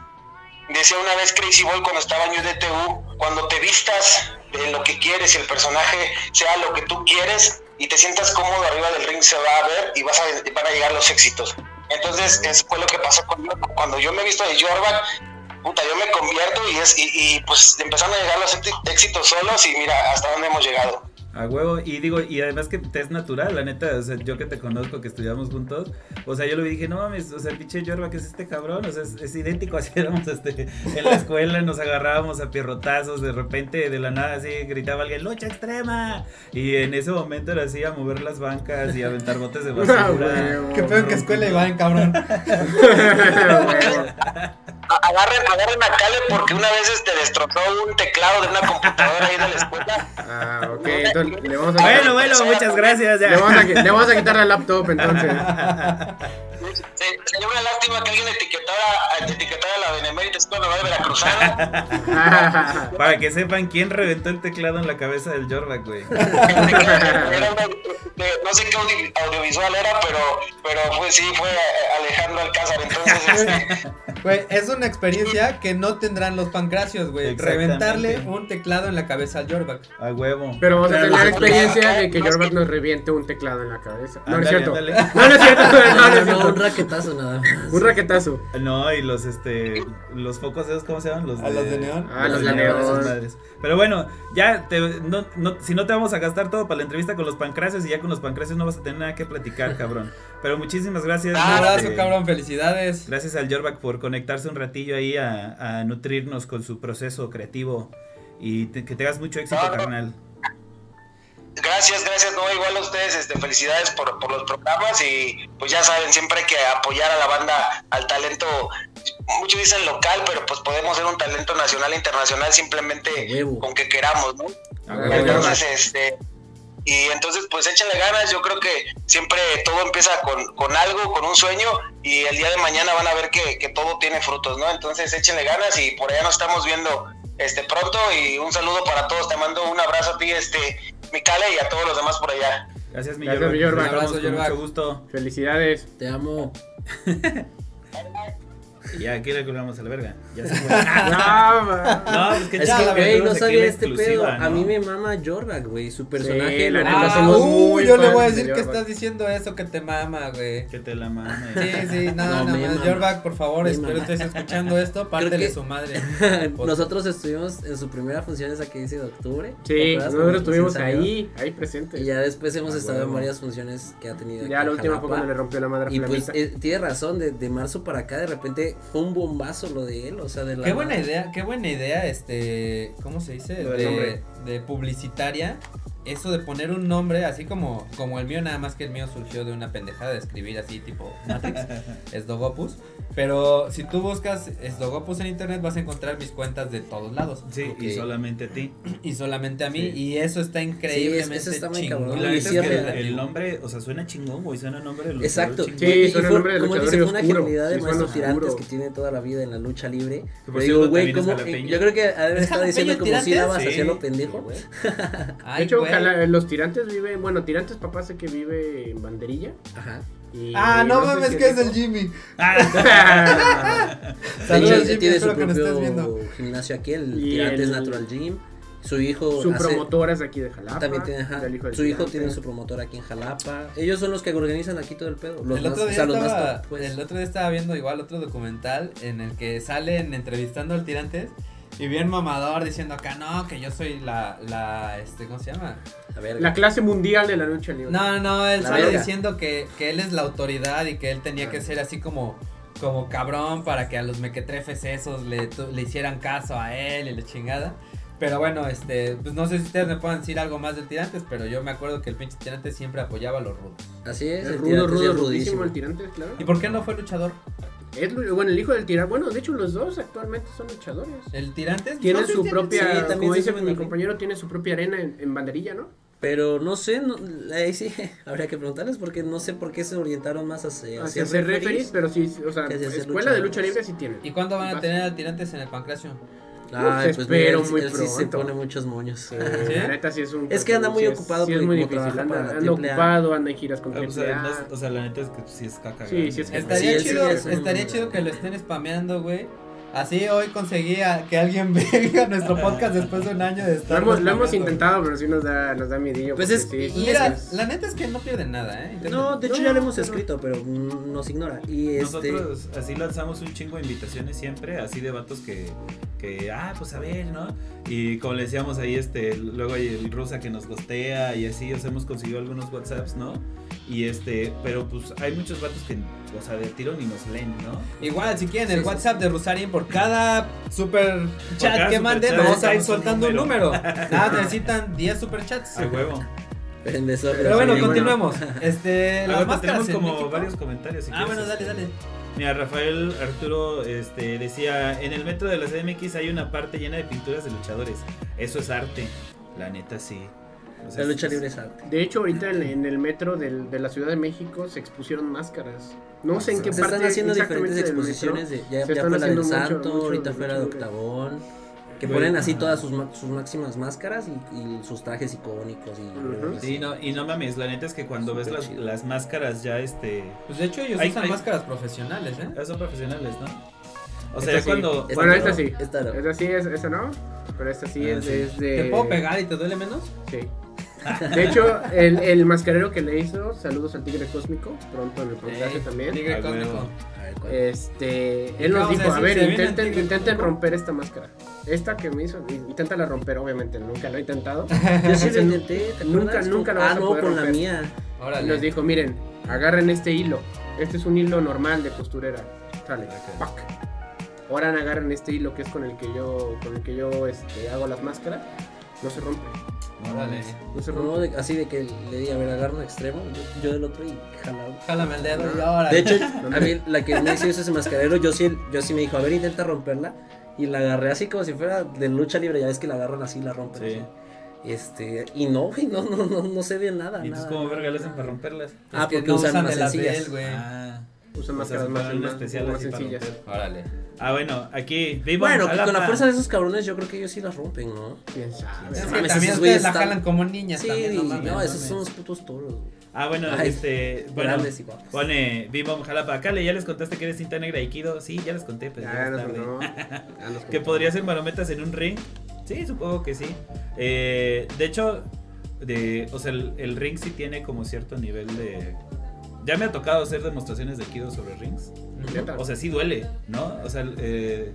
Decía una vez Crazy Ball cuando estaba en UDTU, cuando te vistas en lo que quieres y el personaje sea lo que tú quieres y te sientas cómodo arriba del ring se va a ver y vas a, van a llegar los éxitos. Entonces, eso fue lo que pasó conmigo. Cuando yo me he visto de Jordan, puta, yo me convierto y, es, y, y pues empezaron a llegar los éxi- éxitos solos y mira hasta dónde hemos llegado.
A huevo, y digo, y además que te es natural, la neta, o sea, yo que te conozco, que estudiamos juntos, o sea, yo le dije, no mames, o sea, pinche Yorba, que es este cabrón, o sea, es, es idéntico, así <laughs> éramos este, en la escuela, nos agarrábamos a pierrotazos, de repente, de la nada, así, gritaba alguien, lucha extrema, y en ese momento era así, a mover las bancas y a aventar botes
<laughs>
de
Ah,
basura.
huevo. Ah,
Qué peor que escuela Iván, cabrón.
<laughs>
Huevo.
A- Agarren, agarren a Cale porque una vez te destrozó un teclado de una computadora ahí de la escuela.
Ah, ok, entonces le vamos a
Bueno, bueno, muchas gracias,
Le
ya.
vamos, a, qui- le vamos a quitar la laptop entonces.
Se- Sería una lástima que alguien etiquetara, etiquetara a la Benemérita Escuela Naval Veracruzana.
<laughs> Para que sepan quién reventó el teclado en la cabeza del Jordan, güey.
Era una- de- no sé qué audi- audiovisual era, pero, pero fue, sí, fue Alejandro Alcázar. Entonces, este,
Güey, es una experiencia que no tendrán los pancracios, güey.
Exactamente.
Reventarle un teclado en la cabeza al Jorback.
A huevo.
Pero vamos a tener la
Claro.
experiencia de que Jorbat nos reviente un teclado en la cabeza. No, no es
Ándale,
cierto.
ándale.
No, no es cierto. No, no es
<laughs> No, un
cierto.
raquetazo nada más.
<laughs> Un raquetazo.
No, y los este los focos esos cómo se llaman los
A los de neón.
Ah, los
de
de
neón,
neón.
esas madres. Pero bueno, ya te, no, no- si no te vamos a gastar todo para la entrevista con los pancracios y ya con los pancracios no vas a tener nada que platicar, cabrón. Pero muchísimas gracias.
Un abrazo,
este,
Ah, cabrón. Felicidades.
Gracias al Jorback por conectarse un ratillo ahí a, a nutrirnos con su proceso creativo y te- que tengas mucho éxito,
Claro.
carnal.
gracias, gracias. No, igual a ustedes, este, felicidades por, por los programas. Y pues ya saben, siempre hay que apoyar a la banda, al talento. Muchos dicen local, pero pues podemos ser un talento nacional e internacional simplemente
Huevo.
con que queramos, ¿no?
A
Ah,
huevo.
claro.
Entonces, este, y entonces, pues échenle ganas. Yo creo que siempre todo empieza con, con algo, con un sueño, y el día de mañana van a ver que, que todo tiene frutos, ¿no? Entonces, échenle ganas y por allá nos estamos viendo este pronto. Y un saludo para todos. Te mando un abrazo a ti, este, Micale, y a todos los demás por allá.
Gracias, mi
Gracias, mi
Jorback.
Jorback.
Nos vemos
Un abrazo,
con
Jorback.
mucho gusto.
Felicidades.
<laughs> Te amo.
Y ya aquí le colgamos a la verga. Ya se fue.
Ah, va.
No, pues qué
Es
chido,
que,
la
güey,
aventura
no
se
sabía
queda
este pedo.
exclusiva,
A
¿no?
mí me mama Jordan, güey. Su personaje.
Sí, la
lo-
neta,
Ah,
somos
uh,
muy
yo le
fans
voy a
de
decir que
Jorback.
estás diciendo eso que te mama, güey.
<laughs>
Que te la
<laughs>
mames.
Sí, sí,
No,
no, no,
me
más.
mama.
Jorback, por favor,
Me
espero
mama.
estés escuchando esto. Pártele
que-
su
<laughs>
madre.
Nosotros estuvimos en su primera función esa que dice de octubre. ¿te
Sí,
acuerdas
nosotros
cuando
estuvimos
se ensayó?
ahí, ahí presentes.
Y
Ya,
ya después hemos
Ah,
estado en
huevo.
varias funciones que ha tenido. aquí en
la última fue
Jalapa.
cuando le rompió la madre a
Y pues
Flamita.
eh, tiene razón, de, de marzo para acá de repente fue un bombazo lo de él, o sea, de la...
Qué buena idea, qué buena idea, este, ¿cómo se dice?
Lo del
De,
nombre.
de publicitaria. Eso de poner un nombre, así como, como el mío, nada más que el mío surgió de una pendejada de escribir así, tipo
<laughs>
Matrix, Esdogopus. Pero si tú buscas Esdogopus en internet, vas a encontrar mis cuentas de todos lados.
Sí, y
Ok.
solamente a ti.
Y solamente a mí,
Sí.
y eso está
Sí,
increíblemente
es- eso está muy
chingón.
cabrón.
La
Y
neta
sí,
es que el,
real.
el nombre, o sea, suena chingón, güey, suena nombre de los
Exacto.
chingón.
Sí,
Y
suena
fue-
nombre de
como él dice,
luchador
fue una
oscuro.
genialidad de
Sí, suena
maestros tirantes
oscuro.
que tiene toda la vida en la lucha libre.
por
Pero
cierto,
digo, güey,
también es
como
jalapeño.
yo creo que ha de haber
¿Es
estado diciendo
jalapeño
como si
tirantes?
dabas
Sí.
hacia lo pendejo.
<laughs> Ay,
de hecho,
güey.
jala- los tirantes viven, bueno, tirantes papá sé que vive en banderilla.
Ajá.
y-
Ah,
y
no
sé
mames,
si
que es el
rico.
Jimmy.
Ah,
<laughs> De
Saludos,
hecho,
Jimmy,
tiene su
espero que nos estés
propio
viendo.
gimnasio aquí, el
Y
Tirantes
el-
Natural Gym. Su hijo
Su
hace-
promotora es de aquí de Jalapa.
Ah, También tiene, ajá,
del del
su hijo
tirante.
tiene su promotor aquí en Jalapa. Ellos son los que organizan aquí todo el pedo. Los
el,
más,
otro
o
día
sea, los más
estaba,
top, pues.
el otro día estaba viendo igual otro documental en el que salen entrevistando al tirantes y bien mamador diciendo acá no, que yo soy la, la este, ¿cómo se llama?
A ver,
La clase mundial de la lucha libre.
No, no, él
La
sale
verga.
diciendo que, que él es la autoridad y que él tenía que ser así como, como cabrón para que a los mequetrefes esos le, tu- le hicieran caso a él y la chingada. Pero bueno, este, pues no sé si ustedes me puedan decir algo más del tirantes, pero yo me acuerdo que el pinche tirantes siempre apoyaba a los rudos.
así es.
Es
el
rudo,
Tirantes
rudo,
es
rudísimo
rudísimo.
el tirante, claro.
¿Y por qué no fue luchador?
Es lu- bueno, el hijo del tirante. Bueno, de hecho, los dos actualmente son luchadores.
El tirantes
Tiene
no sé
su
si-
propia,
Eh, sí, también
como
se
dice
suben
mi
al ring.
compañero, tiene su propia arena en, en banderilla, ¿no?
Pero no sé, no, ahí sí <laughs> habría que preguntarles porque no sé por qué se orientaron más hacia,
Hacia ser referees, pero sí, o sea,
Que hacia ser
escuela de lucha
luchadores.
libre sí tiene.
¿Y cuándo van a
Vas-
tener al tirantes en el pancracio?
Ay,
Uf,
pues mira,
espero
él,
muy
él sí se
pronto.
pone muchos moños. <laughs>
Sí, La neta sí es un.
Es que anda muy
sí
ocupado
sí es
porque
muy
como
difícil.
trabaja
Anda,
para la
anda
AAA.
ocupado, anda en giras con
Ah, pues,
AAA.
no es- o sea, la neta es que sí es caca.
Sí,
grande.
sí es caca.
Estaría
Sí, él
chido,
sí es un-
estaría chido que lo estén spameando, güey. Así hoy conseguí a- que alguien <laughs> venga a nuestro podcast después de un año de
Lo
estar.
hemos, lo hemos
planeando.
intentado, pero sí nos da, nos da miedillo.
Pues
porque
es-
sí,
y
Mira,
es-
la neta es que no pierden nada, ¿eh? Intenten-
No, de hecho
No,
ya lo hemos
no.
escrito, pero mm, nos ignora. Y este.
Nosotros así lanzamos un chingo de invitaciones siempre, así de vatos que, que, ah, pues a ver, ¿no? Y como le decíamos ahí, este, luego hay el rusa que nos gostea y así, o sea, hemos conseguido algunos WhatsApps, ¿no? Y este, pero pues hay muchos vatos que, o sea, de tiro ni nos leen, ¿no?
Igual, si quieren,
Sí,
el
sí,
WhatsApp de Rusarín, por cada super chat
cada
que
super
manden,
chat,
vamos a ir
damos un
soltando un número.
número. <laughs>
Nada, necesitan 10 super chats.
A huevo.
Empezó,
Pero bueno,
Sí, bueno.
continuemos. <laughs> Este,
A
las
ver, pues,
máscaras
tenemos
en
como
México.
varios comentarios. si
Ah,
quieres,
bueno, dale,
este,
dale.
Mira, Rafael Arturo este, decía, en el metro de la CDMX hay una parte llena de pinturas de luchadores. Eso es arte. La neta sí. O sea,
La lucha
es-
libre es arte.
De hecho, ahorita en, en el metro del- de la Ciudad de México se expusieron máscaras. No sé en qué
Se
parte
están haciendo
exactamente
diferentes
del metro.
exposiciones. De, ya
se
ya
están
fue la del
haciendo mucho,
Santo,
mucho,
ahorita fue la de
mucho.
Octavón. Que
Güey,
ponen así
ah.
todas sus, ma- sus máximas máscaras y, y sus trajes icónicos. Y,
Ujú.
así.
Sí, no, y no mames, la neta es que cuando
Súper
ves las,
chido.
las máscaras ya este,
Pues de hecho, ellos
Hay-
usan
hay-
máscaras profesionales, ¿eh?
ya son profesionales, ¿no? O
Esta
sea, ya
sí.
cuando...
Esta
Bueno,
no,
esta sí.
Esta no.
Esa sí es, esa no. Pero esta sí
Ah,
es,
sí.
es de.
¿Te puedo pegar y te duele menos?
Sí. De hecho, el, el mascarero que le hizo, saludos al Tigre Cósmico, pronto en el podcast
Ey,
pues, también.
Tigre
Ah,
Eh, cósmico.
huevo.
A ver, ¿cuál?
Este, él nos
Vamos a
dijo, a
decir,
ver,
se viene el
intenten,
Tigre
intenten
Cósmico".
romper esta máscara. Esta que me hizo, inténtala romper, obviamente, nunca lo he intentado.
<laughs>
Yo
<laughs>
sí lo
Entonces,
intenté. ¿te
nunca-
acuerdas?
nunca la
Ah,
vas a
no,
poder
con la
romper.
mía.
Órale.
Nos dijo, miren, agarren este hilo. Este es un hilo normal de costurera. Sale.
Ok.
pac. Ahora agarren este hilo que es con el que yo, con el que yo este, hago las máscaras. No se rompe.
Órale.
No se
No,
rompe.
de- así de que le di, a ver, agarro un extremo, yo, yo del otro y jalaba.
Jálame el dedo y ahora.
De hecho, a mí la que me hizo ese mascarero, yo sí, yo sí me dijo, a ver, intenta romperla. Y la agarré así como si fuera de lucha libre, ya ves que la agarran así y la rompen.
Sí.
así. Este, y no, güey, no, no, no, no se ve nada.
¿Y entonces
nada.
cómo verga le hacen para romperlas?
Ah,
Es que
porque
no
usan
de
más
las de
sencillas.
él, güey.
Ah,
Usan
o sea,
máscaras más,
un
más-
especial
más
así para
sencillas.
romper.
Órale.
Ah, bueno, aquí, vivo
Bueno, que con la fuerza de esos cabrones, yo creo que ellos sí las rompen, ¿no?
¿Quién sabe?
Es que también
mames, esos güeyes
ustedes la
están-
jalan como niñas
Sí,
también, no
no,
mames, no
esos
mames.
son los putos toros. güey.
Ah, bueno,
Ay,
este, bueno,
Grandes y guapos.
Pone Bimbo Jalapa, Cale, ya les contaste que eres cinta negra y Kido. Sí, ya les conté, pero ya
Ya
es
nos
tarde.
contó. Ya nos
Que
contó.
podría ser marometas en un ring. Sí, supongo que sí. Eh, de hecho, de, o sea, el, el ring sí tiene como cierto nivel de. Ya me ha tocado hacer demostraciones de Kido sobre rings.
<laughs> Neta.
<laughs> O sea, sí duele, ¿no? O sea, eh,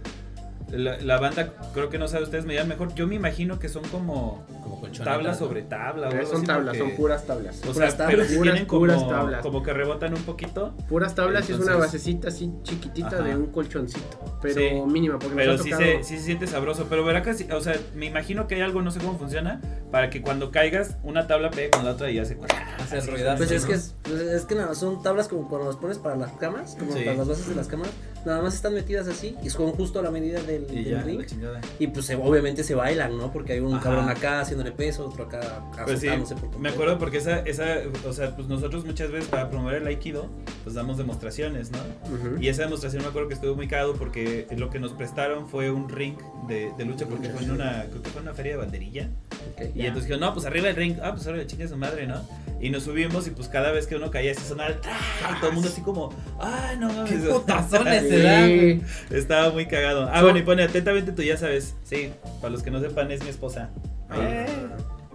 la, la banda, creo que no sabe, ustedes me dirán mejor. Yo me imagino que son como
Como colchoneta,
tabla
¿no?
sobre tabla. o
Pero
algo
son
así,
tablas, son
porque-
puras tablas.
O sea,
puras
pero
tablas.
sí
Puras-
tienen como,
puras tablas.
como que rebotan un poquito.
Puras tablas y es una
Entonces-
basecita así chiquitita
Ajá.
de un colchoncito. Pero
Sí.
mínima, porque
Pero
nos ha
sí
tocado.
se, sí se siente sabroso. Pero verá casi, o sea, me imagino que hay algo, no sé cómo funciona, para que cuando caigas, una tabla pegue con la otra y ya se
Hace el ruidazo,
Pues es
¿no?
que, es, pues es que nada, son tablas como cuando las pones para las camas, como
Sí.
para las bases de las camas, nada más están metidas así y son justo a la medida del,
Y
del
ya,
ring.
la chingada.
Y pues se- obviamente se bailan, ¿no? Porque hay un
Ajá.
cabrón acá haciéndole peso, otro acá
Pues sí,
azotándose por
me
completo.
acuerdo porque esa, esa, o sea, pues nosotros muchas veces para promover el Aikido, pues damos demostraciones, ¿no?
Ujú.
Y esa demostración me acuerdo que estuvo muy cagado porque lo que nos prestaron fue un ring de, de lucha porque fue en una, creo que fue en una feria de banderilla.
Ok.
Y entonces dijeron, no, pues arriba el ring, ah, pues ahora chingue su madre, ¿no? Y nos subimos y pues cada vez que uno caía se sonaba el tra y todo el mundo así como, ah, no <laughs>
Qué
mames.
putazones se dan.
Sí.
Estaba muy cagado. Ah,
So-
bueno, y pone atentamente tú, ya sabes. Sí, para los que no sepan, es mi esposa.
Ah,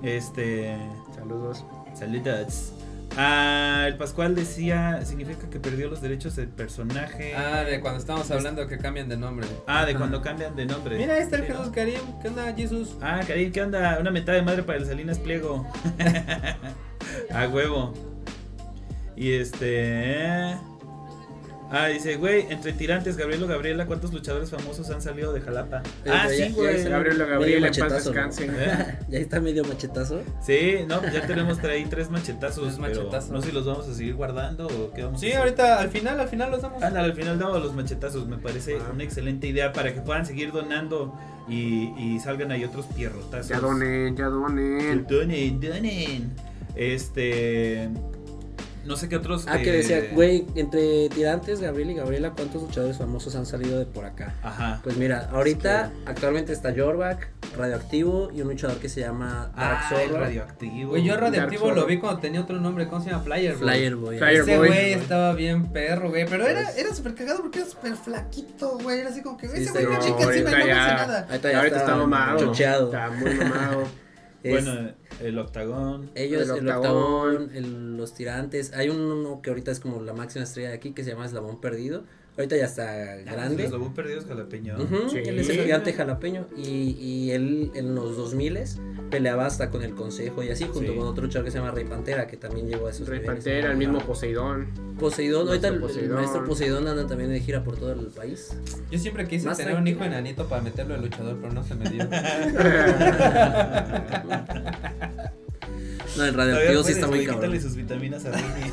Este.
Saludos.
Saludos. Ah, el Pascual decía, significa que perdió los derechos del personaje. Ah,
Ah, de cuando estábamos hablando que cambian de nombre.
de cuando cambian de nombre.
Mira, ahí está el
Sí, ¿no?
Jesús Karim. ¿Qué onda, Jesús?
Ah, Karim, ¿qué onda? Una metada de madre para el Salinas Pliego. <laughs> A huevo. Y este. Ah, dice, güey, entre tirantes, Gabriel o Gabriela, ¿cuántos luchadores famosos han salido de Jalapa?
Eh,
ah,
pero ya-
sí,
ya
güey.
hice-
Gabriel, Gabriel, en paz
machetazo, ¿no?
descanse.
¿Eh?
Y ahí está medio machetazo.
<laughs> Sí, no, pues ya tenemos ahí tres machetazos.
Tres
pero
machetazos.
no sé si los vamos a seguir guardando o qué vamos a
Sí,
hacer.
ahorita, al final, al final los damos.
Ándale, al final damos los machetazos, me parece
Ah.
una excelente idea para que puedan seguir donando y, y salgan ahí otros pierrotazos.
Ya donen, ya donen.
Donen, donen. Este. No sé qué otros.
Ah, que
eh,
decía, güey, entre tirantes, Gabriel y Gabriela, ¿cuántos luchadores famosos han salido de por acá?
Ajá.
Pues mira, ahorita actualmente está Jorvac, Radioactivo y un luchador que se llama Dark
Ah, el
Zorro,
radioactivo.
Güey, yo radioactivo
Dark
lo
Solo.
vi cuando tenía otro nombre, ¿cómo se llama? Flyer. güey.
Flyer Boy.
Flyer
Ese
Boy.
güey Pues. estaba bien perro, güey. Pero era, era súper cagado porque era súper flaquito, güey. Era así como que,
Sí,
ese güey me
no,
chica encima y no me
ahorita
hace
ya.
nada.
Ahí está, ya
Ahorita está mamado.
chocheado.
Está muy mamado.
Es-
Bueno, el octagón.
ellos,
el
el,
octagón.
octagón, el- los tirantes. Hay uno que ahorita es como la máxima estrella de aquí que se llama Eslabón Perdido. Ahorita ya está grande.
Los lobos perdidos jalapeños.
Ujú,
Sí.
Él es el gigante jalapeño y, y él en los 2000 peleaba hasta con el consejo y así junto
Sí.
con otro chavo que se llama Rey Pantera que también llegó a esos
Rey
niveles.
Pantera, el mismo Poseidón.
Poseidón, ahorita el, el
Poseidón.
maestro Poseidón anda también de gira por todo el país.
Yo siempre quise
Más
tener
tranquilo.
un hijo enanito para meterlo de luchador, pero no se me <laughs> dio.
<laughs> No, el
Ah. Todavía
radioactivo sí
puedes,
está muy
güey,
cabrón.
Quítale sus vitaminas a
<laughs>
Rini.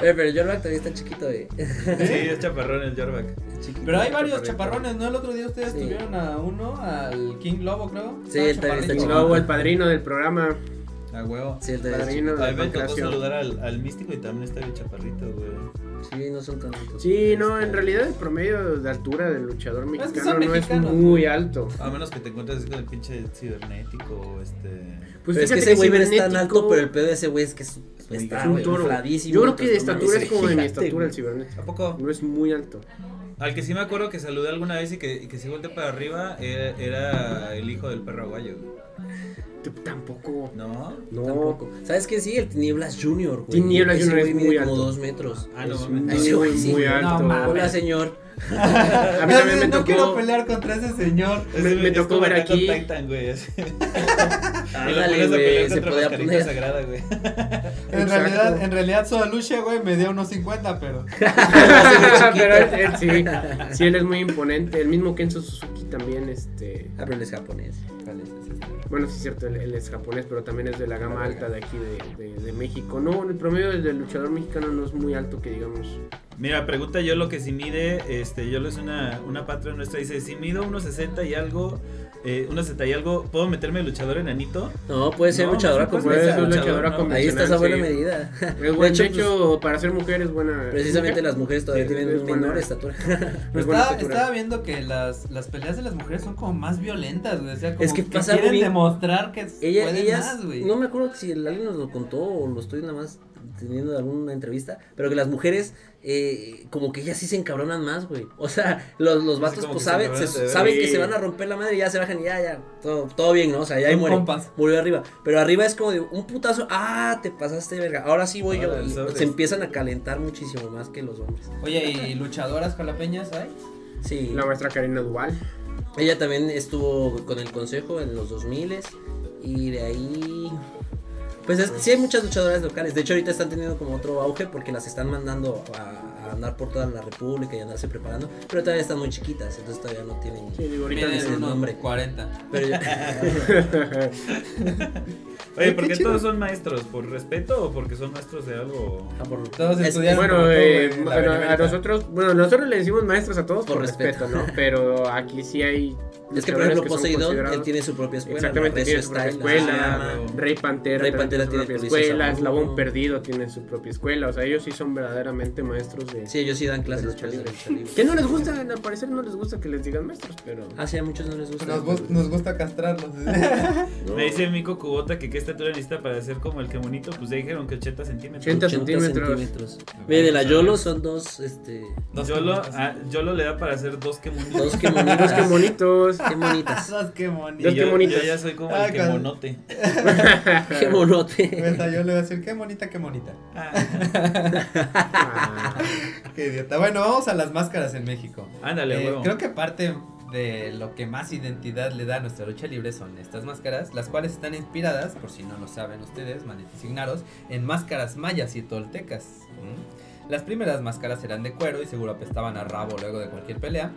Eh, pero yo también está chiquito, eh. <laughs>
sí, es chaparrón el Jorback.
Chiquito.
Pero hay varios
Chaparrito.
chaparrones, ¿no? El otro día ustedes
Sí.
tuvieron a uno, al King Lobo, creo.
Sí,
Estaba chaparrito.
<laughs>
está- está
Y
chingón.
luego el padrino del programa.
A huevo.
Sí, el de-
Padrino
A
de
mí
la
me tocó
creación.
saludar al, al místico y también está bien chaparrito, güey.
sí, no son Este, tantos.
Sí, no, en realidad el promedio de altura del luchador
que son
mexicano no es
mexicanos,
muy alto.
A menos que te encuentres así con el pinche cibernético o este.
Pues
pero es que
fíjate
ese güey no es tan
cibernético
alto, pero el pedo de ese güey es que es,
Es
está,
un
güey,
toro.
infladísimo,
Yo creo que de
entonces, no mames,
estatura es como de
<laughs>
mi
gigante,
estatura
güey.
el cibernético.
¿A poco?
No es muy alto.
Al que sí me acuerdo que saludé alguna vez y que, y que se volteó para arriba era, era el hijo del perro aguayo. güey.
T- Tampoco.
¿No?
No.
Tampoco. ¿¿Sabes qué? Sí, el Tinieblas Junior, güey.
Tinieblas
Ese
Junior
güey
es
mide
muy
como
alto.
dos metros.
Ah, no
Es
mames. Ah,
Ese güey
muy,
sí.
muy
No
alto.
mames.
Hola, señor.
A mí también me
No quiero
tocó.
pelear contra ese señor.
Ese
Me-
güey
me
es
tocó
como
ver
Attack on
aquí-
Titan, güey. así. <laughs> Y lo
Ándale,
pones a
güey,
pelear
se
contra
podía
Mascarita
poner.
Sagrada, güey.
En
Exacto.
realidad, en realidad, Soaluche, güey, me dio unos 50, pero.
<laughs> Pero él, él sí,
<laughs>
sí, él es muy imponente. El mismo Kenzo Suzuki también, este.
Ah, pero él es japonés.
Bueno, sí es cierto, él, él es japonés, pero también es de la gama alta de aquí de, de- de México. No, el promedio del luchador mexicano no es muy alto que digamos.
Mira, pregunta yo lo que si mide, este, yo lo es una, una patrona nuestra, dice, si mido 1.60 y algo, eh, 1.60 y algo, ¿puedo meterme luchador enanito?
No, puede ser
No,
luchadora
no, pues,
completa.
puede ser luchadora
luchadora
no.
completa.
Ahí está esa buena
Sí.
medida. <laughs>
Es bueno,
hecho, pues,
de hecho, para ser mujer es buena. <laughs>
Precisamente las mujeres todavía
Sí,
tienen
es buena.
menor estatura.
es buena
Estaba,
estatura.
estaba viendo que las, las peleas de las mujeres son como más violentas, güey. O sea, como
Es que
que,
pasa
quieren
bien.
demostrar que
Ella-
pueden
ellas,
más, güey.
no me acuerdo si el- alguien nos lo contó o lo estoy nada más teniendo de alguna entrevista, pero que las mujeres eh, como que ellas sí se encabronan más, güey. O sea, los, los vatos
como
pues
que se
saben,
encabronan,
se-
se ven.
saben que
Sí.
se van a romper la madre y ya se bajan y ya, ya, todo, todo bien, ¿no? O sea, ya ahí
Son
muere.
compas.
Murió arriba, pero arriba es como de un putazo, ah, te pasaste de verga, ahora sí voy
Ahora,
yo. Y
sobres.
se empiezan a calentar muchísimo más que los hombres.
Oye, ¿y luchadoras jalapeñas hay?
Sí.
La maestra Karina Duval.
Ella también estuvo con el consejo en los 2000 y de ahí... Pues es que sí hay muchas luchadoras locales. De hecho ahorita están teniendo como otro auge porque las están mandando a, a andar por toda la república y andarse preparando. Pero todavía están muy chiquitas, entonces todavía no tienen...
Sí, digo, ahorita
Miden
dice el
<laughs>
unos
nombre.
40.
Pero yo-
Oye, ¿por qué todos son maestros? ¿Por respeto o porque son maestros de algo?
Ah,
<laughs>
por-
Todos
es-
estudiaron como
Bueno,
tú,
eh,
güey, la
bueno, a
benemérita.
nosotros, bueno, nosotros le decimos maestros a todos por,
Por
respeto,
respeto.
¿no? Pero aquí sí hay.
Es que por
luchadores
ejemplo
son
Poseidón,
considerados-
él tiene su propia escuela.
Exactamente,
la
tiene
Rezo
su propia
Style, la
escuela.
llama.
llama.
Rey Pantera,
Rey
también
Pantera
tiene su
tiene
propia
Ulises
escuela.
Amuro.
Eslabón Perdido tiene su propia escuela. O sea, ellos sí son verdaderamente maestros de.
Sí, ellos sí dan clases.
lucha
pues, de
libre.
lucha libre.
Que no les gusta, al parecer no les gusta que les digan maestros, pero.
Ah, sí, a muchos no les gusta.
Pues Nos, gu- nos gusta castrarlos.
Me dice Mico Cubota que qué estatura necesita para ser como el que bonito, pues ya dijeron que 80 centímetros.
80.
80
centímetros.
centímetros. Ve, de la Yolo son dos, este...
<laughs> Dos
Yolo,
que bonitas.
ah, Yolo le da para hacer dos que monitos.
Dos que monitas.
Qué
<laughs>
bonitos.
Qué bonitas.
<laughs>
Esas que
Y
Dos
bonitas.
que
yo,
monitas.
yo ya soy como
Ah,
el que
claro.
monote.
Qué monote.
Neta, Yo le voy a decir, qué bonita, qué bonita.
Ah,
Ah,
Qué idiota. Bueno, vamos a las máscaras en México.
ándale,
Eh,
huevo.
creo que parte de lo que más identidad le da a nuestra lucha libre son estas máscaras, las cuales están inspiradas, por si no lo saben ustedes, manitis ignaros, en máscaras mayas y toltecas. ¿Mm? Las primeras máscaras eran de cuero y seguro apestaban a rabo luego de cualquier pelea.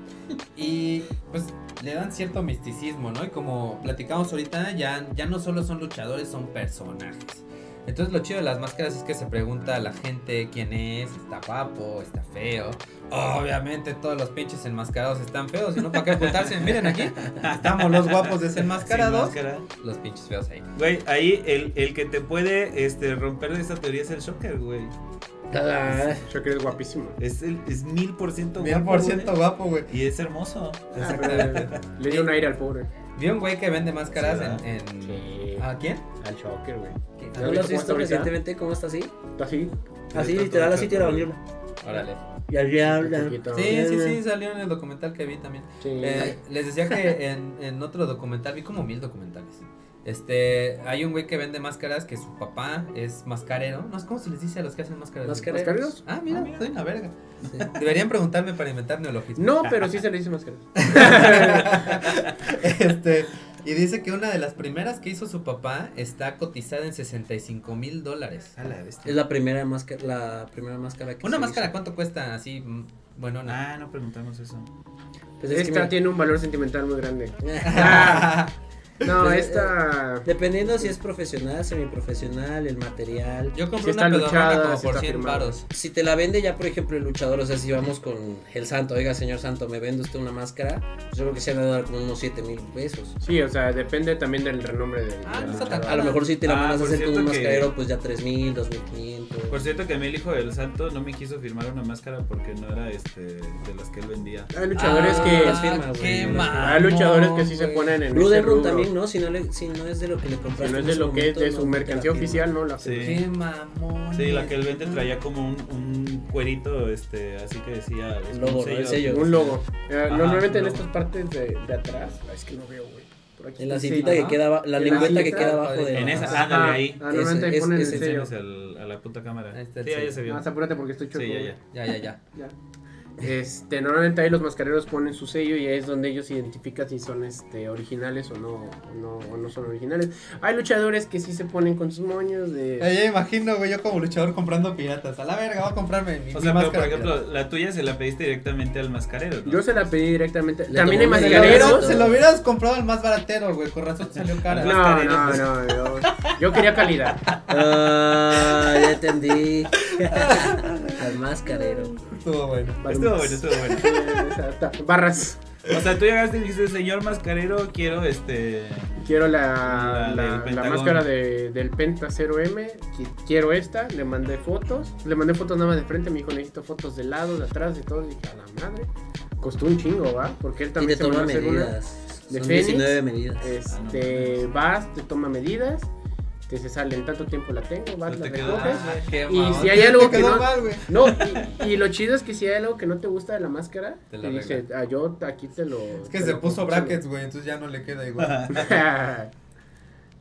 Y pues le dan cierto misticismo, ¿no? Y como platicamos ahorita, ya, ya no solo son luchadores, son personajes. Entonces lo chido de las máscaras es que se pregunta a la gente quién es, está guapo, está feo. Obviamente todos los pinches enmascarados están feos, y no para qué apuntarse. Miren aquí, estamos los guapos desenmascarados,
máscara.
los pinches feos ahí.
Güey, ahí el, el que te puede este, romper de esta teoría es el Shocker, güey.
Ah,
Yo creo que es guapísimo.
<laughs>
Es el es mil por ciento
Mil
guapo,
por ciento
güey.
guapo, güey.
Y es hermoso.
Exactamente.
Le dio un aire al pobre.
Vi un güey que vende máscaras
Sí,
en. en-
Sí.
Ah.
¿A quién?
Al choker, güey.
¿No lo has visto recientemente cómo está así?
¿Está así?
Así, literal, así tiene la unión.
Órale.
Y al diablo.
Chiquito.
Sí, sí, sí, salió en el documental que vi también.
Sí.
Eh, les decía que en, en otro documental, vi como mil documentales. Este, hay un güey que vende máscaras que su papá es mascarero. No, ¿cómo se les dice a los que hacen máscaras?
Mascarero.
¿Los carreros?
Ah, mira, soy una verga. Deberían preguntarme para inventar neologismos.
Ah.
No, pero sí se le dice máscara.
<laughs> Este, y dice que una de las primeras que hizo su papá está cotizada en 65 mil dólares.
A la bestia.
Es la primera máscara, la primera máscara que
Una
se
máscara,
hizo.
¿cuánto cuesta? Así, mm, bueno, no.
Ah, no preguntamos eso.
Pues es que
Esta
mira.
tiene un valor sentimental muy
<laughs>
grande. No,
Pues, eh,
esta.
Dependiendo si es profesional, semiprofesional, el material.
<laughs> Yo
Si
compré
está
una pedorrona
luchada,
como
si
por
está
100
firmada.
varos.
Si te la vende ya, por ejemplo, el luchador, o sea, si vamos con el santo, oiga, señor santo, me vende usted una máscara, pues yo creo que se va a dar como unos 7 mil pesos.
Sí, o sea, depende también del renombre del.
Ah,
del
no está tan
luchador.
A lo mejor si te la
Ah,
mandas a
por
hacer con un
cierto que-
mascarero, pues ya 3 mil, 2500.
Por cierto que a mí el hijo del santo no me quiso firmar una máscara porque no era este de las que él vendía.
Hay luchadores
Ah,
que.
las firma, güey,
qué
no las firma.
Hay luchadores
mamón,
que sí se
güey.
ponen en.
Ah, Blue
ese
Demon
rubro.
también, ¿no? Si no, le- si no es de lo que le
Que
compraste.
no es
en
de
su
lo que es
momento,
de
no
su
te la
mercancía
firma.
oficial, ¿no? La-
Sí.
Qué mamón.
Sí, la que él vende traía como un, un cuerito, este, así que decía. es
Logo,
un
¿no? El sello.
Un logo.
Ah,
Eh,
Ajá,
normalmente
un
en
logo.
estas partes de, de atrás. ah, Es que no veo, güey. Por aquí.
En la
sí.
cintita que
Ajá.
queda, aba- la
En la
lengüeta que
cintita,
queda abajo de la
En esa,
máscara.
ándale
Ajá.
ahí.
Ah, normalmente
Ese-
ponen el
ese-
sello.
Enséñales al- a la puta cámara.
Ahí está el
sí, ahí
sello.
ya se vio.
Más apúrate porque estoy choco.
Sí, ya,
güey.
Ya,
ya.
ya, ya.
Ya. Este, normalmente ahí los mascareros ponen su sello y ahí es donde ellos identifican si son este, originales o no, o no, o no son originales. Hay luchadores que sí se ponen con sus moños de...
Ahí ya imagino, güey, yo como luchador comprando piratas. A la verga, voy a comprarme mi,
O sea,
mi
pero por
máscara.
ejemplo, la tuya se la pediste directamente al mascarero. ¿no?
Yo se la pedí directamente.
Le
También hay
tomó el
pirata. se, lo hubieras,
mascareros.
se lo hubieras comprado al más baratero, güey. Con razón te salió cara.
No.
No, no, no, yo, yo quería calidad.
Ah, ya entendí. <laughs> Al mascarero.
Estuvo bueno.
Estuvo bueno, estuvo bueno.
Exacto. Barras.
O sea, tú llegaste y dijiste, señor mascarero, quiero este.
Quiero la,
La
la-
del
la
Pentagón.
máscara de- del Penta 0M. qui- Quiero esta. Le mandé fotos. Le mandé fotos nada más de frente. Me dijo, necesito fotos de lado, de atrás y todo. Y dije, a la madre. Costó un chingo, ¿va? Porque él
Y te
también se mandó
toma
a hacer una.
medidas.
de
Son
Fénix.
19 medidas.
Este, vas, te toma medidas. Te se sale en tanto tiempo la tengo. Vas,
No
la
Pues
pues.
te Ah, quedó
recoges.
nada.
Qué
Y
mamón.
si hay algo
Te
que
quedó
no...
mal, güey.
No, y, y lo chido es que si hay algo que no te gusta de la máscara,
Te
te
la
dice, ah, yo aquí te lo...
Es que se puso brackets, güey, entonces ya no le queda igual.
<laughs>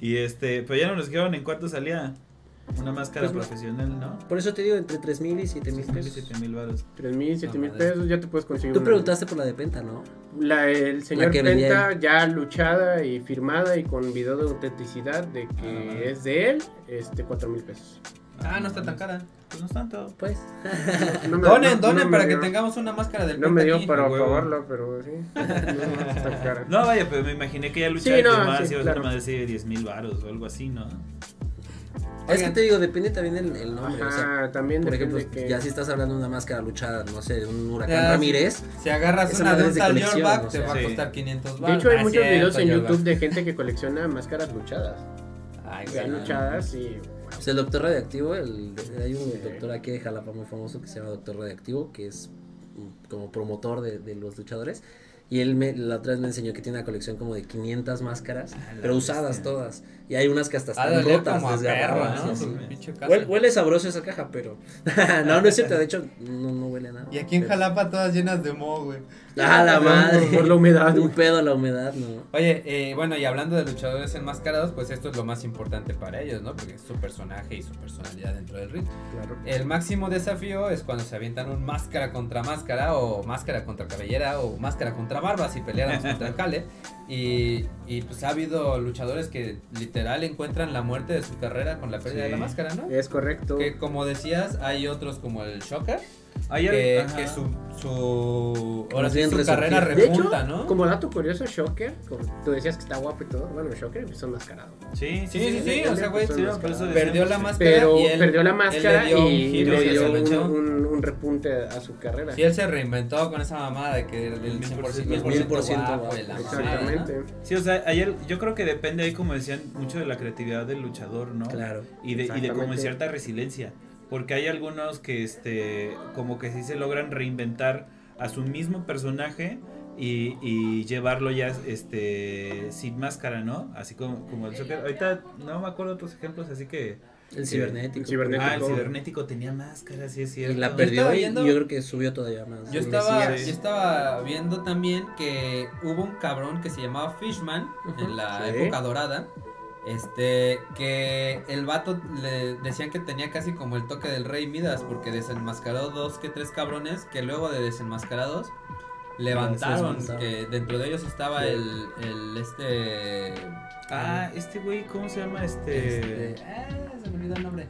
Y este, pero ya no nos dijeron en cuánto salía una máscara
Pues,
profesional, ¿no?
Por eso te digo, entre 3 mil y 7 mil pesos.
7 mil baros.
Tres mil, siete
No
mil
mames.
pesos, ya te puedes conseguir
Tú
una.
preguntaste por la de Penta, ¿no?
La, el señor
que vendía
Penta ya luchada y firmada y con video de autenticidad de
Ah,
que es de él, este, cuatro mil pesos.
Ah, no está tan cara.
Pues no es tanto.
Pues.
No me-
Donen,
no- no
donen
me
para que
dio-
tengamos una máscara del
No me dio
Penta
para
aquí.
pagarlo, pero sí. <laughs> No, no, está cara.
No, vaya, pero me imaginé que ya luchaste
Sí, no,
más,
sí,
ibas a ser
claro.
más de 10 mil baros o algo así, ¿no?
es que te digo, depende también el, el nombre. o sea,
Ajá, también
por
depende
ejemplo,
que...
ya si estás hablando de una máscara luchada, no sé, de un huracán
Ya, Ah, sí.
Ramírez.
Si agarras
Esa
una de
madre
un
es de
tal
colección,
Yorkback,
o
te
sea,
va a
sí.
costar 500
De
baros.
hecho, hay
Ah,
muchos
cierto,
videos en
Yorkback.
YouTube de gente que colecciona máscaras luchadas.
Ay,
Ya
güey.
luchadas y...
Pues el doctor radioactivo, el, hay un doctor aquí de Jalapa muy famoso que se llama doctor radioactivo, que es mm, como promotor de, de los luchadores. Y él me, la otra vez me enseñó que tiene una colección como de 500 máscaras,
Ah, la
pero usadas
bestia.
todas. Y hay unas que hasta
Ha de
están
oler
rotas,
Ah, como a perro,
desgarradas.
¿no?
y así.
Su pinche casa.
Huele, huele sabroso esa caja, pero. <laughs> no, no es cierto, de hecho, no, no huele a nada.
Y aquí en
Pero-
Jalapa todas llenas de moho, güey.
¡Ah, la madre!
Por la humedad.
Un pedo la humedad, ¿no?
Oye, eh, bueno, y hablando de luchadores enmascarados, pues esto es lo más importante para ellos, ¿no? Porque es su personaje y su personalidad dentro del ring.
Claro.
El máximo desafío es cuando se avientan un máscara contra máscara o máscara contra cabellera o máscara contra barba si
<laughs>
peleáramos contra el Jale. Y, y, pues ha habido luchadores que literal encuentran la muerte de su carrera con la pérdida
Sí.
Eh,
de la máscara, ¿no?
Es correcto.
Que como decías, hay otros como el Shocker,
Hay
que,
algo-
que
ajá.
su, su,
Como
ahora sí,
bien
su
resurgir.
carrera
De
De hecho,
repunta, ¿no?
como dato curioso, Shocker, como tú decías que está guapo y todo, bueno, Shocker empezó enmascarado.
Sí, sí,
Sí, sí, sí, o sea, güey,
sí, no, por eso decíamos,
perdió la
sí.
máscara
Pero
y él,
perdió la
él
máscara
le dio un
y
giro
le
y se
dio
aprovechó.
un, un- un repunte a su carrera.
Sí, él se reinventó con esa mamada de que el
1000%
1000% guapo
guapo.
y la mamada,
Exactamente.
Sí, o sea, ayer yo creo que depende ahí, como decían, mucho de la creatividad del luchador, ¿no?
Claro.
Y de, y de como
Exactamente.
cierta resiliencia. Porque hay algunos que, este, como que sí se logran reinventar a su mismo personaje y, y llevarlo ya, este, sin máscara, ¿no? Así como, como el Joker. Ahorita no me acuerdo otros ejemplos, así que...
El cibernético.
El cibernético.
Ah, el cibernético tenía máscara, sí es
Y
cierto.
la
Yo
perdió
estaba
y
viendo-
yo creo que subió todavía más.
Yo
Sí,
estaba,
sí.
yo estaba viendo también que hubo un cabrón que se llamaba Fishman en la
Sí.
época dorada. Este, que el vato le decían que tenía casi como el toque del rey Midas, porque desenmascaró dos que tres cabrones que luego de desenmascarados levantaron,
desmanzaron.
que dentro de ellos estaba
Sí.
el, el este...
Ah, este güey, ¿cómo se llama? Este...
Este, ah, se me olvidó el nombre.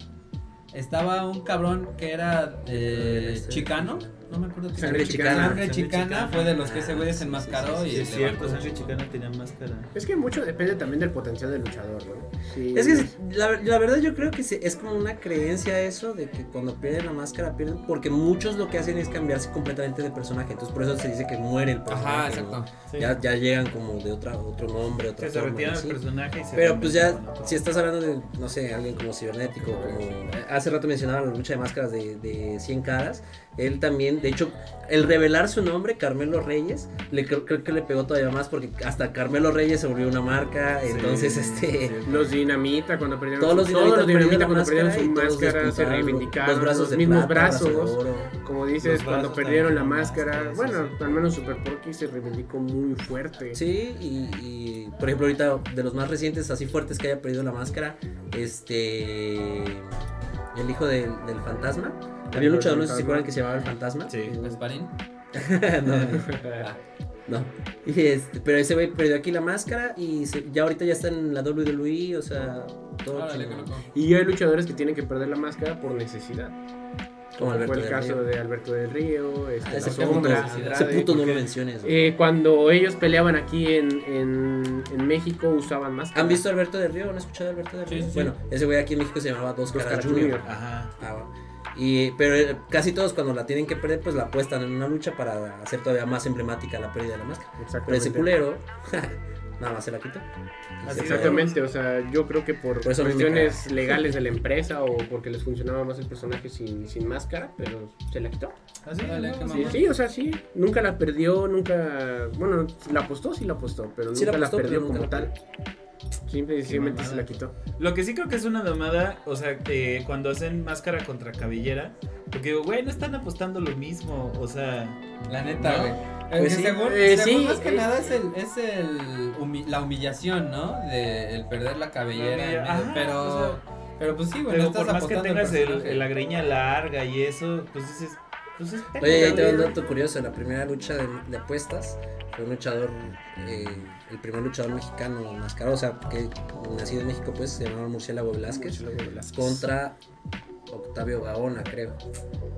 Estaba un cabrón que era eh,
Este-
chicano, no me acuerdo qué
Sangre
se llama.
Chicana.
Sangre chicana fue de los que ese güey desenmascaró
Ah, Sí,
y
es
le
cierto,
bajó.
Sangre Chicana tenía máscara.
Es que mucho depende también del potencial del luchador, ¿no? Sí.
Es que es- la, la verdad yo creo que se- es como una creencia eso de que cuando pierden la máscara pierden porque muchos lo que hacen es cambiarse completamente de personaje, entonces por eso se dice que muere el personaje.
Ajá,
¿no?
exacto.
Ya, ya llegan como de otra, otro nombre, otra
Que se
forma,
retira
¿no?
del
Sí.
personaje y se
Pero pues ya,
reinventa con otro.
si estás hablando de, no sé, alguien como cibernético, como eh, hace rato mencionaban la lucha de máscaras de, de 100 caras, él también, de hecho, el revelar su nombre, Carmelo Reyes, le creo, creo que le pegó todavía más porque hasta Carmelo Reyes se volvió una marca, entonces este...
Los dinamita cuando perdieron
Todos los dinamitas perdieron la
cuando perdieron su
máscara y todos
máscara se
despuntaron,
reivindicaron. Los,
de
mismos
plata,
brazos.
de oro.
Como
Los
dices, cuando
brazos
perdieron la
también,
máscara.
sí, sí,
bueno,
sí.
al menos Super Porky se reivindicó muy fuerte.
Sí, y, y, por ejemplo ahorita de los más recientes, así fuertes que haya perdido la máscara, este... El hijo del- del fantasma. Había un
El
luchador, no sé
fantasma.
si se acuerdan que se llamaba el fantasma.
Sí.
Gasparín.
<laughs> no, no. Y este, pero ese güey perdió aquí la máscara y se- ya ahorita ya está en la WWE, o sea, todo
Órale, qué
chingón.
loco.
<laughs> Y hay luchadores que tienen que perder la máscara por necesidad.
como Alberto
Fue el
del
caso
Río.
de Alberto del Río,
Ah,
este, La
ese, puto,
Sombra,
sí, sí,
ese
Andrade.
puto no lo menciones. güey.
Eh, cuando ellos peleaban aquí en, en, en México usaban máscara.
¿Han visto a Alberto del Río? ¿Han escuchado a Alberto del
Sí,
Río?
sí, sí.
Bueno, ese güey aquí en México se llamaba Dos
Dos
Caras
Caras
Junior.
Junior.
Ajá.
Ah, bueno. y, pero eh, casi todos cuando la tienen que perder, pues la apuestan en una lucha para hacer todavía más emblemática la pérdida de la máscara. Pero ese
Exactamente.
culero, <laughs> nada más se la quitó. Y
Así
se
es.
fue.
Exactamente, o sea, yo creo que por,
Por eso a mí me
cuestiones legales de la empresa o porque les funcionaba más el personaje sin, sin máscara, pero se la quitó.
Así
Órale, qué
¿Ah, Sí,
mamón.
sí, o sea, sí, nunca la perdió, nunca, bueno, la apostó, sí la apostó, pero
Sí la
nunca la,
apostó, pero
perdió
nunca
como
la
tal. Simple y sencillamente se
mamada.
la quitó.
Lo que sí creo que es una domada, o sea, que cuando hacen máscara contra cabellera, porque digo, güey, no están apostando lo mismo, o sea,
La neta,
¿No?
güey. Eh,
Pues
que
sí.
según,
Eh,
según
sí,
más que
eh.
nada es el, es el humi- la humillación, ¿no? De el perder la cabellera. en medio.
Ajá,
pero,
Ah, o sea,
pero pues sí, güey, no
pero
estás
por más que
apostando al
tengas el,
personaje.
la greña larga y eso, pues dices, pues es
Oye, ahí te va un
pendejo,
dato curioso. En la primera lucha de, de apuestas fue un luchador, eh, el primer luchador mexicano mascarado, o sea, que nacido en México, pues se llamaba Murciélago Velázquez, contra Octavio Gaona, creo.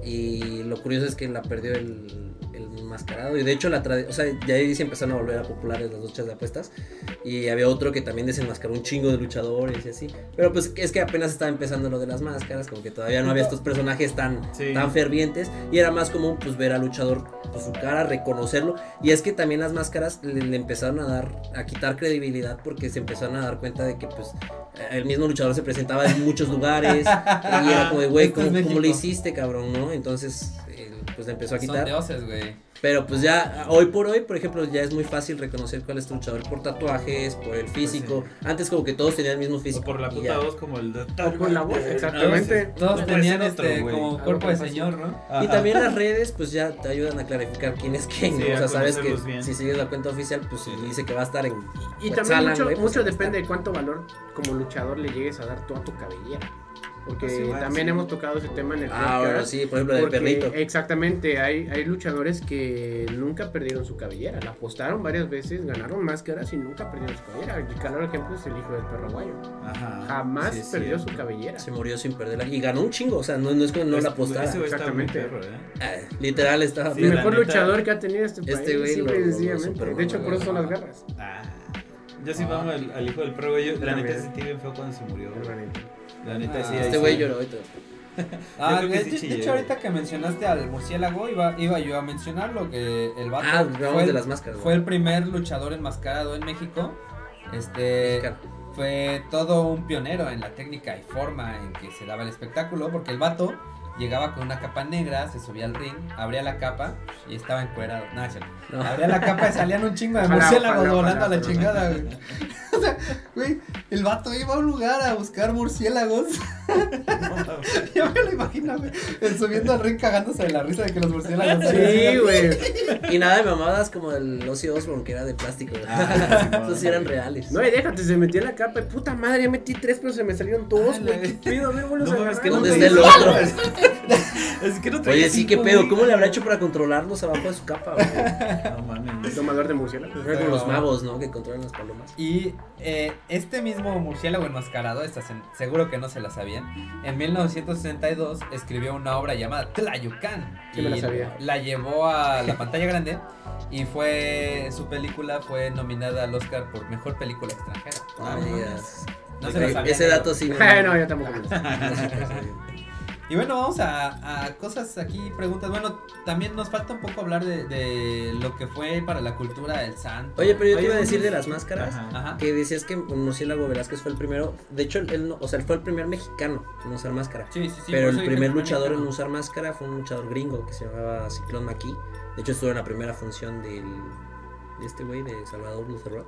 Y lo curioso es que la perdió el, el mascarado. Y de hecho, la tradi- o sea, ya ahí se empezaron a volver a populares las luchas de apuestas. Y había otro que también desenmascaró un chingo de luchadores y así. Pero pues es que apenas estaba empezando lo de las máscaras, como que todavía no había estos personajes tan
Sí.
tan fervientes y era más común pues ver al luchador pues, su cara, reconocerlo y es que también las máscaras le, le empezaron a dar a quitar credibilidad porque se empezaron a dar cuenta de que pues el mismo luchador se presentaba en
<laughs>
muchos lugares y era como de güey,
Esto es
¿cómo, cómo
México".
le hiciste cabrón? ¿no? Entonces eh, pues le empezó a
Son
quitar
dioses, güey.
pero pues ya, hoy por hoy, por ejemplo, ya es muy fácil reconocer cuál es tu luchador por tatuajes, por el físico. Antes como que todos tenían el mismo
Pues o
físico.
por la
y
puta
ya.
voz como el de
O por la voz,
Eh,
exactamente.
Todos
No puede
tenían
ser otro,
este,
güey.
como
Algo
cuerpo de
fácil.
señor, ¿no?
Y también las redes, pues ya te ayudan a clarificar quién es quién.
Sí,
¿no? O
a
sea, sabes que
conocerlos bien.
si sigues la cuenta oficial, pues si dice que va a estar en.
Y
Pues
también
Alan,
mucho,
güey, pues,
mucho
ahí está.
depende de cuánto valor como luchador le llegues a dar tú a tu cabellera. Porque
Sí, bueno,
también
sí.
hemos tocado ese tema en el
Ah, bueno,
podcast.
sí, por ejemplo, la del
Porque,
perrito.
Exactamente, hay, hay luchadores que nunca perdieron su cabellera. La apostaron varias veces, ganaron máscaras y nunca perdieron su cabellera. El claro ejemplo es el hijo del perro guayo.
Ajá.
Jamás
Sí, es
perdió
cierto.
su cabellera.
Se murió sin perderla. Y ganó un chingo. O sea, no, no es como no
Pues,
la
pues,
apostara.
ese güey está muy
Exactamente.
perro, ¿eh?
Ah, literal, estaba
Sí,
el
la
mejor
neta,
luchador que ha tenido este país.
este güey
simple y
lo- lo- lo
sencillamente.
superó,
de hecho,
lo-
por eso son
lo-
las garras.
Ah, yo sí vamos al, al hijo del perro, güey. Yo, La
Ah. También.
neta sentí bien feo cuando se murió. güey. La neta sí.
Ah,
ahí
Este
sí.
güey lloró. y todo.
Ah,
creo
de,
que sí
de- de
chillé,
hecho,
güey.
ahorita que mencionaste al murciélago, iba, iba yo a mencionarlo, que el vato
Ah, hablamos
el-
de las máscaras.
fue
güey.
el primer luchador enmascarado en México. Este
Mexicano.
fue todo un pionero en la técnica y forma en que se daba el espectáculo, porque el vato llegaba con una capa negra, se subía al ring, abría la capa y estaba encuerado. No, es cierto.
No.
Abría la capa y salían un chingo de
Ojalá,
murciélagos
ojalá,
volando a
ojalá,
la
ojalá.
chingada, güey. <laughs> O sea, güey, el vato iba a un lugar a buscar
<laughs>
murciélagos. Yo me lo imagino, güey. él Subiendo al ring cagándose de la risa de que los murciélagos.
Sí, güey.
Y nada de mamadas como el Ozzy Osbourne, que era de plástico. güey.
Ah, sí,
<laughs> Esos sí eran reales.
No, y déjate, se metió en la capa. y Puta madre, ya metí tres, pero se me salieron dos,
Ay,
güey.
la-
¿Qué pedo? No,
No mames, que
¿Dónde
no
está el
te-
otro?
<laughs> Es que no
Oye,
traía
sí,
cinco,
qué pedo.
güey.
¿Cómo le habrá hecho para controlarlos abajo de su capa, güey?
No mames.
Tomador de murciélago.
Era como los
<laughs>
magos, ¿no? Que controlan las palomas.
Y eh, este mismo murciélago enmascarado, esta se- seguro que no se la sabían, en 1962 escribió una obra llamada Tlayucan.
Sí me la sabía.
la llevó a la pantalla grande y fue su película fue nominada al Oscar por Mejor Película Extranjera.
No me digas.
Ah, No se la sabía.
Ah, Ese
<laughs>
dato sí.
Ay, Ah,
<laughs>
no, yo tampoco me lo sé.
Y bueno, vamos a, a cosas aquí, preguntas. Bueno, también nos falta un poco hablar de, de lo que fue para la cultura el santo.
Oye, pero yo te
Oye,
iba a decir
no,
de
no,
las máscaras.
Ajá.
Ajá.
Que decías que Murciélago Velázquez fue el primero. De hecho, él no- o sea, él fue el primer mexicano en usar máscara.
Sí, sí, sí, por
pero el
eso dije
primer
que
luchador en
mexicano.
usar máscara fue un luchador gringo que se llamaba Ciclón Maquis. De hecho, estuvo en la primera función del, de este güey, de Salvador Luzerroa.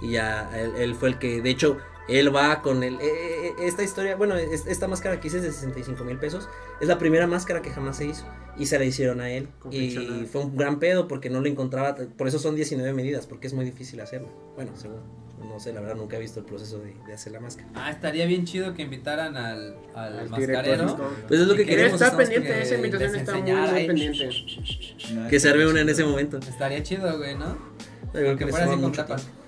Y ya él, él fue el que, de hecho, él va con el. eh, eh, eh, esta historia, bueno, es- esta máscara que hice es de 65 mil pesos. Es la primera máscara que jamás se hizo. Y se la hicieron a él.
Confeccionada.
Y fue un gran pedo porque no lo encontraba. Por eso son 19 medidas, porque es muy difícil hacerla. Bueno, según. No sé, la verdad, nunca he visto el proceso de, de hacer la máscara.
Ah, estaría bien chido que invitaran al, al,
Al tigre
mascarero.
cósmico.
Pues es lo que
Que
queremos.
Está
estamos
pendiente,
que-
esa invitación está muy,
desenseñar
muy
ahí.
pendiente.
No,
Que se
<laughs>
arme una en ese momento.
Estaría chido, güey, ¿no?
Algo
Que
me
fuera así
toma
con
mucho
tapas.
tiempo.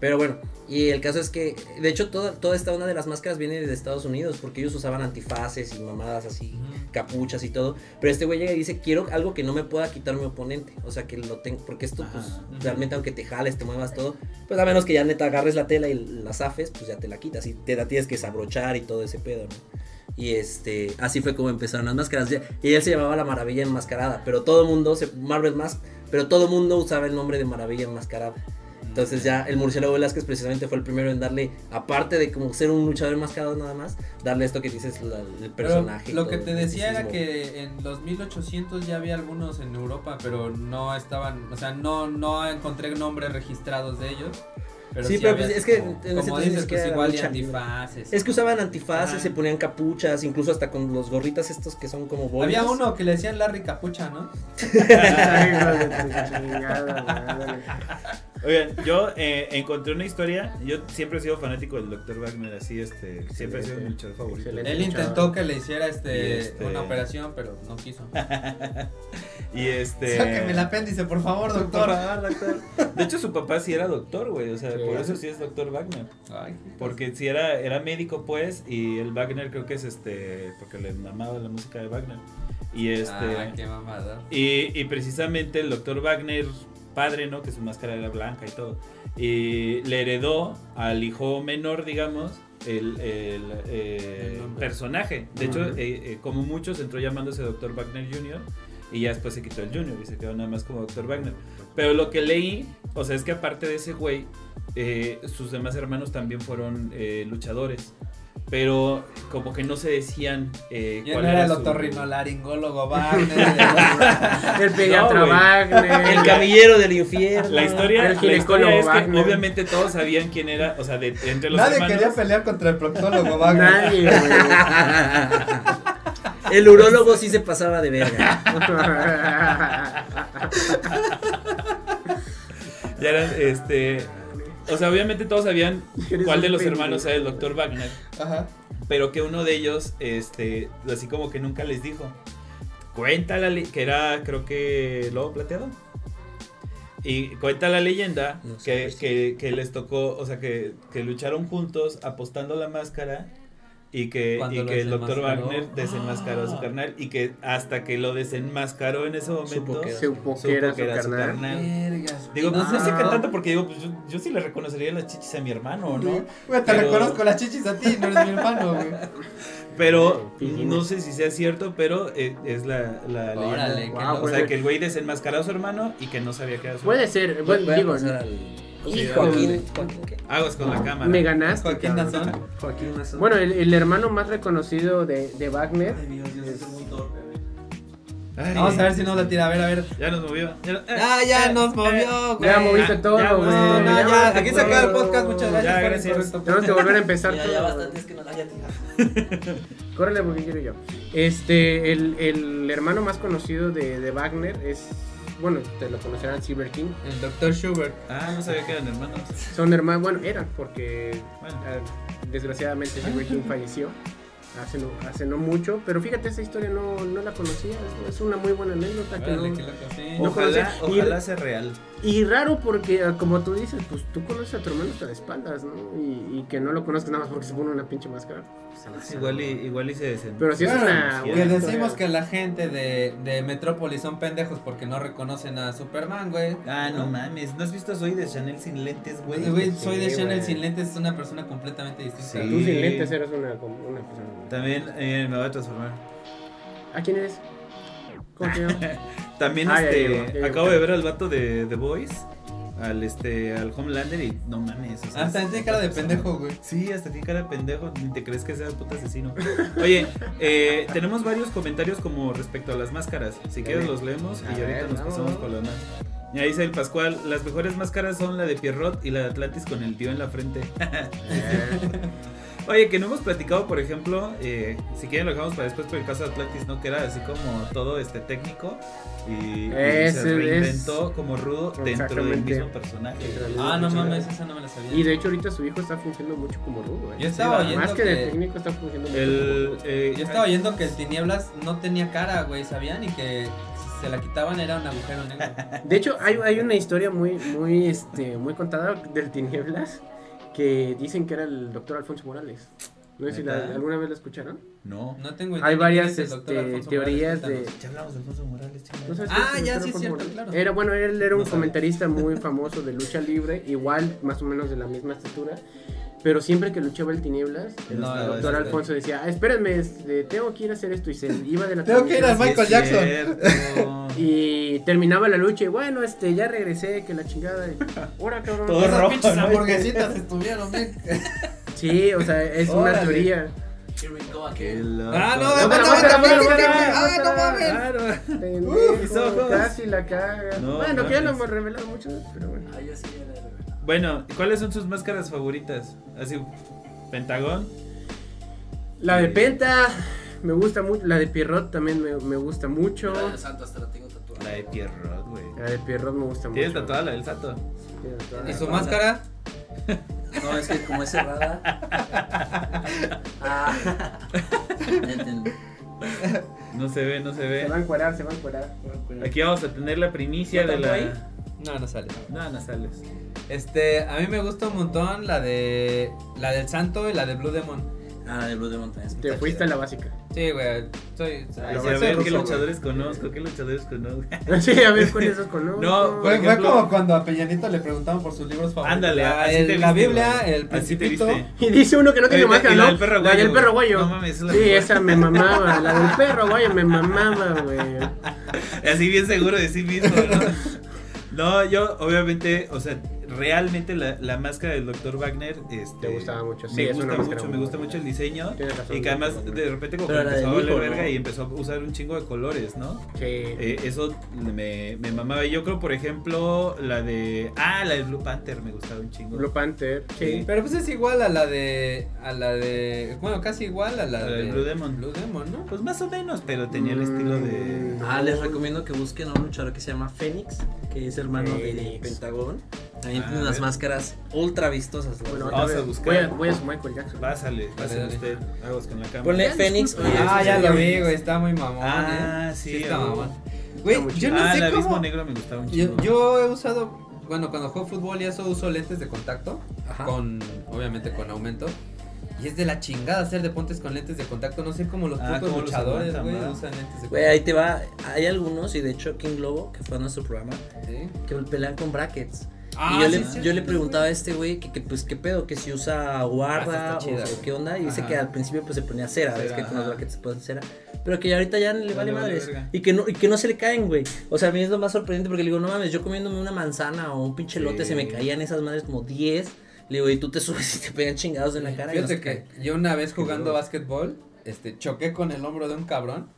Pero bueno, y el caso es que, de hecho, toda, toda esta onda de las máscaras viene de Estados Unidos, porque ellos usaban antifaces y mamadas así,
Ujú.
capuchas y todo. Pero este güey llega y dice, quiero algo que no me pueda quitar mi oponente. O sea, que lo tengo, porque esto,
Ajá.
pues,
Ujú.
realmente aunque te jales, te muevas todo, pues a menos que ya neta agarres la tela y la zafes, pues ya te la quitas y te la tienes que desabrochar y todo ese pedo, ¿no? Y este, así fue como empezaron las máscaras. Ya- Y él se llamaba la Maravilla Enmascarada, pero todo el mundo, se, Marvel Mask, pero todo el mundo usaba el nombre de Maravilla Enmascarada. Entonces ya el murciélago Velázquez precisamente fue el primero en darle, aparte de como ser un luchador enmascarado nada más, darle esto que dices, la- el
Pero
personaje. y
lo
todo
que te
el
decía era
misticismo.
que en los 1800 ya había algunos en Europa, pero no estaban, o sea, no, no encontré nombres registrados de ellos. Pero
Sí,
sí,
pero
había
pues
así
es que
como,
en ese
como
entonces
dices,
es que
pues
era
igual y
lucha libre.
antifaces.
Es que usaban antifaces,
Ajá.
se ponían capuchas, incluso hasta con los gorritas estos que son como bolas.
Había uno que le decían Larry Capucha, ¿no?
Ay, hijo de tu chingada madre.
Oigan, yo eh, encontré una historia. Yo siempre he sido fanático del Dr. Wagner, así, este. Siempre he sido mi luchador favorito.
Excelente.
Él
Escuchaba.
intentó que le hiciera este,
Y este-
una operación, pero no
<laughs>
quiso.
Y este.
Sáqueme el apéndice, por favor,
Por
doctor.
favor, doctor. De hecho, su papá sí era doctor, güey. O sea,
Sí.
por eso sí es doctor Wagner.
Ay,
Porque sí era, era médico, pues. Y el Wagner creo que es este. Porque le mamaba la música de Wagner. Y este.
Ah, qué mamada.
Y, y precisamente el doctor Wagner, padre, ¿no? Que su máscara era blanca y todo. Y le heredó al hijo menor, digamos, el, el, eh,
El nombre.
personaje. De hecho,
Ajá.
eh, eh, como muchos, entró llamándose doctor Wagner Jr. Y ya después se quitó el Junior y se quedó nada más como Doctor Wagner. Pero lo que leí, o sea, es que aparte de ese güey, eh, sus demás hermanos también fueron eh, luchadores. Pero como que no se decían eh,
Yo no era el
su- <laughs>
otorrinolaringólogo Wagner.
El pediatra
güey.
Wagner.
El camillero del infierno.
La historia,
El
la historia es que
ginecólogo
obviamente todos sabían quién era, o sea, <laughs> de- entre los
Nadie
hermanos.
quería pelear contra el proctólogo Wagner.
Nadie,
<laughs>
güey.
El urólogo sí se pasaba de verga.
Ya eran, este, o sea, obviamente todos sabían
Eres
cuál
un
de los
pendejo.
hermanos era el doctor Wagner,
Ajá.
pero que uno de ellos, este, así como que nunca les dijo. Cuenta la leyenda, que era, creo que, Lobo Plateado. Y cuenta la leyenda
No sé,
que,
pues, sí.
que, que les tocó, o sea, que, que lucharon juntos apostando la máscara y que,
Cuando
y
lo
que el doctor
desenmascaró.
Wagner desenmascaró a su
Ah.
carnal y que hasta que lo desenmascaró en ese momento,
Supo que era Eh,
Supo
supo
que era su carnal.
carnal.
Vergas.
Digo, pues no sé
Ah.
qué tanto porque digo, pues yo, yo sí le reconocería las chichis a mi hermano,
Pues,
¿no?
Güey, te
Pero-
reconozco las chichis a ti, no eres mi
<laughs>
hermano, güey.
Pero
Sí, sí,
no
sí.
sé si sea cierto, pero eh, es la, la leyenda.
Órale, que
Wow,
no-
O sea,
güey.
que el güey desenmascaró a su hermano y que no sabía qué era su
Puede ser, bueno,
Voy a
digo,
pasar al- ¿cómo se llama?
Híjole.
Joaquín, Joaquín, ¿qué?
Aguas con la cámara.
me ganaste.
Joaquín
cabrón.
Nazón.
Joaquín Mazón.
Bueno, el, el hermano más reconocido de, de Wagner.
Ay, Dios, Dios, es muy torpe, güey.
Ay,
Vamos a ver si nos la tira, a ver, a ver.
Ya nos movió. Ya, no- eh,
Ah, ya
eh,
nos
eh.
movió, güey.
Ya moviste todo,
ya,
güey.
No, no, ya,
te
aquí se acaba el
puedo.
podcast, muchas gracias.
Ya,
por el
gracias.
correcto.
Tenemos que volver a empezar
<laughs> Ya,
todo,
ya
güey.
bastantes que no la haya tirado.
Córrele porque quiero yo. Este, el, el hermano más conocido de, de Wagner es. Bueno, te lo conocerán Silver King.
El doctor Schubert.
Ah, no sabía que eran hermanos.
Son hermanos, bueno, eran, porque
Bueno.
ah, desgraciadamente Silver King falleció hace no, hace no mucho. Pero fíjate, esa historia no, no la conocía. Es, es una muy buena anécdota. Que
Órale,
no-
qué loco, sí.
No
Ojalá,
conocía.
ojalá sea real.
Y raro porque, ah, como tú dices, pues tú conoces a tu hermano hasta de espaldas, ¿no? Y, y que no lo conozcas nada más porque se pone una pinche máscara. pues, a la
Sí, igual, y, igual y se desen.
Pero sí es
Bueno,
una.
sí,
Que
buena
decimos
historia.
que la gente de, de Metrópolis son pendejos porque no reconocen a Superman, güey.
Ah, no mames. ¿No has visto Soy de Chanel sin lentes, güey?
Güey, güey, soy de
Sí,
Chanel
güey.
sin lentes, es una persona completamente distinta.
Tú
Sí.
sin lentes eres una, como una persona.
También eh, me voy a transformar.
¿A quién eres? ¿Cómo te llamas?
También
Ah, ya
este,
llegó, ya llegó.
acabo de ver al vato de The Voice, al este, al Homelander y no mames. o sea,
Hasta
es
Ah, tiene
otra
cara de
persona.
pendejo, güey.
Sí, hasta tiene cara de pendejo, ni te crees que sea el puto asesino. Oye, eh, tenemos varios comentarios como respecto a las máscaras. Si quieres los leemos
A
y ahorita
ver,
nos
vamos.
pasamos con lo demás. Mira, dice el Pascual, las mejores máscaras son la de Pierrot y la de Atlantis con el tío en la frente.
Eh,
<laughs> Oye, que no hemos platicado, por ejemplo, eh, si quieren lo dejamos para después, pero el caso de Atlantis, ¿no? Que era así como todo este técnico y, y
Ese
se
es-
reinventó como rudo dentro del
Exactamente.
mismo personaje.
Ah, no mames, esa no me la sabía.
Y de hecho, ahorita su hijo está fungiendo mucho como rudo, ¿eh?
Yo estaba
Sí,
oyendo
Más que, de
que
técnico, está fungiendo mucho.
El, eh,
yo estaba oyendo que el Tinieblas no tenía cara, güey, ¿sabían? Y que se la quitaban era un agujero negro.
como- De hecho, hay, hay una historia muy, muy, este, muy contada del Tinieblas que dicen que era el doctor Alfonso Morales. No sé si la-
¿Neta?
alguna vez la escucharon.
No.
No tengo idea.
Hay
de
varias
quién es el doctor
este,
Alfonso
teorías
Morales, cuéntanos.
de,
Ya hablamos de Alfonso Morales, chingada.
¿No sabes
Ah,
quién es
ya, sí
Doctor
es
Alfonso
cierto,
Morales?
claro.
Era, bueno, él era un
No sabía.
comentarista muy famoso de lucha libre, igual, más o menos de la misma estatura. Pero siempre que luchaba el Tinieblas, el
No,
doctor
este-
Alfonso decía, "Ah, espérenme, este, tengo que ir a hacer esto. Y se iba de la
Tengo que ir
transmisión
a- Michael Jackson.
Jackson.
<laughs>
Y terminaba la lucha y bueno, este, ya regresé, que la chingada. y, Ahora, cabrón.
Todo
Esas
<laughs> rojo,
pinches
¿no?
hamburguesitas estuvieron bien.
<laughs>
Sí, o sea, es una
Órale.
teoría.
Ah, no,
No,
aguanta,
pero,
aguanta,
pero,
aguanta,
pero,
aguanta.
pero,
Ah, no
pero,
mames.
Pendejo,
mis ojos.
Casi la caga.
No,
bueno, que ya lo
mames.
hemos revelado mucho, pero bueno.
Ah, yo sí era de verdad.
Bueno, ¿cuáles son sus máscaras favoritas? Así, Pentagón.
La de Penta me gusta mucho, la de Pierrot también me, me gusta mucho.
La de Santo hasta la tengo tatuada.
La de Pierrot, güey.
La de Pierrot me gusta
¿Tienes
mucho.
tatuada la del Sato?
Tiene tatuada.
¿Y su máscara?
No, es que como es cerrada. ah. Ya entendí.
No se ve, no se
Se
ve.
va a encuerar, se va a encuerar.
Aquí vamos a tener la primicia
¿No
de
tanto
la.
ahí?
No, no sale.
No, no sales.
Este, a mí me gusta un montón la de la del Santo y la de Blue Demon.
Ah, la de Blue Demon también.
Te fuiste a la básica. <laughs>
Sí, güey, soy
Ay,
soy-
Lo
sí, a
vas
ver,
a ruso,
¿qué
güey.
luchadores conozco? ¿Qué
<laughs>
luchadores conozco?
Sí, a ver cuál esos conozco.
No,
Fue, fue
ejemplo-
como cuando a Peñanito le preguntaban por sus libros favoritos.
Ándale,
la-
así
Ah, el-
te
la
viste,
Biblia,
güey.
el
Así te
Principito.
viste.
Y dice uno que no tiene
Oye,
máscara,
y la
¿no?
del perro
La
guayo,
del perro
güey.
guayo.
No mames, es la
Sí,
mejor.
esa me mamaba. La
<laughs>
del perro guayo me mamaba, güey.
Así bien seguro de sí mismo, ¿no? No, yo obviamente, o sea, realmente la, la máscara del Dr. Wagner, este...
Te gustaba mucho, sí, es
me
una
gusta
máscara
mucho,
muy
me gusta
buena.
mucho el diseño.
Tienes razón,
Y que además de repente como que
Pero la
empezó a
del
valer
hijo,
verga
¿no?
y empezó a usar un chingo de colores, ¿no?
Sí.
Eh, eso me, me mamaba. Yo creo, por ejemplo, la de... Ah, la de Blue Panther me gustaba un chingo.
Blue Panther.
Sí.
Sí.
Pero pues es igual a la de a la de bueno, casi igual a la,
La
de
del Blue Demon.
Blue Demon, ¿no?
Pues más o menos, pero tenía
Mm.
el estilo de...
Ah, les recomiendo que busquen a un luchador que se llama Fénix, que es hermano de
Fénix.
Pentagón. También
A
tiene unas
ver.
máscaras ultra vistosas. las
Bueno,
de-
Vamos
otra
a
vez,
buscar.
Voy a, voy a su Michael Jackson.
Pásale, pásale
dale.
usted. Aguas con la cámara.
Ponle
Ya,
Fénix.
disculpa.
oye,
Ah, ya
este,
lo vi, güey, está muy mamón.
Ah,
eh.
sí,
está
güey.
mamón. Güey,
muy
yo
chido.
no
ah, el
sé
abismo
cómo.
negro me gustaba un
Yo,
chingo.
yo he usado, bueno, cuando juego fútbol y eso uso lentes de contacto,
Ajá.
con, obviamente con aumento. Y es de la chingada hacer deportes con lentes de contacto. No sé cómo los
Ah,
putos
cómo los
luchadores,
aguantan,
güey,
¿verdad?
usan lentes de
Güey, ahí
contacto.
te va. Hay algunos, y de hecho King Globo, que fue a nuestro programa,
Sí.
que pelean con brackets.
Ah,
y yo,
sí,
le,
es cierto,
yo le preguntaba a este güey que, que, pues qué pedo, que si usa
Ah,
guarda
está chida,
o
güey.
qué onda. Y dice
Ajá.
que al principio pues se ponía cera,
Cera,
es que con los
ajá.
brackets se ponen cera. Pero que ya ahorita ya le vale
vale
madres.
verga.
y, que no, y que no se le caen, güey. O sea, a mí es lo más sorprendente porque le digo, no mames, yo comiéndome una manzana o un pinche lote
Sí.
se me caían esas madres como 10. Le digo, y tú te subes y te pegan chingados en la cara. y no
Fíjate
se
que
caen.
yo una vez jugando básquetbol, este, choqué con el hombro de un cabrón.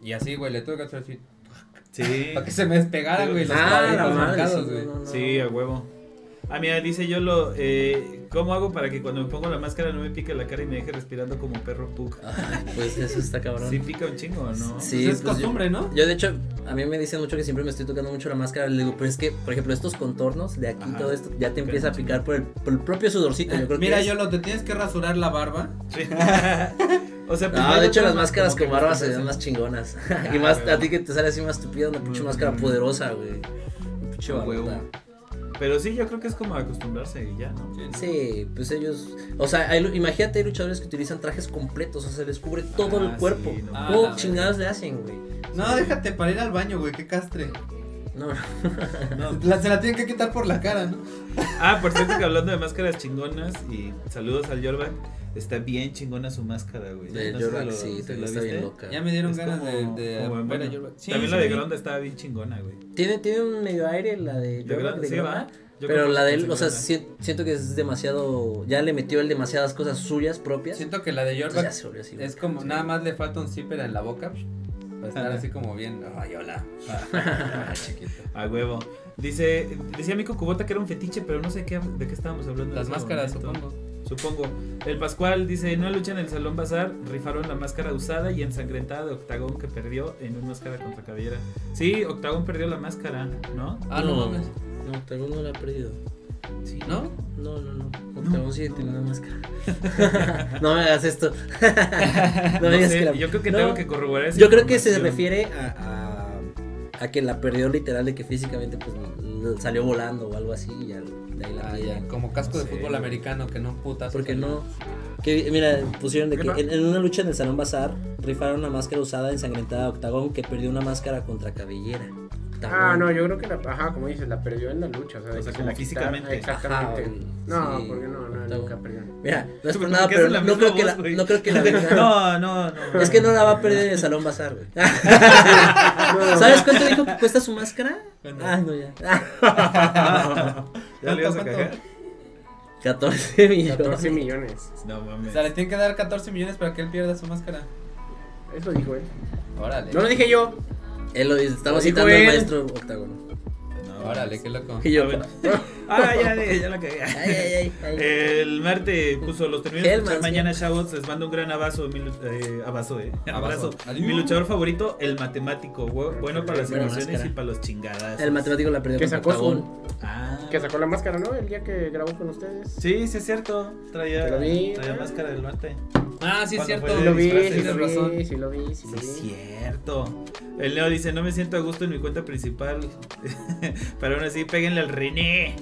Y así, güey, le tuve que hacer así.
Sí.
Para que se me despegara,
Pero-
güey, los
Ah, la
cuadritos
madre,
marcados,
sí,
güey.
no, no, no.
Sí, a huevo. Ah, mira, dice yo lo. eh, ¿Cómo hago para que cuando me pongo la máscara no me pique la cara y me deje respirando como perro pug?
Ay, pues eso está cabrón.
Sí, pica un chingo, ¿o ¿no?
Sí,
Pues es
pues, yo-
costumbre, ¿no?
Yo de hecho, a mí me dicen mucho que siempre me estoy tocando mucho la máscara. Le digo, pero es que, por ejemplo, estos contornos de aquí,
Ajá.
todo esto, ya te
Ok,
empieza a picar por el, por el propio sudorcito. Yo creo
Mira,
que es.
yo lo te tienes que rasurar la barba.
<laughs>
Sí. o sea, pues,
No, Ah, de
hay
hecho las
otras
máscaras
como
con
que
barba se
parecen-
ven más
<laughs>
chingonas. <laughs>
Ah,
y más
huevo.
a ti que te sale así más tupida, una pinche
Mm.
máscara poderosa, güey. Una Pinche
Ah,
barbota.
huevo. Pero sí, yo creo que es como acostumbrarse y ya, ¿no?
Sí, pues ellos. O sea, hay lu- imagínate, hay luchadores que utilizan trajes completos, o sea, se les cubre todo
Ah,
el cuerpo.
sí, no.
Ah,
¿Cómo
la
chingadas le hacen, güey?
No, déjate para ir al baño, güey, qué castre.
No, no.
No.
La- se la tienen que quitar por la cara, ¿no?
Ah, por cierto que hablando de máscaras chingonas y saludos al Jorban, está bien chingona su máscara, güey.
De
No sé si
Jorvac,
lo-
sí,
si
también
lo
está
viste.
bien loca.
Ya me dieron
Es
ganas
como-
de, de
como en
ver a
buena.
Jordan. Sí,
También la
sí,
de
sí.
Gronda estaba bien chingona, güey.
Tiene, tiene un medio aire la de
Yo
Jordan
creo-
de
sí,
Groma,
¿verdad? Yo creo
Pero
que
la
está
de él, o sea,
chingona.
sien- siento que es demasiado. Ya le metió él demasiadas cosas suyas propias.
Siento que la de
Entonces
Jordan
ya se volvió así. güey.
es como, nada más le falta un zipper en la boca. Para estar así como bien, ay, hola. Ah, chiquito.
A huevo. Dice, decía Mico Cubota que era un fetiche, pero no sé qué, de qué estábamos hablando. en
Las
ese
máscaras,
momento.
supongo.
Supongo. El Pascual dice, no lucha en el Salón Bazar, rifaron la máscara usada y ensangrentada de Octagón que perdió en una máscara contra cabellera. Sí, Octagón perdió la máscara, ¿no?
Ah, no, mames.
No, Octagón no la ha perdido.
Sí.
¿No?
No, no, no. Octagón sigue teniendo máscara. <laughs> no me hagas esto. no
No
me digas
sé,
que la-
yo creo que
No.
tengo que corroborar esa
Yo creo que se
información.
refiere a, a, a que la perdió literal de que físicamente pues l- salió volando o algo así y ya de ahí la
Ah,
tiene.
ya, como casco de
No sé,
fútbol
güey.
americano que no putas.
Porque no. Que, mira, pusieron de que
Epa.
en, en una lucha en el Salón Bazar rifaron una máscara usada ensangrentada de Octagón que perdió una máscara contra cabellera. Octagón.
Ah, no, yo creo que la, ajá, como dices, la perdió en la lucha. O sea, de
O sea,
que
como
la quitaron.
físicamente.
Exactamente.
Ajá, güey,
no,
sí,
porque no, no,
Octagón.
nunca perdió.
Mira, no es por
Pero
nada,
¿por qué hacen
pero
la
no
misma
creo, que la,
voz, güey?
no creo
<laughs>
que la venga.
<laughs> No, no,
<laughs>
no.
Es que no la va a perder en el Salón Bazar, güey.
<laughs>
<laughs>
No,
¿Sabes cuánto dijo que cuesta su máscara?
¿Cuánto?
Ah, no, ya. <laughs>
¿Ya le ibas a
¿Cuánto,
cagar?
14 millones.
14 millones.
No
O
mames.
sea, le tienen que dar 14 millones para que él pierda su máscara.
Eso dijo él.
Órale.
No lo dije yo.
Él lo dice, estaba
Lo dijo
citando al
él.
maestro Octagón.
No,
Órale, qué loco.
Y yo,
Ah, bueno.
ay,
<laughs> Ah, ya, ya, ya la cagué.
ay, ay. ay.
Eh,
El Marte puso los terminos de escuchar
Hellman's,
mañana, chavos. Les mando un gran abrazo, mi, lu- eh, abrazo, eh,
Abrazo.
abrazo.
Adiós.
Mi luchador favorito, el matemático. bu- Bueno para las
Buena
emociones y
máscara.
para los chingadas.
El matemático la perdió
Que
contra
sacó su-
Octagón.
Ah,
Que sacó la máscara, ¿no? El día que grabó con ustedes.
sí, sí, es cierto. Traía,
Lo vi.
traía máscara del Marte.
Ah, sí, es
Cuando
cierto.
fue
Sí lo vi,
disfraces,
sí
tienes
lo
razón.
vi, sí lo vi, sí
Sí,
lo
es
vi.
cierto. El Leo dice: No me siento a gusto en mi cuenta principal. <laughs> Pero aún así, péguenle al René.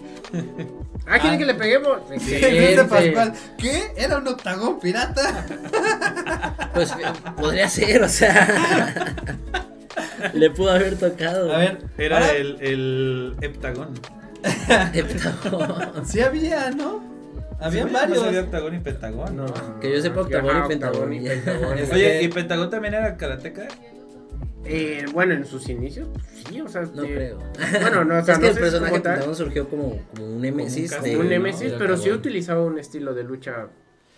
Ah, ¿quieren
Ah.
que le peguemos?
Dice
Excelente.
Pascual, ¿qué? ¿Era un octagón pirata?
<laughs>
Pues eh, podría ser, o sea. Le pudo haber tocado.
A ver,
Era
ahora,
el, el heptagón.
Heptagón.
Sí había, ¿no? Habían
Sí,
varios.
No había heptagón y pentagón.
No,
Que yo sepa,
ajá,
octagón y
octagón
pentagón,
y
ya.
pentagón.
<laughs>
Es-
Oye, ¿y pentagón también era karateca?
Eh, bueno, en sus inicios, pues, sí, o sea,
No
sí.
creo.
Bueno, no, o sea,
es que
no
el
sé
personaje de
cómo tal,
Octagón surgió como, como un némesis.
Como un
de-
un
Sí,
Nemesis,
¿no?
pero sí
Octagón.
utilizaba un estilo de lucha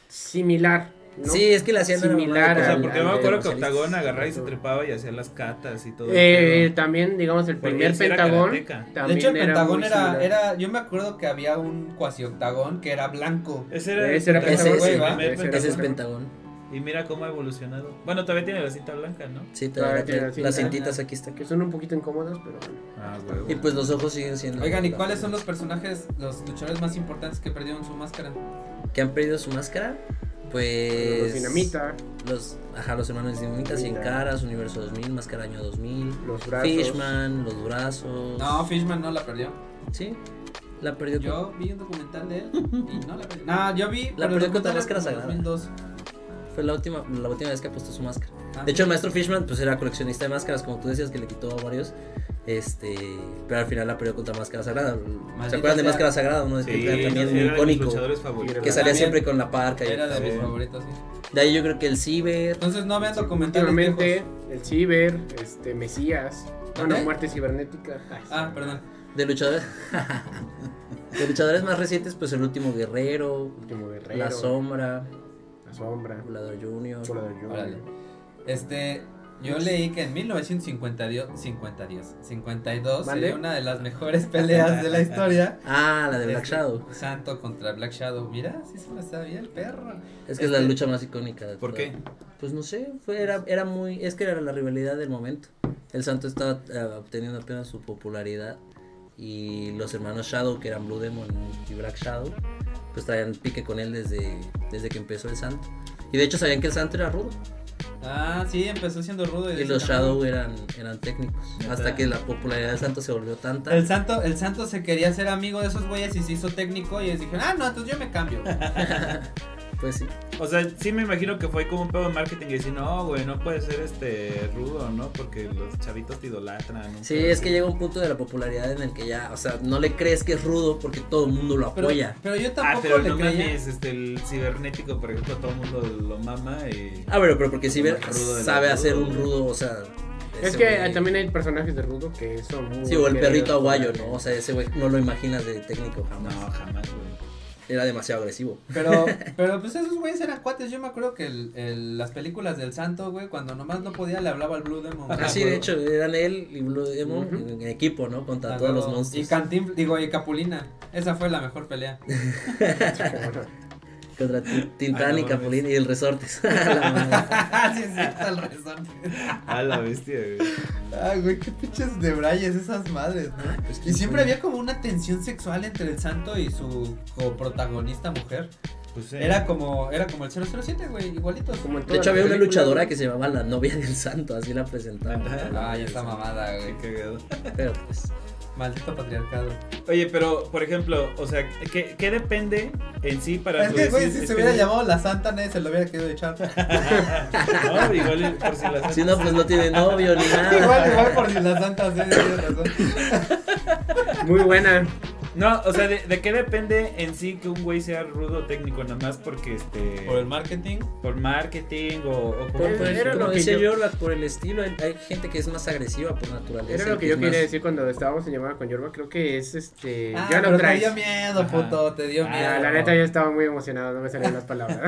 similar. ¿no?
Sí, es que le hacían la mamada
Similar
O sea,
al-
porque
al
me
de
acuerdo que
Rosalía.
Octagón agarraba y se trepaba y hacía las catas y todo. el
Eh,
pedo.
también, digamos, el
Porque
primer
él sí era
Pentagón.
karateca.
de
también
hecho, el pentagón
muy
era,
similar.
era. Yo me acuerdo que había un cuasi octagón que era blanco.
Ese era,
Ese era
Pentagón,
Pentagón, ese,
güey, primer
ese era
Pentagón.
Ese es Pentagón.
Y mira cómo ha evolucionado. Bueno, todavía tiene la cinta blanca, ¿no?
Sí,
Todavía
todavía
Ah, tiene
trae-
la cinta.
las cintitas aquí está.
Que son un poquito incómodas, pero bueno.
Ah,
Y pues los ojos siguen siendo.
Oigan, ¿y cuáles son los personajes, los luchadores más importantes que perdieron su máscara?
que han perdido su máscara? Pues.
Los dinamita,
Los, ajá, los hermanos Dinamita, Sin
Dinamita.
Caras, Universo 2000, Máscara Año 2000,
los brazos.
Fishman, Los Brazos.
No, Fishman no la perdió.
Sí, la perdió.
Yo vi un documental de él y no la perdió. No, yo vi.
La
pero el
perdió
documental
con Tabasco
es como
Sagrada.
2002.
Fue la última, la última vez que apostó su máscara.
Ah,
De hecho, el maestro Fishman, pues era coleccionista de máscaras, como tú decías, que le quitó a varios. Este, pero al final la perdió contra Máscara Sagrada. ¿Se
Maldita
acuerdan de
sea.
Máscara Sagrada? Uno de
Sí,
Tintán
también
también muy
icónico.
icónico.
favoritos.
Que salía
También
siempre con la parca.
Era de
Y,
mis
Sí.
favoritos, sí.
de ahí yo creo que el Ciber.
Entonces no vean documentales.
Últimamente,
viejos.
el Ciber, este, Mesías. Bueno,
¿Eh?
muerte cibernética. Ay,
Ah, perdón.
De luchadores. <laughs> de luchadores más recientes, pues el último Guerrero,
Último guerrero.
La Sombra,
La sombra.
Volador Junior.
Bola de lluvia.
Órale. Este, yo leí que en 1952, 50 días, 52
¿Vale?
sería una de las mejores peleas de
<laughs>
la historia.
Ah, la de Black
Este,
Shadow.
Santo contra Black Shadow. Mira, sí se la sabía el perro.
Es que es la
este-
lucha más icónica. de
¿Por
toda.
qué?
Pues no sé, fue, era, era muy. Es que era la rivalidad del momento. El Santo estaba eh, obteniendo apenas su popularidad. Y los hermanos Shadow, que eran Blue Demon y Black Shadow, pues traían pique con él desde, desde que empezó el Santo. Y de hecho sabían que el Santo era rudo.
Ah, sí, empezó siendo rudo.
Y
desde
los
ese momento.
Shadow eran, eran técnicos.
Neta.
Hasta que la popularidad del Santo se volvió tanta.
El santo, el santo se quería hacer amigo de esos güeyes y se hizo técnico y les dijeron, ah, no, entonces yo me
<laughs>
cambio.
Pues sí.
O sea, sí me imagino que fue como un pedo de marketing y decir, no, güey, no puede ser este rudo, ¿no? Porque los chavitos te idolatran. ¿no?
Sí, es que llega un punto de la popularidad en el que ya, o sea, no le crees que es rudo porque todo el mundo lo
Pero,
apoya.
pero yo tampoco
Ah, pero
le
no
creía.
mames, este, el cibernético, por ejemplo, todo el mundo lo mama y...
Ah, bueno, pero porque si
Como
ve-
el rudo de la
sabe
rudo,
hacer un
güey.
rudo, o sea.
Es
ese
que
güey-
eh, también hay personajes de Rudo que son muy.
Sí, o el
queridos
perrito
por
aguayo,
la-
¿no? O sea, ese güey no lo imaginas de técnico
No,
jamás.
jamás, güey.
Era demasiado agresivo.
<laughs> <laughs> Pero, pero pues esos güeyes eran cuates. Yo me acuerdo que el- el- las películas del santo, güey, cuando nomás no podía le hablaba al Blue Demon.
Ajá,
güey.
sí, Ah, de hecho, eran él y Blue Demon
Ujú.
en- en equipo, ¿no? Contra
Ah,
todos
huevo.
los
Y
monstruos.
Cantinflas, digo, y Capulina. Esa fue la mejor pelea. <laughs>
Contra Tin- Tintán
no
y
mames.
Capulín y el Resortes. <laughs> La mamá.
sí, es cierto, el resorte.
A la bestia, güey.
Ah, güey, qué pinches de brayes esas madres, ¿no?
Pues,
Y
¿quién
siempre
fue?
había como una tensión sexual entre el santo y su coprotagonista mujer.
Pues, sí.
Era como era como el 007, güey, igualitos.
Como en
De
todas
hecho,
las
había una
películas.
luchadora que se llamaba la novia del santo, así la
Ajá.
presentaban.
Ah, ya está mamada, güey.
Qué cagado.
Pero pues.
Maldito patriarcado.
Oye, pero, por ejemplo, o sea, ¿qué, qué depende en sí para
Es
tú
que, güey,
decir- este,
si
es
se
que-
hubiera llamado la santa, nadie se lo hubiera querido
<laughs>
echar. <laughs>
No, igual por si las...
Si no, pues no tiene novio ni
<laughs>
nada.
igual, igual por si la santa, sí, tienes razón.
Muy buena.
No, o sea, ¿de, de qué depende en sí que un güey sea rudo o técnico? Nada más porque, este... Por,
marketing.
marketing o... o como-
Por-
Pues,
por-
era
como
lo que
decía
yo-
yo, la- por el estilo, hay, hay gente que es más agresiva por naturaleza.
Era lo que
es
yo quería
más-
decir cuando estábamos en llamada con Yorba. Creo que es este.
Ah,
ya lo
pero te
traes.
dio miedo,
Ajá.
puto, te dio
Ah,
miedo. Ah,
Ah, la
<laughs>
neta, yo estaba muy emocionado. No me salían las
<laughs>
palabras.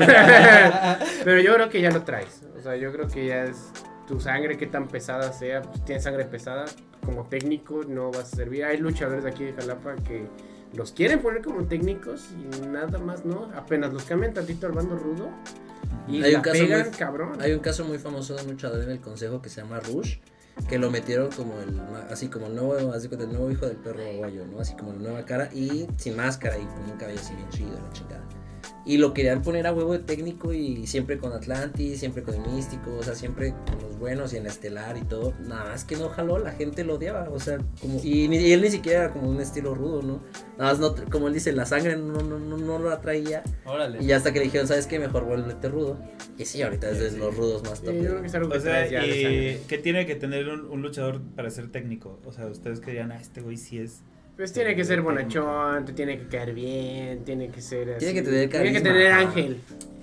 <laughs> Pero yo creo que ya lo traes. O sea, yo creo que ya es tu sangre, qué tan pesada sea. Pues, tienes sangre pesada, como técnico no vas a servir. Hay luchadores de aquí de Jalapa que los quieren poner como técnicos y nada más, ¿no? Apenas los cambian tantito al bando rudo y
Hay un
la
caso
pegan,
muy-
cabrón.
Hay un caso muy famoso de un luchador en el consejo que se llama Rush, que lo metieron como el, ma- así como el nuevo, así como el nuevo hijo del perro aguayo, ¿no? Así como la nueva cara y sin máscara y con un cabello así bien chido, la chingada. Y lo querían poner a huevo de técnico y siempre con Atlantis, siempre con el místico, o sea, siempre con los buenos y en la estelar y todo. Nada más que no jaló, la gente lo odiaba, o sea, como. Y, ni- y él ni siquiera era como un estilo rudo, ¿no? Nada más, no, tr- como él dice, la sangre no, no, no, no lo atraía.
Órale.
Y hasta que le dijeron, ¿sabes qué? Mejor vuélvete rudo. Y sí, ahorita es de los rudos más
Sí, yo creo que
top.
es algo que
O sea,
traes ya de
y
sangre.
¿qué tiene que tener un, un luchador para ser técnico? O sea, ustedes creían, ah, este güey sí es.
Pues tiene que ser bonachón, te tiene que caer bien, tiene que ser así.
Tiene que tener
Tiene que
carisma.
tener ángel.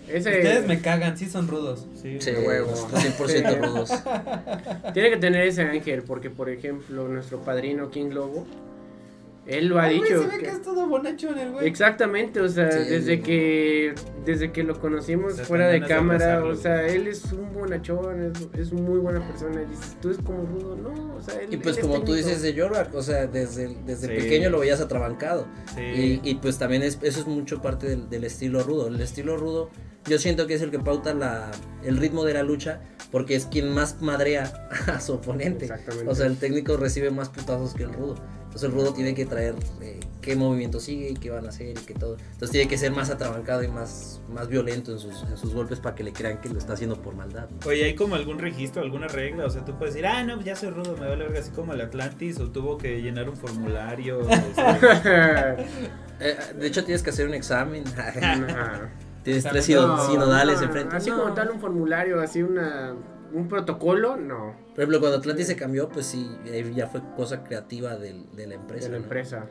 Ese...
Ustedes me cagan, sí son rudos.
Sí,
Sí,
güey.
huevo.
100% rudos.
Tiene que tener ese ángel, porque por ejemplo, nuestro padrino King Lobo, él lo ha
Ay, Ah, güey,
dicho.
Se ve
que-
que es todo bonachón el güey.
Exactamente, o sea,
Sí.
desde que desde que lo
O
conocimos
sea,
fuera de
están ganas de
cámara,
abrazarlo,
o sea, él es un bonachón, es, es muy buena persona. y Dices, tú es como rudo, no, o sea, él.
Y
<laughs>
pues
él es
como tú
técnico.
dices de Jorvak, o sea, desde, desde
Sí.
pequeño lo veías atrabancado.
Sí.
Y, y pues también es, eso es mucho parte del, del estilo rudo. El estilo rudo Yo siento que es el que pauta la, el ritmo de la lucha porque es quien más madrea <laughs> a su oponente.
Exactamente. <laughs>
O sea, el técnico recibe más putazos que el rudo. Entonces el rudo tiene que traer eh, qué movimiento sigue y qué van a hacer y qué todo. Entonces tiene que ser más atrabancado y más, más violento en sus, en sus golpes para que le crean que lo está haciendo por maldad. ¿no?
Oye, ¿hay como algún registro, alguna regla? O sea, tú puedes decir, ah, no, ya soy rudo, me vale verga, así como el Atlantis, o tuvo que llenar un formulario.
<laughs>
este,
Eh, de hecho tienes que hacer un <laughs> examen.
Nah.
tienes tres
Examen.
sino-
No,
sinodales
no,
enfrente.
Así
No.
como tal un formulario, así una un protocolo, no,
Por ejemplo, cuando Atlantis se cambió, pues sí, eh, ya fue cosa creativa del- de la empresa.
de la
¿no?
empresa.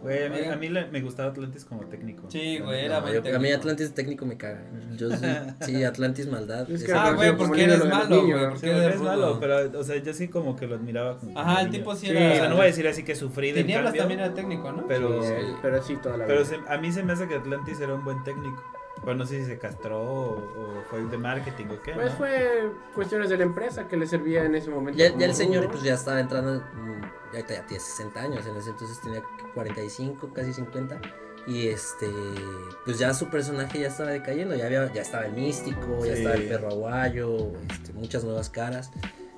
Güey, a mí,
Oigan.
a mí la- me gustaba Atlantis como técnico.
Sí, güey,
No,
era
yo-
buen
a mí
técnico.
Atlantis técnico me caga. Yo sí, sí, Atlantis maldad.
Es
Es-
que-
Ah, güey,
Como
porque
niño
eres
lo de los
malo,
niños,
güey,
¿no?
porque
Sí, no
eres
es malo,
rudo.
pero, o sea, yo sí como que lo admiraba. Como
Ajá, el
niño.
tipo sí
Sí,
O
era...
sea, no voy a decir así que sufrí de
Tinieblas
cambio,
también era técnico, ¿no?
Pero,
Eh, pero sí toda la
pero
vida.
se- a mí se me hace que Atlantis era un buen técnico. Bueno, no sé si se castró o, o fue de marketing o qué.
Pues
¿no?
fue cuestiones de la empresa que le servía en ese momento.
Ya,
como
ya el señor
rudo.
pues ya estaba entrando, mm, ya, ya tiene 60 años, en ese entonces tenía 45, casi 50. Y este, pues ya su personaje ya estaba decayendo, ya, había, ya estaba el místico, ya
Sí.
estaba el perro aguayo, este, muchas nuevas caras.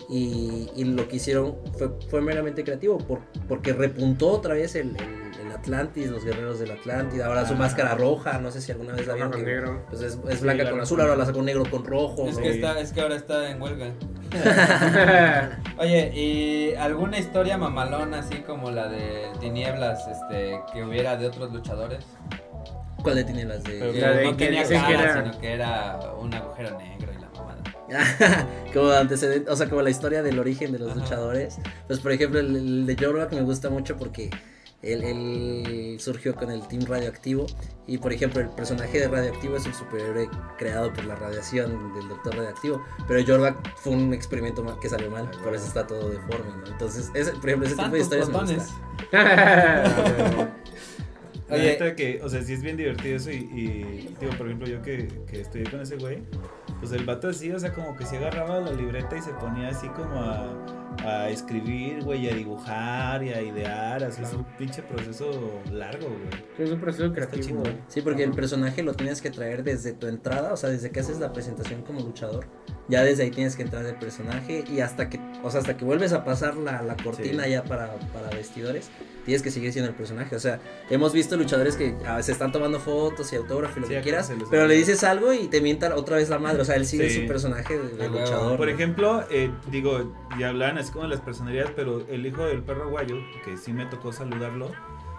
Y, y lo que hicieron fue, fue meramente creativo, por- porque repuntó otra vez el, el- el Atlantis, los guerreros del Atlantis, ahora su
Ah.
máscara roja, no sé si alguna vez la
Roja
vieron.
con
que, <laughs>
negro. <laughs>
Pues es, es blanca
la
con
roja.
azul, ahora la sacó negro con rojo.
Es
¿no?
que, está, es que ahora está en huelga. Oye, ¿y alguna historia mamalona así como la de Tinieblas este, que hubiera de otros luchadores?
¿Cuál de tiene las de...?
Pero
la de
no
que
tenía
dicen
cara,
que era-
sino que era un agujero negro y la mamada.
<laughs> como antecedente, o sea, como la historia del origen de los
Ajá.
luchadores. Pues, por ejemplo, el, el de Jorvac me gusta mucho porque él, él surgió con el Team Radioactivo. Y, por ejemplo, el personaje de Radioactivo es un superhéroe creado por la radiación del Doctor Radioactivo. Pero Jorvac fue un experimento mal- que salió mal, por eso está todo deforme, ¿no? Entonces, ese, por ejemplo, ese tipo
Santos
de historias me
botones.
gusta.
La
Oye.
neta que, o sea, sí es bien divertido eso y, y, digo, por ejemplo, yo que, que estudié con ese güey, pues el vato así, o sea, como que se agarraba la libreta y se ponía así como a, a escribir, güey, y a dibujar y a idear, así es un pinche proceso largo, güey.
es un proceso creativo.
chingón.
Sí, porque el personaje lo tienes que traer desde tu entrada, o sea, desde que haces la presentación como luchador, ya desde ahí tienes que entrar el personaje y hasta que, o sea, hasta que vuelves a pasar la, la cortina
Sí.
ya para, para vestidores, tienes que seguir siendo el personaje. O sea, hemos visto luchadores que ah, se están tomando fotos y autógrafos y lo
Sí,
que
acá
quieras,
se los-
pero le dices algo y te mientan otra vez la madre, o sea, él sigue
Sí.
su personaje de, de
Ah, huevo.
luchador.
Por
¿no?
ejemplo, eh, digo, ya hablaban así como de las personalidades, pero el hijo del perro guayo, que sí me tocó saludarlo,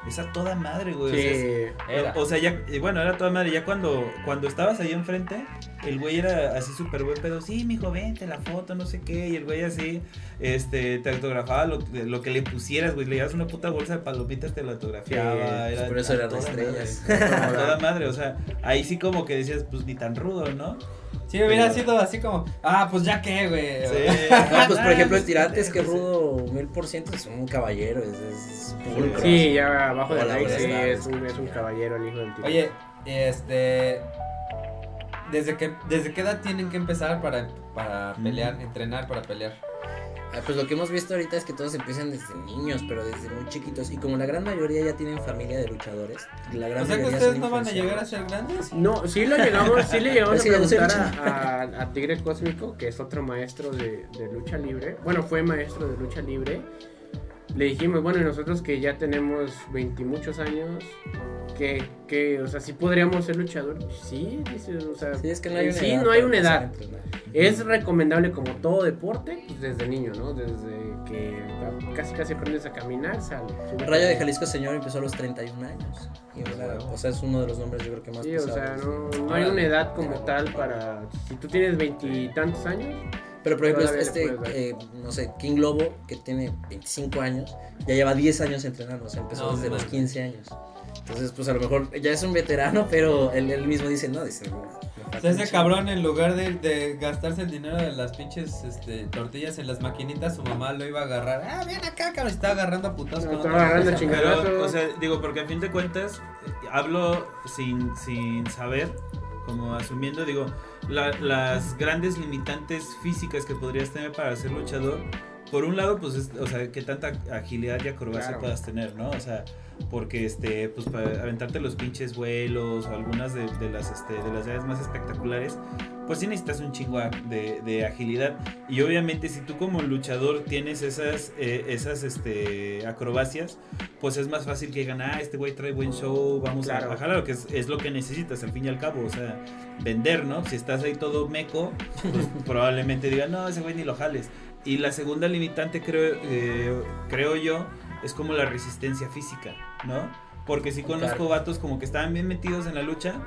es a toda madre, güey. o sea, es-
Sí.
Era.
O sea, ya, y bueno, era toda madre. Ya cuando, cuando estabas ahí enfrente, el güey era así súper buen pedo. Sí, mijo, vente la foto, no sé qué. Y el güey así, este, te autografaba lo, lo que le pusieras, güey. Le llevas una puta bolsa de palomitas, te la autografiaba.
Sí,
era
por eso
a
eran
toda
estrellas.
madre, a <laughs> toda madre, o sea, ahí sí como que decías, pues ni tan rudo, ¿no?
Sí, hubiera
Pero-
sido así como, ah, pues ya qué, güey.
Eh, <laughs> No, pues por
Ah,
ejemplo,
pues,
el tirantes que
sí.
rudo mil por ciento es un caballero, es, es pulcro,
Sí, ya abajo de
Hola,
la
buenas
sí,
tardes.
es un, es un caballero el hijo del tío.
Oye, este. ¿Desde qué, ¿Desde qué edad tienen que empezar para, para
Mm.
pelear, entrenar para pelear?
Ah, Pues lo que hemos visto ahorita es que todos empiezan desde niños, pero desde muy chiquitos. Y como la gran mayoría ya tienen familia de luchadores, la gran
O sea que
mayoría
ustedes
son
no van a llegar a
influenciados.
ser grandes.
No, sí lo llegamos, sí le llegamos
<laughs> Es
a
que ya no sé
preguntar a, a- a Tigre Cósmico, que es otro maestro de, de lucha libre. Bueno, fue maestro de lucha libre. Le dijimos, bueno, y nosotros que ya tenemos veintimuchos años, que, que, o sea, sí podríamos ser luchadores. Sí, dice, o sea,
Sí, es que no hay
en
una
sí,
edad. pues,
no hay
para
una edad.
empezar a entrenar.
Es recomendable como todo deporte, pues desde niño, ¿no? Desde que ca- casi casi aprendes a caminar, sale.
Rayo de Jalisco Señor empezó a los 31 años. Y, o, sea,
Wow.
o sea, es uno de los nombres yo creo que más
Ah, Sí, o sea,
pesados.
no, no hay una edad como tal para... Si tú tienes veintitantos años,
Pero por ejemplo,
Todavía le
este,
puedes dar.
eh, no sé, King Lobo, que tiene 25 años, ya lleva 10 años entrenando, o sea, empezó
No,
desde los
mames.
15 años. Entonces, pues a lo mejor ya es un veterano, pero él, él mismo dice, no, dice, "no, me
O
falta
sea,
un
ese
chingo".
cabrón en lugar de, de gastarse el dinero de las pinches este, tortillas en las maquinitas, su mamá lo iba a agarrar. Ah, ven acá, cabrón, está agarrando a putazos
No,
con
estaba
otra
agarrando
cosa.
Pero,
Chingadazo.
o sea, digo, porque a fin de cuentas, eh, hablo sin, sin saber, como asumiendo, digo, la- las grandes limitantes físicas que podrías tener para ser luchador, por un lado, pues, es- o sea, qué tanta agilidad y acrobacia
Claro.
puedas tener, ¿no? O sea, porque, este, pues, para aventarte los pinches vuelos o algunas de, de las, este, de las llaves más espectaculares, pues sí necesitas un chingo de, de agilidad. Y obviamente, si tú como luchador tienes esas, eh, esas, este, acrobacias, pues es más fácil que digan, ah, este güey trae buen show, vamos a-
Claro.
a jalar, que es, es lo que necesitas al fin y al cabo, o sea, vender, ¿no? Si estás ahí todo meco, pues probablemente digan, no, ese güey ni lo jales. Y la segunda limitante, creo, eh, creo yo, es como la resistencia física, ¿no? Porque sí conozco
Claro.
vatos como que estaban bien metidos en la lucha,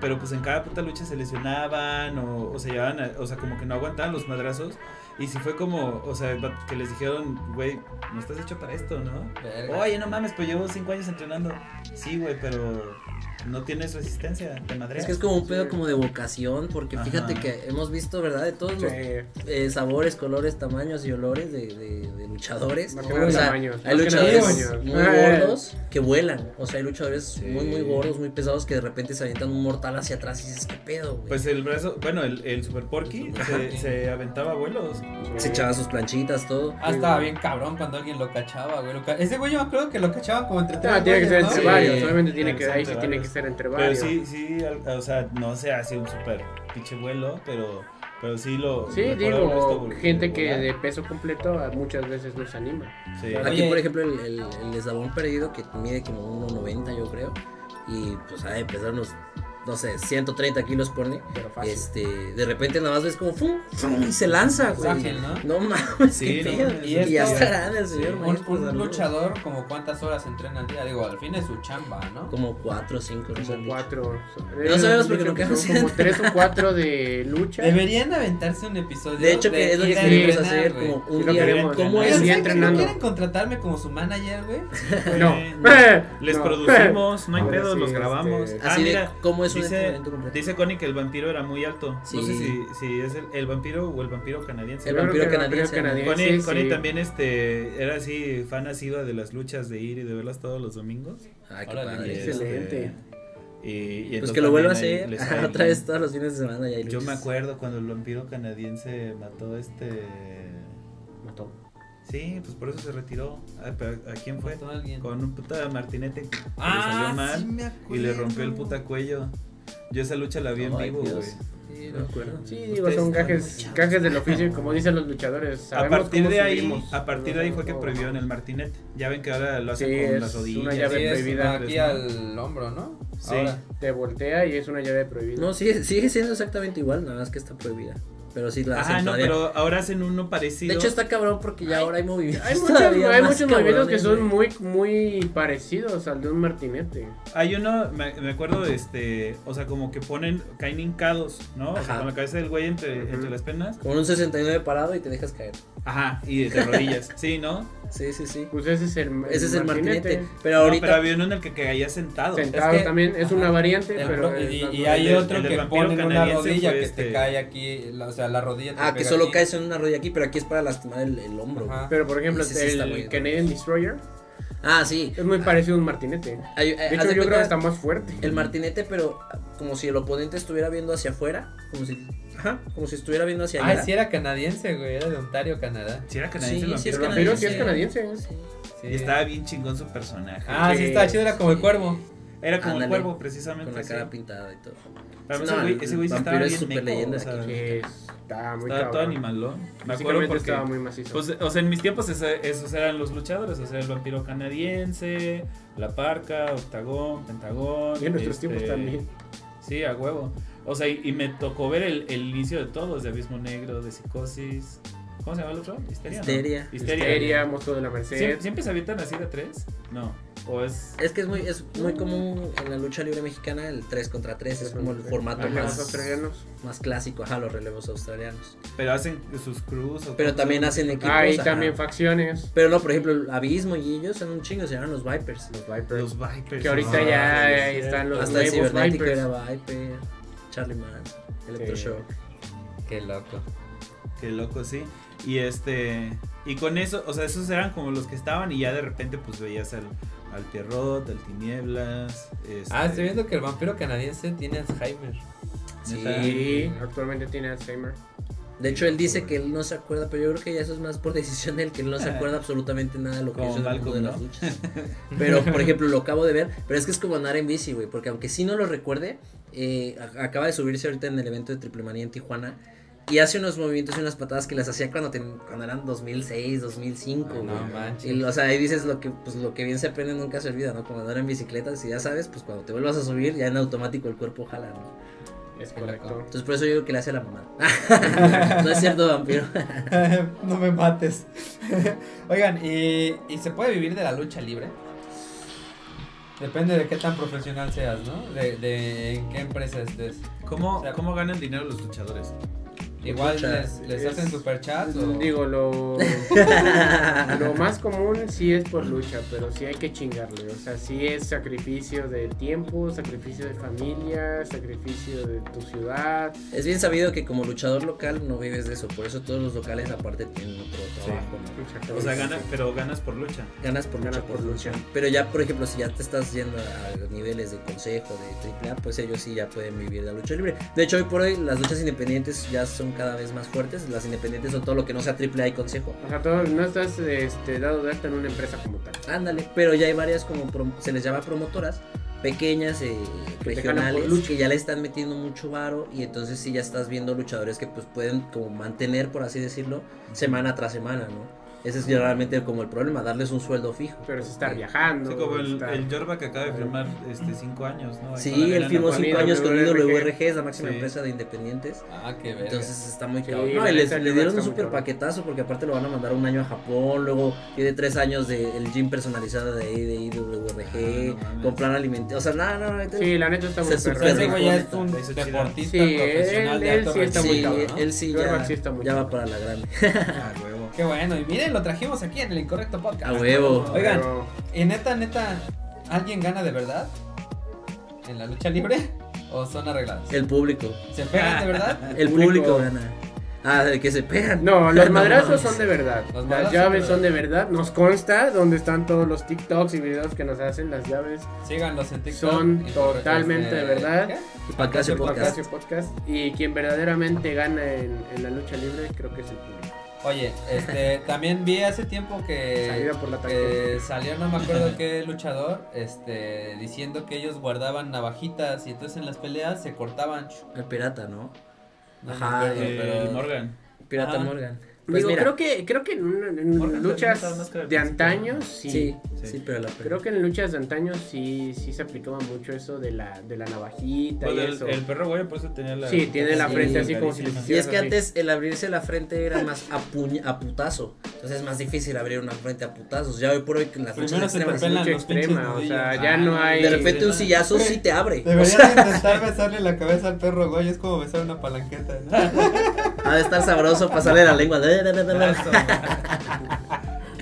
pero pues en cada puta lucha se lesionaban o, o se llevaban, a- o sea, como que no aguantaban los madrazos. Y si fue como, o sea, va- que les dijeron, güey, no estás hecho para esto, ¿no?
Verga.
Oye, no mames, pues llevo cinco años entrenando. Sí, güey, pero no tienes resistencia, te madreas.
Es que es como un pedo como de vocación, porque
Ajá.
fíjate que hemos visto, ¿verdad? De todos los
Sí.
eh, sabores, colores, tamaños y olores de, de- de luchadores.
Más que nada
O sea,
tamaños, más
hay
que nada
luchadores
tamaños.
muy
Eh.
gordos que vuelan. O sea, hay luchadores muy, muy
Sí.
gordos, muy pesados que de repente se avientan un mortal hacia atrás y dices, ¿qué pedo, güey?
Pues el brazo, bueno, el, el Super Porky se, se aventaba vuelos.
se
eh,
echaban sus planchitas, todo.
Ah, estaba bien cabrón cuando alguien lo cachaba, güey. Lo ca- Ese güey yo me acuerdo que lo cachaban como entre
Ah,
tres
tiene que ser
güeyes,
entre
¿no?
varios,
Sí.
obviamente tiene que,
Tiene que ser
ahí
entre
sí tiene que
varios.
ser entre
Pero
varios.
sí, sí, al- o sea, no se hace un super pinche vuelo, pero, pero sí lo.
Sí,
recuerdo haber visto
digo,
vol-
gente que
volar.
de peso completo a muchas veces nos anima.
Sí.
Oye.
Aquí, por ejemplo, el, el, el eslabón perdido que mide como 1,90 yo creo. Y pues ha de pesar unos, no sé, 130 kilos por ni.
Pero fácil.
Este, de repente nada más ves como ¡fum! ¡fum! y se lanza, güey.
Ágil, ¿no?
No mames,
Sí,
qué
no
pedo.
mames, este
y
es
ya
que-
está grande el señor
Sí,
Un,
Morris,
un
pues,
luchador, como cuántas horas entrena al día. Digo, al fin es su chamba, ¿no?
Como cuatro o cinco, no sé.
Como cuatro.
No sabemos porque nunca
<laughs>
hemos
Son como
ido.
tres o cuatro de lucha.
Deberían aventarse un episodio.
De hecho, que es lo que
ir a
queremos
entrenar,
hacer
güey.
como un
Sí, lo
día.
queremos,
¿Cómo
¿no?
Oigan,
es?
¿saben
Sí,
que no
entrenando.
quieren contratarme como su manager, güey?
<laughs>
No.
<laughs>
<laughs>
Les
No.
producimos, no hay
Ahora
pedo,
sí,
los grabamos.
este,
Ah,
Así de,
mira,
¿cómo es un
dice-
entrenamiento completo?
dice Connie que el vampiro era muy alto. No sé
Sí.
si, si es el, el vampiro o el vampiro canadiense.
El
Yo creo
vampiro
que
canadiense, ¿no?
Connie,
canadiense,
Connie
sí.
también este, era así, fan asidua de las luchas de ir y de verlas todos los domingos.
Ah, qué
Órale,
Y,
padre.
es- Excelente.
este, y- y
Pues
entonces
que lo vuelva a
también ahí
hacer.
les
<laughs>
cae
Otra vez
bien.
todos los fines de semana ya hay
Yo
luchas.
me acuerdo cuando el vampiro canadiense mató a este.
Mató.
Sí, pues por eso se retiró. Ah, pero ¿A quién fue?
Contrató a alguien.
Con un puta martinete que le
Ah,
salió mal
sí me
y le
acuerdo.
rompió el puta cuello. Yo esa lucha la vi en
Ay,
vivo,
Dios.
güey.
Sí, no me acuerdo.
Sí, digo, son gajes, gajes del oficio y como dicen los luchadores,
A
sabemos
partir
cómo
de ahí,
subimos.
a partir de ahí fue que
No,
prohibieron el martinete. Ya ven que ahora lo hacen
Sí,
con
es
las
una
rodillas.
llave
Sí,
Sí,
es-
es
prohibida.
aquí al hombro, ¿no?
Sí.
Ahora.
Te voltea y es una llave prohibida.
No, sigue, sigue siendo exactamente igual, nada más que está prohibida. Pero sí la hacen
Ajá, no,
¿eh?
todavía.
pero ahora hacen uno parecido.
De hecho está cabrón porque ya ahora hay movimientos. <laughs>
Hay muchos,
todavía
hay
más
muchos movimientos que
cabrones,
son
güey.
muy, muy parecidos al de un martinete.
Hay uno, me, me acuerdo, este, o sea, como que ponen, caen hincados, ¿no? O sea,
Ajá.
con la cabeza del güey entre,
Ujú.
entre las penas.
Con un 69 parado y te dejas caer.
Ajá, y de rodillas. Sí, ¿no?
Sí, sí, sí.
Pues ese es el,
Ese es el martinete. Pero
No,
ahorita.
pero había uno en el que caía sentado.
Sentado
Es que-
también, es una
ajá.
variante,
El
pero...
pro-
es
y, y
más normal.
hay
el-
otro
el del
que
vampiro
ponen una
canadiense
rodilla
fue
que
este-
te cae aquí, la- o sea, la rodilla. te
ah, que
pega
solo
aquí.
caes en una rodilla aquí, pero aquí es para lastimar el, el hombro.
Ajá.
Pero por ejemplo,
Ese sí está
el
bueno.
Canadian Destroyer
Ah, sí.
es muy parecido a un martinete.
Hay- eh,
De
haz
hecho,
de
yo creo
cuenta
que está más fuerte.
El martinete, pero como si el oponente estuviera viendo hacia afuera. Como si, ajá, como si estuviera viendo hacia
Ah,
allá.
sí era canadiense, güey, era de Ontario, Canadá.
Si era canadiense el
Sí, sí es
vampiro.
Pero sí es canadiense.
Sí.
Sí.
Y estaba bien chingón su personaje.
Ah, sí, estaba chido, era como el cuervo.
Era como
Ándale.
el cuervo,
Con
precisamente.
la
sí.
cara pintada y todo.
Para mí
No,
ese güey- ese güey sí
el
estaba
vampiro es
bien
súper
meco,
leyenda
o sea,
aquí.
Que está muy
Estaba todo
cabrón.
animalón. Me acuerdo
Básicamente
porque.
estaba muy macizo.
pues, o sea, en mis tiempos ese- esos eran los luchadores, o sea, el vampiro canadiense, la parca, octagón, pentagón.
y en nuestros
este,
tiempos también.
Sí, a huevo. O sea, y, y me tocó ver el, el inicio de todos, de Abismo Negro, de Psicosis. ¿Cómo se llama el otro? Histeria. ¿no?
Histeria.
Histeria.
Histeria, Mosto de la
¿Sie-
Merced.
¿Siempre se avientan así de tres? No. O es.
Es que es muy, es muy común en la lucha libre mexicana el 3 contra 3. Es como el formato
Ajá, los
más,
australianos.
más clásico. Ajá, los relevos australianos.
Pero hacen sus cruz. o
Pero
cosas.
también hacen equipos.
Hay
ajá.
Ah, también facciones.
Pero no, por ejemplo, el Abismo y ellos son un chingo, se llaman los Vipers.
Los Vipers.
Los Vipers.
que ahorita
Ah,
ya
sí,
eh,
sí.
están los
Hasta el
nuevos
Cibernético
Vipers.
era Viper, Charlie Man, Electroshock.
Qué loco.
Qué loco, sí. Y este. Y con eso, o sea, esos eran como los que estaban y ya de repente pues veías al, al Pierrot, al Tinieblas. este,
Ah, estoy viendo que el vampiro canadiense tiene Alzheimer.
Sí.
neta.
Sí, actualmente tiene Alzheimer.
De hecho, él dice que él no se acuerda, pero yo creo que ya eso es más por decisión de él, que él no se acuerda absolutamente nada de lo que
Como
hizo en el mundo
Malcolm,
de las
¿no?
luchas. Pero, por ejemplo, lo acabo de ver, pero es que es como andar en bici, güey, porque aunque sí no lo recuerde, eh, a- acaba de subirse ahorita en el evento de Triple Manía en Tijuana y hace unos movimientos y unas patadas que las hacía cuando, ten- cuando eran 2006, 2005, güey.
No
Y,
manches.
lo- o sea, ahí dices lo que, pues, lo que bien se aprende nunca se olvida, ¿no? Como andar en bicicleta, si ya sabes, pues cuando te vuelvas a subir, ya en automático el cuerpo jala, ¿no?
Es correcto.
Entonces, por eso yo creo que le hace a la
<laughs>
mamá. no es cierto, vampiro.
<laughs>
no me mates.
Oigan, ¿y, ¿y se puede vivir de la lucha libre? Depende de qué tan profesional seas, ¿no? De, de en qué empresa estés.
¿Cómo,
O sea,
¿Cómo ganan dinero los luchadores?
Igual
Lucha.
les, les hacen
Es-
superchats o...
Digo,
<laughs>
lo, lo más común sí es por lucha, pero sí hay que chingarle. O sea, sí es sacrificio de tiempo, sacrificio de familia, sacrificio de tu ciudad.
Es bien sabido que como luchador local no vives de eso, por eso todos los locales aparte tienen otro trabajo. ¿no?
O sea, ganas, pero ganas por lucha.
Ganas por
Ganas
lucha, por
por
lucha.
lucha.
Pero ya, por ejemplo, si ya te estás yendo a los niveles de consejo, de AAA, pues ellos sí ya pueden vivir la lucha libre. De hecho, hoy por hoy las luchas independientes ya son cada vez más fuertes. Las independientes son todo lo que no sea AAA y consejo.
O sea, todo- no estás este, dado de alta en una empresa como tal.
Ándale, pero ya hay varias como prom- se les llama promotoras pequeñas eh,
Que te jalan por
regionales
lucha.
que ya le están metiendo mucho varo y entonces sí ya estás viendo luchadores que pues pueden como mantener por así decirlo semana tras semana, ¿no? Ese es realmente como el problema, darles un sueldo fijo. Eh,
Pero es estar
Porque-
viajando.
Sí, como el,
estar-
el Jorba que acaba de firmar este, cinco años, ¿no? Ahí con la
Sí, él
Arena
firmó
Nahuatl.
cinco
Nahuatl,
años con
WRG.
IWRG, es la máxima
Sí.
empresa de independientes.
Ah, qué verga.
Entonces está muy
Sí,
cabrón.
la
No, y les,
neta,
le
el
dieron
Yuba
un
está muy
super
cabrón.
paquetazo porque aparte lo van a mandar un año a Japón, luego tiene tres años del gym personalizado de ahí, de IWRG,
Ah, no mames.
con plan alimenticio. O sea, nada, no, neta,
Sí, la neta está muy
Se super-
Pero
perro.
ese güey ya es un
Eso chido.
deportista
Sí,
profesional
él-
de
él
alto
sí está muy
Sí,
rendimiento,
cabrón,
¿no?
él sí
Yo
ya,
sí está muy
ya va
cabrón.
para la grande.
<laughs>
Ah, huevo.
Qué bueno, y miren, lo trajimos aquí en el Incorrecto Podcast.
A huevo.
Oigan,
Pero-
¿y neta, neta, alguien gana de verdad en la lucha libre? ¿O son arreglados?
El público.
¿Se pegan de verdad?
El
público.
público gana. Ah, de que se pegan.
No,
<laughs>
los
No
madrazos
mames.
son de verdad.
Los
Las
madrazos
llaves
son
son de verdad. Nos consta donde están todos los TikToks y videos que nos hacen. Las llaves
Síganlos en TikTok.
Son
en-
totalmente
este,
de verdad.
¿qué?
Pacacio Podcast.
Ocasio Podcast. Y quien verdaderamente gana en, en la lucha libre, creo que es el público.
Oye, este, también vi hace tiempo
Eh,
Salida
que,
por la tangente.
que salió, no me acuerdo qué luchador, este, diciendo que ellos guardaban navajitas y entonces en las peleas se cortaban.
El pirata, ¿no?
No me
Ajá,
acuerdo,
Eh,
pero-
el Morgan.
Pirata
Ah.
Morgan. Pues
Digo,
mira,
creo que, creo que en, una- en
Porque estás más
luchas
que la
de
principal.
antaño, sí.
sí,
Sí.
sí, pero la
Creo que en luchas de antaño sí, sí se aplicaba mucho eso de la, de la navajita
Bueno,
y
Pues el,
eso.
el perro güey, por eso tenía la.
Sí, tiene la
Sí,
frente así como si le
clarísima.
Y es
hicieras
que
así.
antes el abrirse la frente era más a, puña- a putazo. Entonces es más difícil abrir una frente a putazos. Ya hoy por hoy con las luchas
Primero se te
extremas.
pelan
lucha
los pinches
extrema, o
nudillos.
sea, ya no hay-
De repente un
Sí.
sillazo sí te abre.
<laughs>
Deberían intentar besarle la cabeza al perro, güey. Es como besar una palanqueta, ¿no?
Ha de estar sabroso pasarle la lengua.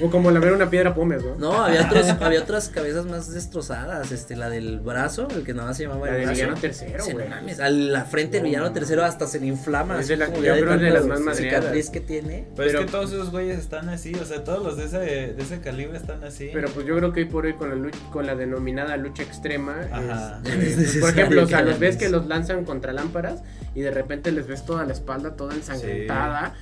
O como lamer una piedra pómez, ¿no?
No, había, otros, había otras cabezas más destrozadas. Este, la del brazo, el que nada más se llamaba
La
el
de
brazo.
Villano Tercero,
Sí, no
güey.
mames, a la frente del
No,
villano
no.
tercero hasta se le inflama.
Es
así
de la-
como
yo
ya
creo de las
tanta
más
cicatriz
madreadas.
que tiene.
Pero, Pues es
Pero-
que todos esos güeyes están así, o sea, todos los de ese, de ese calibre están así.
Pero pues yo creo que hoy por hoy con la, lucha- con la denominada lucha extrema.
Ajá.
este,
<laughs>
pues, por ejemplo, o sea, los ves que los lanzan contra lámparas y de repente les ves toda la espalda toda ensangrentada.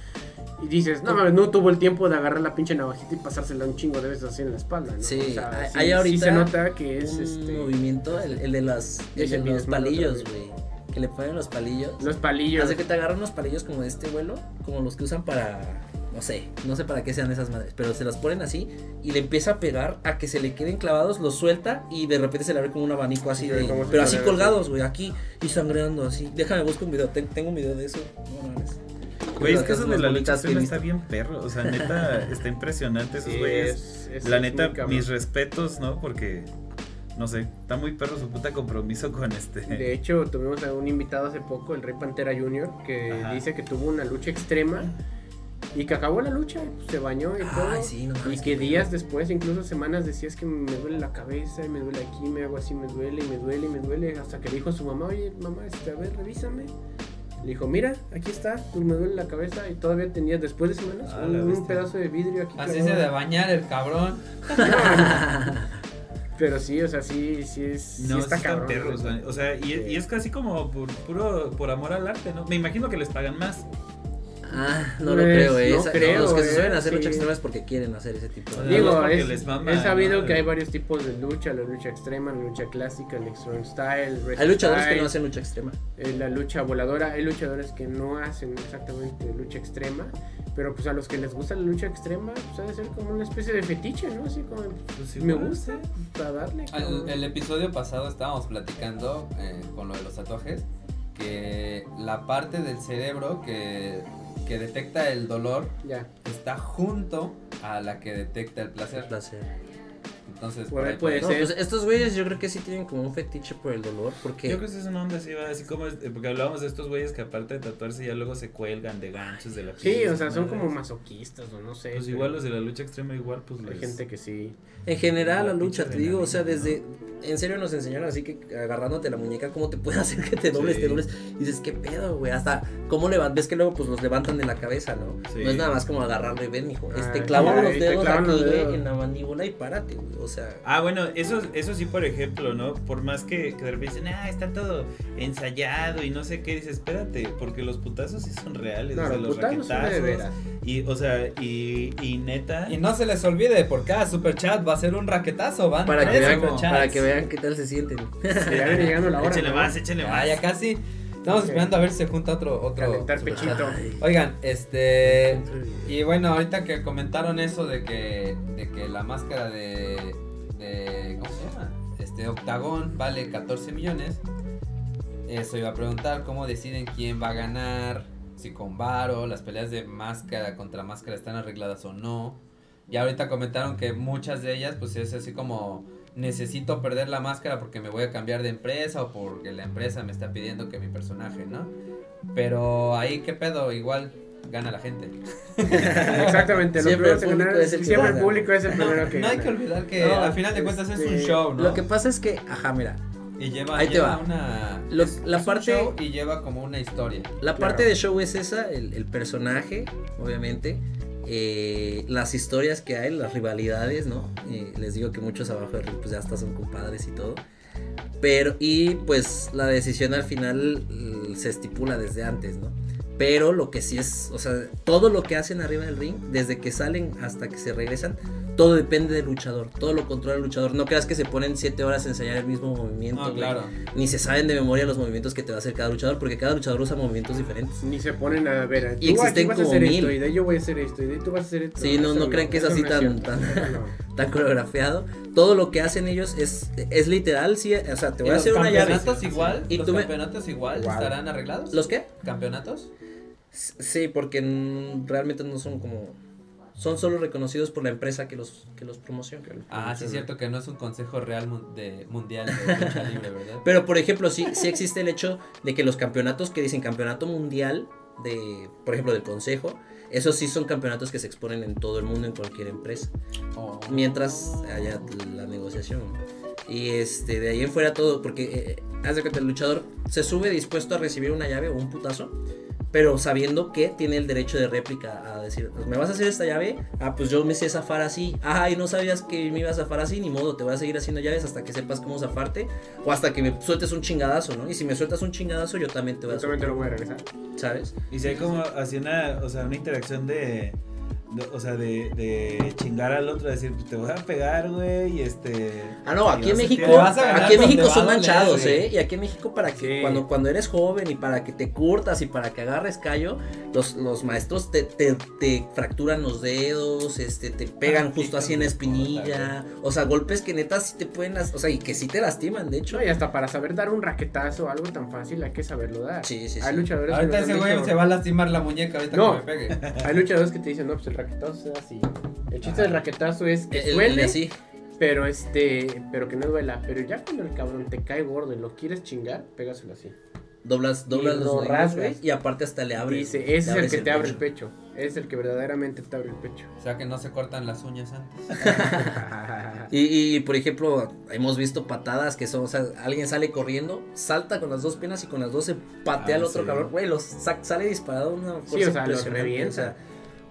Y dices, no mames, no tuvo el tiempo de agarrar la pinche navajita y pasársela un chingo de veces así en la espalda, ¿no?
Sí,
O sea,
hay-
sí-
hay
sí
ahorita
se nota que es
un
este,
movimiento, el, el de las el
Ese
de
mismo
los
otro,
palillos,
güey.
güey. Que le ponen los palillos.
los palillos.
Hace que te agarran unos palillos como de este vuelo, como los que usan para, no sé, no sé para qué sean esas madres, pero se las ponen así y le empieza a pegar a que se le queden clavados, los suelta y de repente se le abre como un abanico así
Sí,
de,
como si
pero así
fuera-
colgados, güey, aquí y sangrando así. Déjame busco un video, te- tengo un video de eso. No mames.
Güey, es que
Las
eso
más
de la lucha
bonitas que he
extrema
visto.
está bien perro. O sea, neta,
<laughs>
está impresionante esos
Sí,
güeyes.
es- es-
La
es
neta,
muy cabrón.
mis respetos, ¿no? Porque, no sé, está muy perro su puta compromiso con este.
De hecho, tuvimos a un invitado hace poco, el Rey Pantera Jr., que
Ajá.
dice que tuvo una lucha extrema y que acabó la lucha, y, pues, se bañó y todo.
Ay, Ah, sí, no
Y
mames.
que días después, incluso semanas, decías que me duele la cabeza, y me duele aquí, me hago así, me duele, y me duele, y me duele. Hasta que le dijo a su mamá, oye, mamá, este, a ver, revísame. Le dijo, mira, aquí está, pues me duele la cabeza. Y todavía tenía, después de semanas,
Ah,
un,
la
un
bestia.
pedazo de vidrio aquí.
<laughs> Así se
clavado.
de bañar el cabrón.
Pero sí, o sea, sí, sí, es,
No,
sí
sí
está
están
cabrón.
perros,
güey.
güey. O sea, y, y es casi como por, puro por amor al arte, ¿no? Me imagino que les pagan más.
<laughs> Ah, no lo
Pues,
creo, eh.
no
Esa-
creo,
los que
eh,
se suelen hacer
sí.
lucha extrema es porque quieren hacer ese tipo de.
Digo,
Digo,
porque
es,
les mama,
he
¿no?
sabido que hay varios tipos de lucha, la lucha extrema, la lucha clásica, el extreme style,
Hay luchadores que no
wrestling
hacen lucha extrema.
eh, la lucha voladora. Hay luchadores que no hacen exactamente lucha extrema, pero pues a los que les gusta la lucha extrema, pues ha de ser como una especie de fetiche, ¿no? Así como,
Pues
me
igual,
gusta, para darle.
Ah, El,
cabrón.
el episodio pasado estábamos platicando eh, con lo de los tatuajes que la parte del cerebro que, que detecta el dolor
Ya,
está junto a la que detecta el placer.
Placer.
Entonces,
Por ahí
puede
puede
No,
ser.
ser.
pues estos güeyes yo creo que sí tienen como un fetiche por el dolor. Porque.
Yo creo que sí es una onda así, va, así como, es- eh, porque hablábamos de estos güeyes que aparte de tatuarse ya luego se cuelgan de ganchos de la
Sí,
piel,
o sea, son
madres.
como masoquistas o no sé.
Pues
pero
igual los de la lucha extrema igual, pues
Hay
les-
gente que sí.
En general, la
La pinche
lucha, te digo, o sea, desde.
adrenalina,
En serio nos enseñaron así que agarrándote la muñeca, cómo te puede <laughs> hacer que te dobles,
Sí.
te dobles. Y dices, ¿qué pedo, güey? Hasta cómo levantas. Ves que luego pues los levantan de la cabeza, ¿no?
Sí.
No es nada más como agarrarlo y ven, mijo.
Ah,
Este clavan
sí,
los
te
dedos
clavan
aquí,
los
güey,
dedos.
en la mandíbula y párate, güey. O sea.
Ah, bueno, eso, eso sí, por ejemplo, ¿no? Por más que, que de repente dicen, ah, está todo ensayado y no sé qué, dices, espérate, porque los putazos sí son reales, o
No,
sea, los
los putazos son de
raquetazos, <laughs>
veras.
y, o sea, y, y neta,
Y no se les olvide, por cada super chat va a ser un raquetazo, van
Para que,
tres
vean,
superchats.
para que vean qué tal se sienten.
Ya viene llegando la hora.
échenle
¿no?
más, échenle
Ah,
más.
ya casi. Estamos
Ok.
esperando a ver si se junta otro otro
Calentar
superchat.
pechito.
Oigan, este y bueno, ahorita que comentaron eso de que de que la máscara de de ¿cómo se llama? Este Octagón vale 14 millones. Eso iba a preguntar cómo deciden quién va a ganar, si con varo, las peleas de máscara contra máscara están arregladas o no. Ya ahorita comentaron que muchas de ellas pues es así como necesito perder la máscara porque me voy a cambiar de empresa o porque la empresa me está pidiendo que mi personaje, ¿no? Pero ahí qué pedo, igual gana la gente.
Exactamente, los
Siempre
primeros
el
en ganar-
público es el que
siempre el
gana.
público es el primero que
No hay
gana.
que olvidar que
No,
al final de cuentas es un
este,
show, ¿no?
Lo que pasa es que, ajá, mira,
y lleva,
ahí te
lleva
va.
una
Lo-
es-
la
es un
parte-
show y lleva como una historia.
La
Claro.
parte de show es esa, el, el personaje, obviamente, eh, las historias que hay, las rivalidades, ¿no? Eh, les digo que muchos abajo del ring, pues ya hasta son compadres y todo. Pero, y pues la decisión al final mm, se estipula desde antes, ¿no? Pero lo que sí es, o sea, todo lo que hacen arriba del ring, desde que salen hasta que se regresan, todo depende del luchador, todo lo controla el luchador. No creas que se ponen siete horas a enseñar el mismo movimiento,
No,
güey.
claro.
Ni se saben de memoria los movimientos que te va a hacer cada luchador, porque cada luchador usa movimientos diferentes.
Ni se ponen a ver. Tú
Y existen
aquí vas
como
a hacer
mil.
esto, y de ahí yo voy a hacer esto, y de ahí tú vas a hacer esto.
Sí, no,
Eso
no crean que es
eso
así
no
tan-
cierto,
tan-
eso no.
tan coreografiado. Todo lo que hacen ellos es, es literal, sí, o sea, te voy a
los
hacer una llave.
campeonatos igual,
Y
los
tú me-
campeonatos igual
Wow.
estarán arreglados.
¿Los qué?
campeonatos.
S- Sí, porque mm, realmente no son como... Son solo reconocidos por la empresa que los, que los promociona.
Ah, sí es cierto que no es un consejo real mun- de mundial
<laughs>
de lucha libre, ¿verdad?
Pero, por ejemplo, sí, sí existe el hecho de que los campeonatos que dicen campeonato mundial, de, por ejemplo, del consejo, esos sí son campeonatos que se exponen en todo el mundo, en cualquier empresa.
Oh.
mientras haya la negociación. Y este, de ahí en fuera todo, porque eh, haz de cuenta, el luchador se sube dispuesto a recibir una llave o un putazo, pero sabiendo que tiene el derecho de réplica a decir, ¿me vas a hacer esta llave? Ah, pues yo me sé zafar así. Ay, no sabías que me iba a zafar así, ni modo, te voy a seguir haciendo llaves hasta que sepas cómo zafarte o hasta que me sueltes un chingadazo, ¿no? Y si me sueltas un chingadazo, yo también te voy a
Exactamente
soltar,
lo voy a regresar.
¿sabes?
Y si hay como así una, o sea, una interacción de, de- o sea, de, de chingar al otro, decir, "Pues, te voy a pegar, güey, y este...
Ah, no, aquí en
Te
México,
vas
a ganar
aquí en
donde
México
va
son
a doler,
manchados,
güey.
¿eh? Y aquí en México para que
Sí.
cuando, cuando eres joven y para que te curtas y para que agarres callo, los, los maestros te, te- te fracturan los dedos, este, te
Ah,
pegan justo así en la espinilla, o sea, golpes que neta sí te pueden, las- o sea, y que sí te lastiman, de hecho.
No, y hasta para saber dar un raquetazo o algo tan fácil hay que saberlo dar.
Sí, sí,
Hay
sí.
luchadores que
Ahorita
nos
ese
han
güey
dicho-
se va a lastimar la muñeca ahorita
No.
que me pegue.
Hay luchadores que te dicen, no, pues el raquetazo se da así. El chiste
Ajá.
del raquetazo es que
El- el-
duele,
así.
pero este, pero que no duela. Pero ya cuando el cabrón te cae gordo y lo quieres chingar, pégaselo así.
Doblas, doblas
Y
los
lo
dedos,
rasgas.
güey, y aparte hasta le abres.
Dice, ese
le
es el
abres
que te abre el
pecho.
pecho. Es el que verdaderamente te abre el
<laughs>
pecho.
O sea que no se cortan las uñas antes.
Y, y, por ejemplo, hemos visto patadas que son, o sea, alguien sale corriendo, salta con las dos piernas y con las dos se patea
Ah,
al otro
sí.
cabrón, güey, los sa- sale disparado una fuerza
Sí, o sea, los
impresionante,
revienta.
o sea,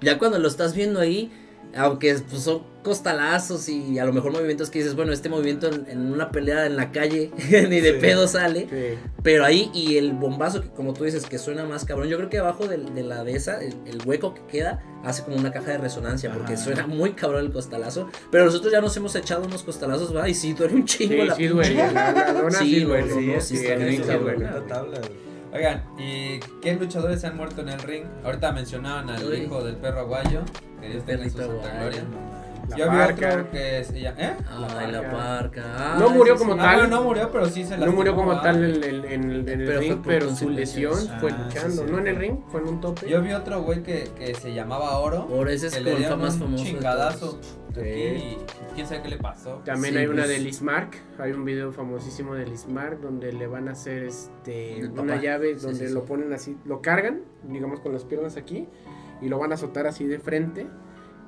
ya cuando lo estás viendo ahí, Aunque pues, son costalazos y a lo mejor movimientos que dices, bueno, este movimiento en, en una pelea en la calle <laughs> ni de
Sí.
pedo sale.
Sí.
Pero ahí, y el bombazo, que como tú dices, que suena más cabrón. Yo creo que abajo del- de, la de esa, el, el hueco que queda, hace como una caja de resonancia, porque
Ajá.
suena muy cabrón el costalazo. Pero nosotros ya nos hemos echado unos costalazos, va, y sí, duele un
Sí,
chingo la
sí
pinche-
duele. La, la lona Pues sí,
Sí, no,
duele.
no, no,
¿no?
sí,
Sí,
está bien
sí,
cabrón.
duele.
Una tabla, güey.
Oigan, ¿y qué luchadores han muerto en el ring? Ahorita mencionaban al
Uy.
hijo del perro aguayo, que Dios tenga en su
Perrito
santa
guay,
gloria.
no mames.
La
Yo vi
parca.
otro que se llama- ¿Eh?
Ay, la
La
parca.
No
Ay,
murió
sí,
como
sí.
Ah,
tal.
bueno, no murió, pero sí se lastimó.
No murió como
ah.
tal en, el- en el- en el
Pero fue
ring,
por
pero su
consecuencias.
lesión fue
Ah, sí,
luchando.
sí.
No en el ring, fue en un tope.
Yo vi otro güey que, que se llamaba Oro.
Ahora ese es
que
como
le
el fa-
dieron
más
un
famoso. de
chingadazo
todos. <laughs>
aquí y quién sabe qué le pasó.
También
Sí,
hay una
pues.
de Lismark, hay un video famosísimo de Lismark donde le van a hacer este
El
una
papá.
llave
Sí,
donde
sí,
lo
sí.
ponen así, lo cargan, digamos con las piernas aquí y lo van a azotar así de frente,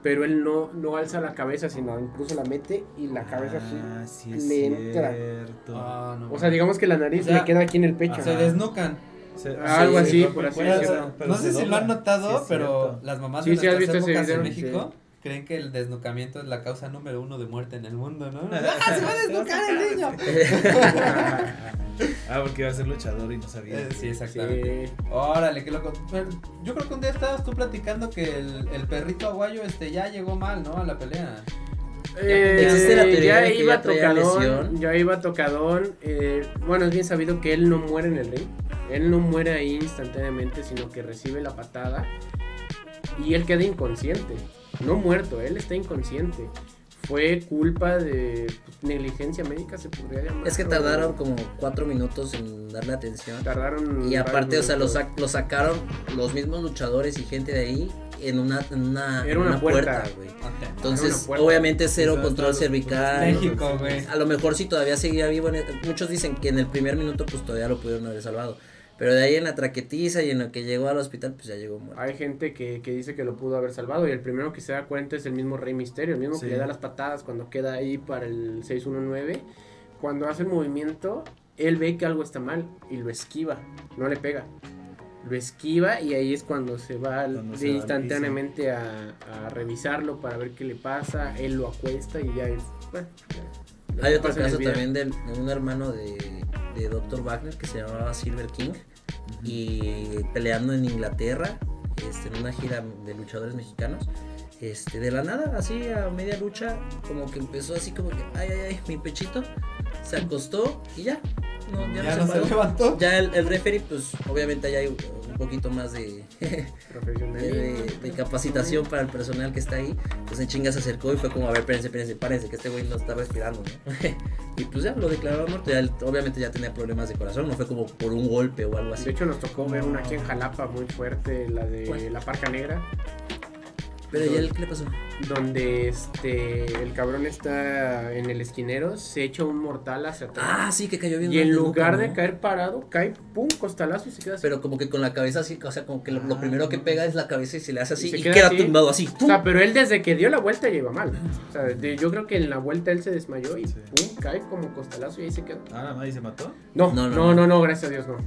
pero él no no alza la cabeza, sino incluso la mete y la cabeza
Ah,
así.
sí es
le entra.
cierto.
Ah, no.
O sea, digamos que la nariz
O sea,
le queda aquí en el
ah,
pecho.
Se desnucan.
Se-
Ah, Algo
sí,
así,
sí,
por así
pero-
decirlo.
pero
no
se
sé si lo
dobla.
han notado,
Sí, es
pero
cierto.
las mamás
Sí,
de
sí, has
nuestras
visto ese
épocas en
video,
México creen que el desnucamiento es la causa número uno de muerte en el mundo,
<laughs>
¿no? ¡Ah, se va a desnucar el niño!
Ah, porque iba a ser luchador y no sabía.
Eh, Sí, exactamente.
<laughs> Sí.
Órale, qué loco. Pero yo creo que un día estabas tú platicando que el, el perrito aguayo este ya llegó mal, ¿no? A la pelea.
Eh,
Existe la
ya
teoría de que
iba
ya traía lesión.
tocadón, ya iba tocadón. eh, bueno, es bien sabido que él no muere en el ring. Él no muere ahí instantáneamente, sino que recibe la patada y él queda inconsciente. No muerto, él está inconsciente. Fue culpa de pues, negligencia médica, se podría llamar.
Es que
o-
tardaron como cuatro minutos en darle atención.
Tardaron.
Y aparte, o sea, lo,
varios
sac- lo sacaron los mismos luchadores y gente de ahí en una, en una,
Era
en
una puerta.
güey.
Ok.
Entonces,
una puerta.
obviamente, cero
Quizás
control
todos los-
cervical.
México, güey.
A lo mejor si todavía seguía vivo, en el- muchos dicen que en el primer minuto pues todavía lo pudieron haber salvado. Pero de ahí en la traquetiza y en lo que llegó al hospital pues ya llegó muerto.
Hay gente que, que dice que lo pudo haber salvado y el primero que se da cuenta es el mismo Rey Misterio, el mismo
Sí.
que le da las patadas cuando queda ahí para el 619. Cuando hace el movimiento, él ve que algo está mal y lo esquiva, no le pega. Lo esquiva y ahí es cuando se va al-
Cuando
de
se va al
instantáneamente a, a revisarlo para ver qué le pasa. Él lo acuesta y ya es. bueno, ya.
Hay otro
Ah, Pasa en el
caso
video.
también del- de, un hermano de, de Dr. Wagner que se llamaba Silver King y peleando en Inglaterra, este, en una gira de luchadores mexicanos. Este, de la nada, así a media lucha, como que empezó así como que, ay, ay, ay, mi pechito, se acostó y ya, no, ya,
Ya
no se, paró.
levantó.
Ya el, el referee, pues obviamente ahí hay un poquito más de, de,
Profesional.
de- de capacitación para el personal que está ahí, pues en chinga se acercó y fue como, a ver, espérense, espérense, párense, que este güey no está respirando, ¿no? <laughs> y pues ya lo declararon muerto, ya él, obviamente ya tenía problemas de corazón, no fue como por un golpe o algo
De
así.
hecho, nos tocó ver una aquí en Jalapa muy fuerte, la de
Bueno.
la Parca Negra.
Pero ya él, ¿qué le pasó?
donde este el cabrón está en el esquinero, se echa un mortal hacia atrás.
Ah, sí, que cayó bien.
y en
rápido,
lugar de
¿no?
caer parado, cae pum, costalazo y se queda así.
Pero como que con la cabeza así, o sea, como que lo, lo primero que pega es la cabeza y se le hace
Ah,
así
Y se
y,
queda
queda
así.
tumbado así.
o
¡pum!
sea, pero él desde que dio la vuelta ya iba mal. O sea, de- yo creo que en la vuelta él se desmayó y
Sí.
pum, cae como costalazo y ahí se queda.
Ah, nada más y se mató.
No,
No,
no,
no,
no,
no.
no, gracias a Dios no.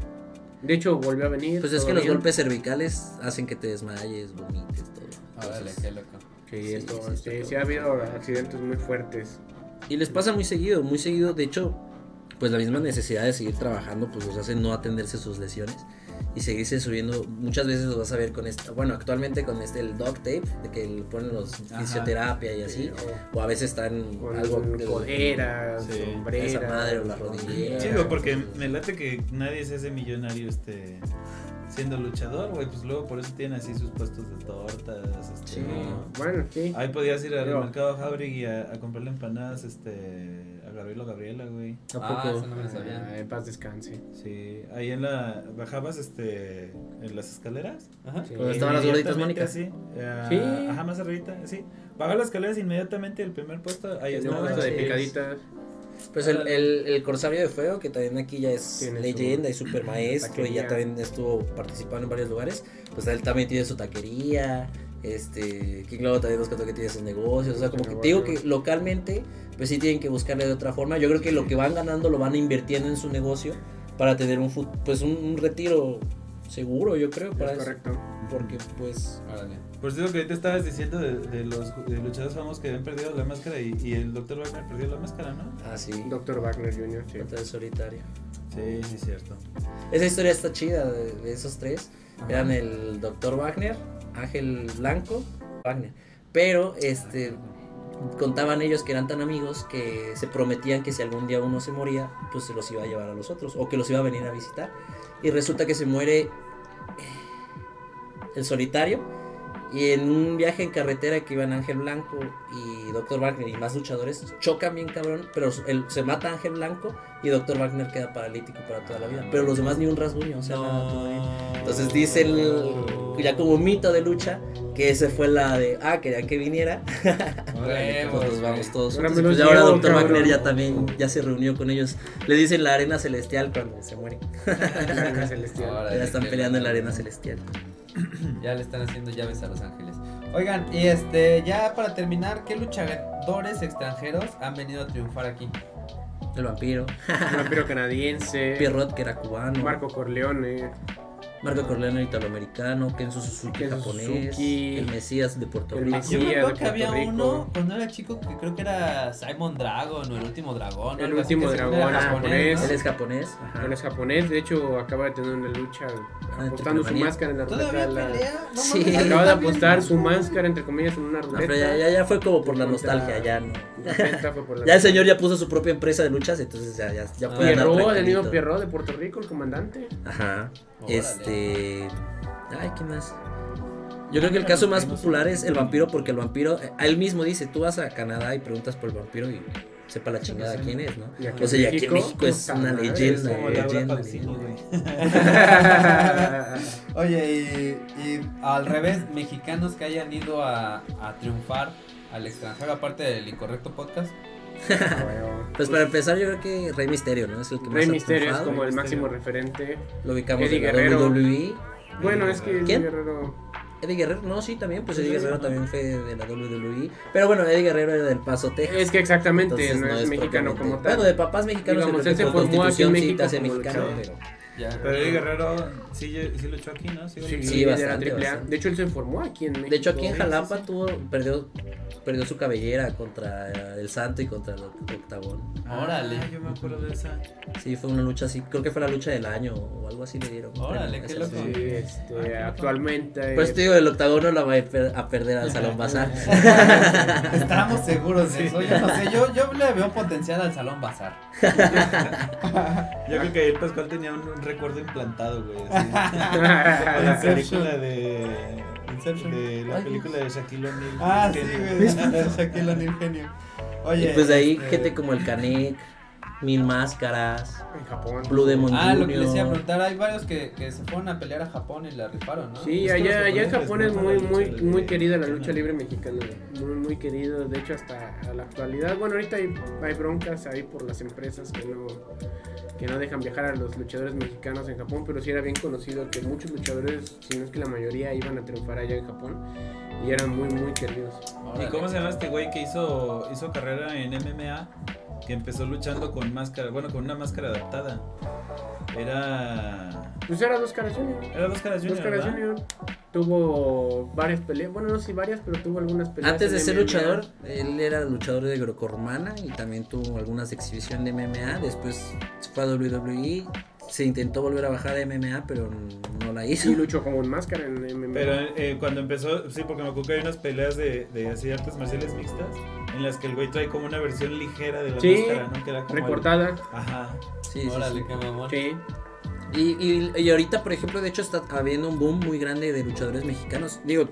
De hecho, volvió a venir.
Pues es
todo
que los
bien.
golpes cervicales hacen que te desmayes, vomites, todo.
Órale,
Entonces,
qué loco.
Sí,
Sí,
esto-
sí, sí,
sí,
está
sí ha habido accidentes muy fuertes.
Y les pasa muy seguido, muy seguido. De hecho, pues la misma necesidad de seguir trabajando, pues los hace no atenderse sus lesiones y seguirse subiendo. Muchas veces los vas a ver con esta, bueno, actualmente con este, el dog tape, de que le ponen los
Ajá.
fisioterapia y así. O a veces están
eh, Con
¿Ah, algo de-
coderas,
Sí.
sombreras.
Esa madre o la rodillera.
Sí,
Sí,
güey, porque me late que nadie se hace millonario este siendo luchador, güey. Pues luego por eso tienen así sus puestos de tortas. Este,
Sí.
¿no?
Bueno, sí.
Ahí podías ir al
Pero-
mercado Jauregui a, a comprarle empanadas este, a Gabriela Gabriela, güey.
¿A poco?
Ah, eso no me lo
Ah,
sabía.
en paz descanse.
Sí, ahí en la. Bajabas este, en las escaleras.
Ajá.
Sí.
Pues estaban las gorditas, Mónica.
Sí.
Sí.
Ajá, más arribita, sí. Bajar las escaleras inmediatamente el primer puesto. Ahí
El
estaba.
puesto de
sí.
picaditas.
Pues el, el, el Corsario de Fuego, que también aquí ya es
Tiene su
leyenda
<clears throat>
y super maestro, y ya
taquería.
también estuvo participando en varios lugares, pues él también tiene su taquería, este, King Lobo también nos contó que tiene sus negocios, o sea, como que te digo que localmente, pues sí tienen que buscarle de otra forma, yo creo que lo que van ganando lo van invirtiendo en su negocio para tener un, fut- pues un, un retiro seguro, yo creo, para
Es
eso.
correcto.
Porque pues
Órale.
Por cierto, que ahorita estabas diciendo de, de los ju- de luchadores famosos que habían perdido la máscara y, y el Dr. Wagner perdió la máscara, ¿no?
así,
Dr. Wagner Jr. sí.
Batalla solitaria.
Sí, sí, es cierto.
Esa historia está chida de, de esos tres. Eran el Dr. Wagner, Ángel Blanco, Wagner. Pero este contaban ellos que eran tan amigos que se prometían que si algún día uno se moría, pues se los iba a llevar a los otros o que los iba a venir a visitar. Y resulta que se muere eh, el solitario. Y en un viaje en carretera que iban Ángel Blanco y Dr. Wagner y más luchadores, chocan bien cabrón, pero el- se mata Ángel Blanco y Dr. Wagner queda paralítico para toda la vida. Pero los demás ni un rasguño, o sea, nada, todo bien. Entonces dice el, ya como mito de lucha, que ese fue la de, ah, quería que viniera.
Órale,
Pues nos
güey.
vamos todos.
Ahora me
juntos. Pues
los
ya ahora
llevo,
Dr.
cabrón.
Wagner ya también ya se reunió con ellos. Le dicen la arena celestial cuando se muere.
La arena celestial.
Órale,
Ya están
qué
peleando en la
loco.
arena celestial.
Ya le están haciendo llaves a Los Ángeles. Oigan, y este, ya para terminar, ¿qué luchadores extranjeros han venido a triunfar aquí?
El vampiro.
El vampiro canadiense.
Pierrot, que era cubano.
Marco Corleone.
Marco Corleone, italoamericano. Kenzo Suzuki,
Kenzo
japonés.
Suzuki.
El Mesías de Puerto
El
Rico.
Mesías.
Yo me
Sí,
acuerdo
de
que
Puerto
había
Rico.
uno cuando era chico que creo que era Simon Dragon o el último dragón.
El
algo así,
último
que según era
dragón,
japonés,
japonés.
Él
¿no?
es japonés. ajá. Ah,
Él es japonés. De hecho, acaba de tener una lucha apostando su
Triplemanía.
máscara en la ruleta.
¿Todavía
la-
pelea? No
Sí.
mames,
<laughs> Acaba de
está bien.
apostar su máscara, entre comillas, en una
No, Ah, pero ya,
ruleta.
ya- ya fue como por la
Contra-
nostalgia, ya no.
Ruleta fue por la-
Ya el señor ya puso su propia empresa de luchas, entonces ya, ya, ya
Ah.
puede andar
Pierrot, el mismo
tranquilito.
Pierrot de Puerto Rico, el
<laughs>
comandante.
Ajá.
Órale.
Este. Ay, ¿qué más? Yo creo que el caso más popular es el vampiro, porque el vampiro, eh, él mismo dice, tú vas a Canadá y preguntas por el vampiro y sepa la chingada quién es, ¿no?
Y aquí
O sea,
en
y aquí en México es
puta
una
madre,
leyenda,
es como
eh,
la-
leyenda,
Pausini,
leyenda.
güey.
Ah,
Oye, y, y al revés, mexicanos que hayan ido a, a triunfar al extranjero, aparte del incorrecto podcast.
Pues para empezar, yo creo que Rey Misterio, ¿no? Es el que más
Rey
ha
Misterio es
triunfado.
como el
Rey
máximo referente.
Lo ubicamos
Eddie
en la
Guerrero.
WWE.
Bueno, es que el
¿Quién?
Guerrero.
Eddie Guerrero, no, sí, también, pues Eddie Guerrero también fue de la WWE. Pero bueno, Eddie Guerrero era del Paso, Texas.
Es que exactamente,
entonces
no, es, mexicano
propiamente-
como tal.
Bueno, de papás mexicanos,
Digamos,
yo
él se
creo que por
formó aquí en
constitución sí
México
te hace
como
mexicano,
luchador.
pero...
Ya.
Pero el Guerrero sí, sí luchó aquí, ¿no? Sí,
Sí,
sí,
de la
bastante,
AAA.
bastante.
De hecho, él se formó aquí en México. ¿eh?
De hecho, aquí en
pues, Sí,
Jalapa tuvo, perdió, perdió su cabellera contra el Santo y contra el Octavón.
Órale.
Ah, yo me acuerdo de esa.
Sí, fue una lucha así, creo que fue la lucha del año o algo así le dieron.
Órale,
Bueno,
qué
esa
loco.
fue.
sí, este,
Ah,
actualmente.
Pues te <laughs> digo, el Octavón no la va a, per- a perder al Salón Bazar.
<laughs> Estamos seguros de eso. Yo no sé, yo, yo le veo potencial al Salón Bazar.
Yo creo que ahí el Pascual tenía un, un recuerdo implantado, güey. así. <laughs> la
Inception.
película de.
Inception.
De la
Ay,
película de Shaquille O'Neal.
Ah, sí,
Que-
güey. Shaquille O'Neal genio.
y
Oye.
pues de ahí
este,
gente como el Canek, Mil Máscaras,
<laughs> En Japón.
Blue Demon
Ah, lo que les iba a
Jr.
preguntar, hay varios que, que se fueron a pelear a Japón y la rifaron, ¿no?
Sí,
Es que los
allá, allá en
japoneses
Japón
matan
es muy,
la lucha
muy,
libre
muy querida la lucha
mexicana.
libre mexicana. Muy, muy querido. De hecho, hasta a la actualidad. Bueno, ahorita hay, hay broncas ahí por las empresas que no, que no dejan viajar a los luchadores mexicanos en Japón. Pero sí era bien conocido que muchos luchadores, si no es que la mayoría, iban a triunfar allá en Japón. Y eran muy, muy queridos.
¿Y cómo se llama este güey que hizo, hizo carrera en MMA? Que empezó luchando con máscara, bueno, con una máscara adaptada. Era.
Pues era dos caras Junior.
Era dos caras Junior.
Dos caras
¿verdad?
Junior tuvo varias peleas. Bueno, no sé si varias, pero tuvo algunas peleas.
Antes
en
de ser
MMA.
luchador, él era luchador de grecorromana y también tuvo algunas exhibiciones de MMA. Después se fue a WWE, se intentó volver a bajar a MMA, pero no la hizo.
Sí, luchó como un máscara en MMA.
Pero eh, cuando empezó, sí, porque me acuerdo que hay unas peleas de, de así artes marciales mixtas en las que el güey trae como una versión ligera de la
Sí,
máscara, ¿no? Que era como. el-
Recortada.
Ajá.
Sí, sí,
Órale,
sí.
qué mamón.
Sí.
Y, y- y ahorita, por ejemplo, de hecho está habiendo un boom muy grande de luchadores mexicanos. Digo,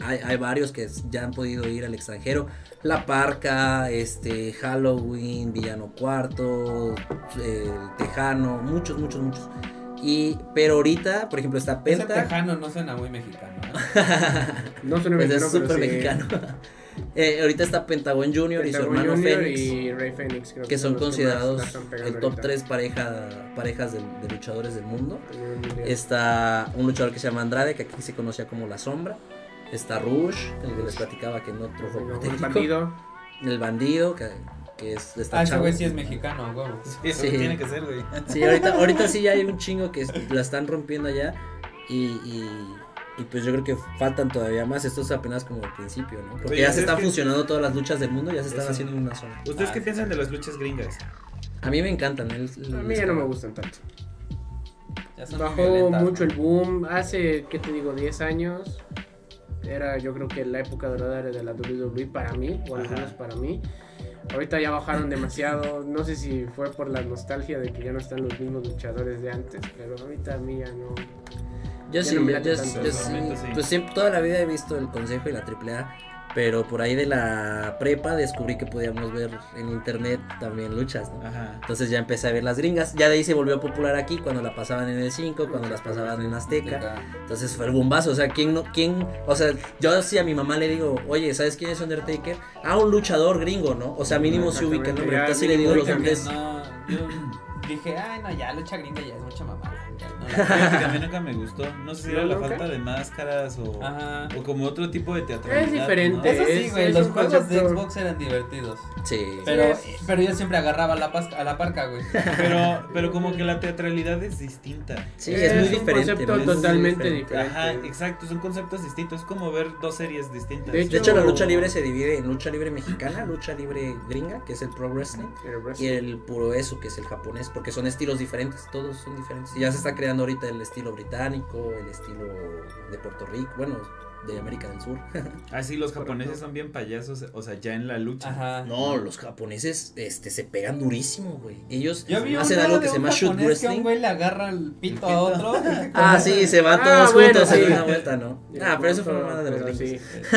hay, hay varios que s- ya han podido ir al extranjero. La Parca, este, Halloween, Villano Cuarto, el Tejano, muchos, muchos, muchos. Y, pero ahorita, por ejemplo, está
Ese
Penta.
tejano no suena muy mexicano. ¿eh?
No suena
Pues
mexicano,
es súper
pero sí.
mexicano. <laughs> Eh, ahorita está Pentagón Junior y su
Pentagon
hermano
Junior
Fénix,
y Rey Fénix, creo
que son
los más
considerados
la están pegando
el top
ahorita.
3 pareja, parejas de, de luchadores del mundo.
También mundial.
Está un luchador que se llama Andrade, que aquí se conocía como La Sombra. Está Rush, el que les platicaba que no
Sí,
trujo
¿no?
por <laughs>
Un
México.
bandido.
El bandido, que, que es, está
Ah, ese
chavo.
güey sí es mexicano, huevo.
Eso
Sí.
tiene que ser, güey.
Sí, ahorita, ahorita sí ya hay un chingo que la están rompiendo allá. Y, y- y, pues yo creo que faltan todavía más. Esto es apenas como el principio, ¿no? Porque
Oye,
ya se
¿ustedes
están
qué-
funcionando todas las luchas del mundo, ya se están
Eso.
haciendo en una sola.
¿Ustedes
Ah,
qué
sí.
piensan de las luchas gringas?
A mí me encantan. ¿eh? el- el-
A mí ya no me gustan tanto.
Ya son muy
Bajó
violentas,
mucho
¿no?
el boom. Hace, ¿qué te digo? 10 años. Era, yo creo que la época dorada era de la WWE para mí, o al
Ajá.
menos para mí. Ahorita ya bajaron demasiado. No sé si fue por la nostalgia de que ya no están los mismos luchadores de antes, pero ahorita a mí ya no.
Yo
Ya
sí,
no me
yo,
late
yo
tanto.
sí,
Solamente sí.
pues siempre, toda la vida he visto el Consejo y la AAA, pero por ahí de la prepa descubrí que podíamos ver en internet también luchas, ¿no? <laughs>
Ajá.
Entonces ya empecé a ver las gringas, ya de ahí se volvió popular aquí cuando la pasaban en el 5, cuando las pasaban en Azteca, entonces fue el bombazo, o sea, ¿quién no, quién, o sea, yo sí a mi mamá le digo, oye, ¿sabes quién es Undertaker? Ah, un luchador gringo, ¿no? O sea, mínimo se ubica el nombre,
Exactamente,
ahorita
ya
sí le digo
mínimo
los
ubican
nombres,
No, yo dije, ay, no, ya, lucha gringa ya es mucha mamada. ya, no la-
Fíjate que a mí nunca me gustó. No sé si
¿No,
era la
nunca?
falta de máscaras o,
Ajá.
o como otro tipo de teatro.
diferente.
¿no?
Eso sí,
Es-
güey,
es
los
un
juegos de
concepto.
Xbox eran divertidos.
sí,
Pero,
es-
pero yo siempre agarraba a la, pasca- a la parca, güey.
Pero, pero como que la teatralidad es distinta.
sí, es, muy
un
diferente.
concepto
¿no? Es muy
totalmente
diferente.
diferente.
Ajá, exacto, son conceptos distintos. Es como ver dos series distintas.
De
De hecho, la
Yo-
lucha libre se divide en lucha libre mexicana, lucha libre gringa, que es el pro wrestling,
Pero, pues,
y el puro eso, que es el japonés, porque son estilos diferentes, todos son diferentes. Y ya se está creando ahorita el estilo británico, el estilo de Puerto Rico, bueno, de América del Sur. <laughs>
Ah, sí, los japoneses son bien payasos, o sea, ya en la lucha.
Ajá.
No, los japoneses este, se pegan durísimo, güey. Ellos
Yo vi
hacen
un
algo
video
que
de
se
un
llama shoot
japonés que a
wrestling.
un güey le agarra el pito a otro.
<laughs> Ah, sí, se van
Ah,
todos
bueno,
juntos en
sí.
una
<laughs>
vuelta, ¿no? Ah, pero eso fue una de los
Pero
gringos.
sí.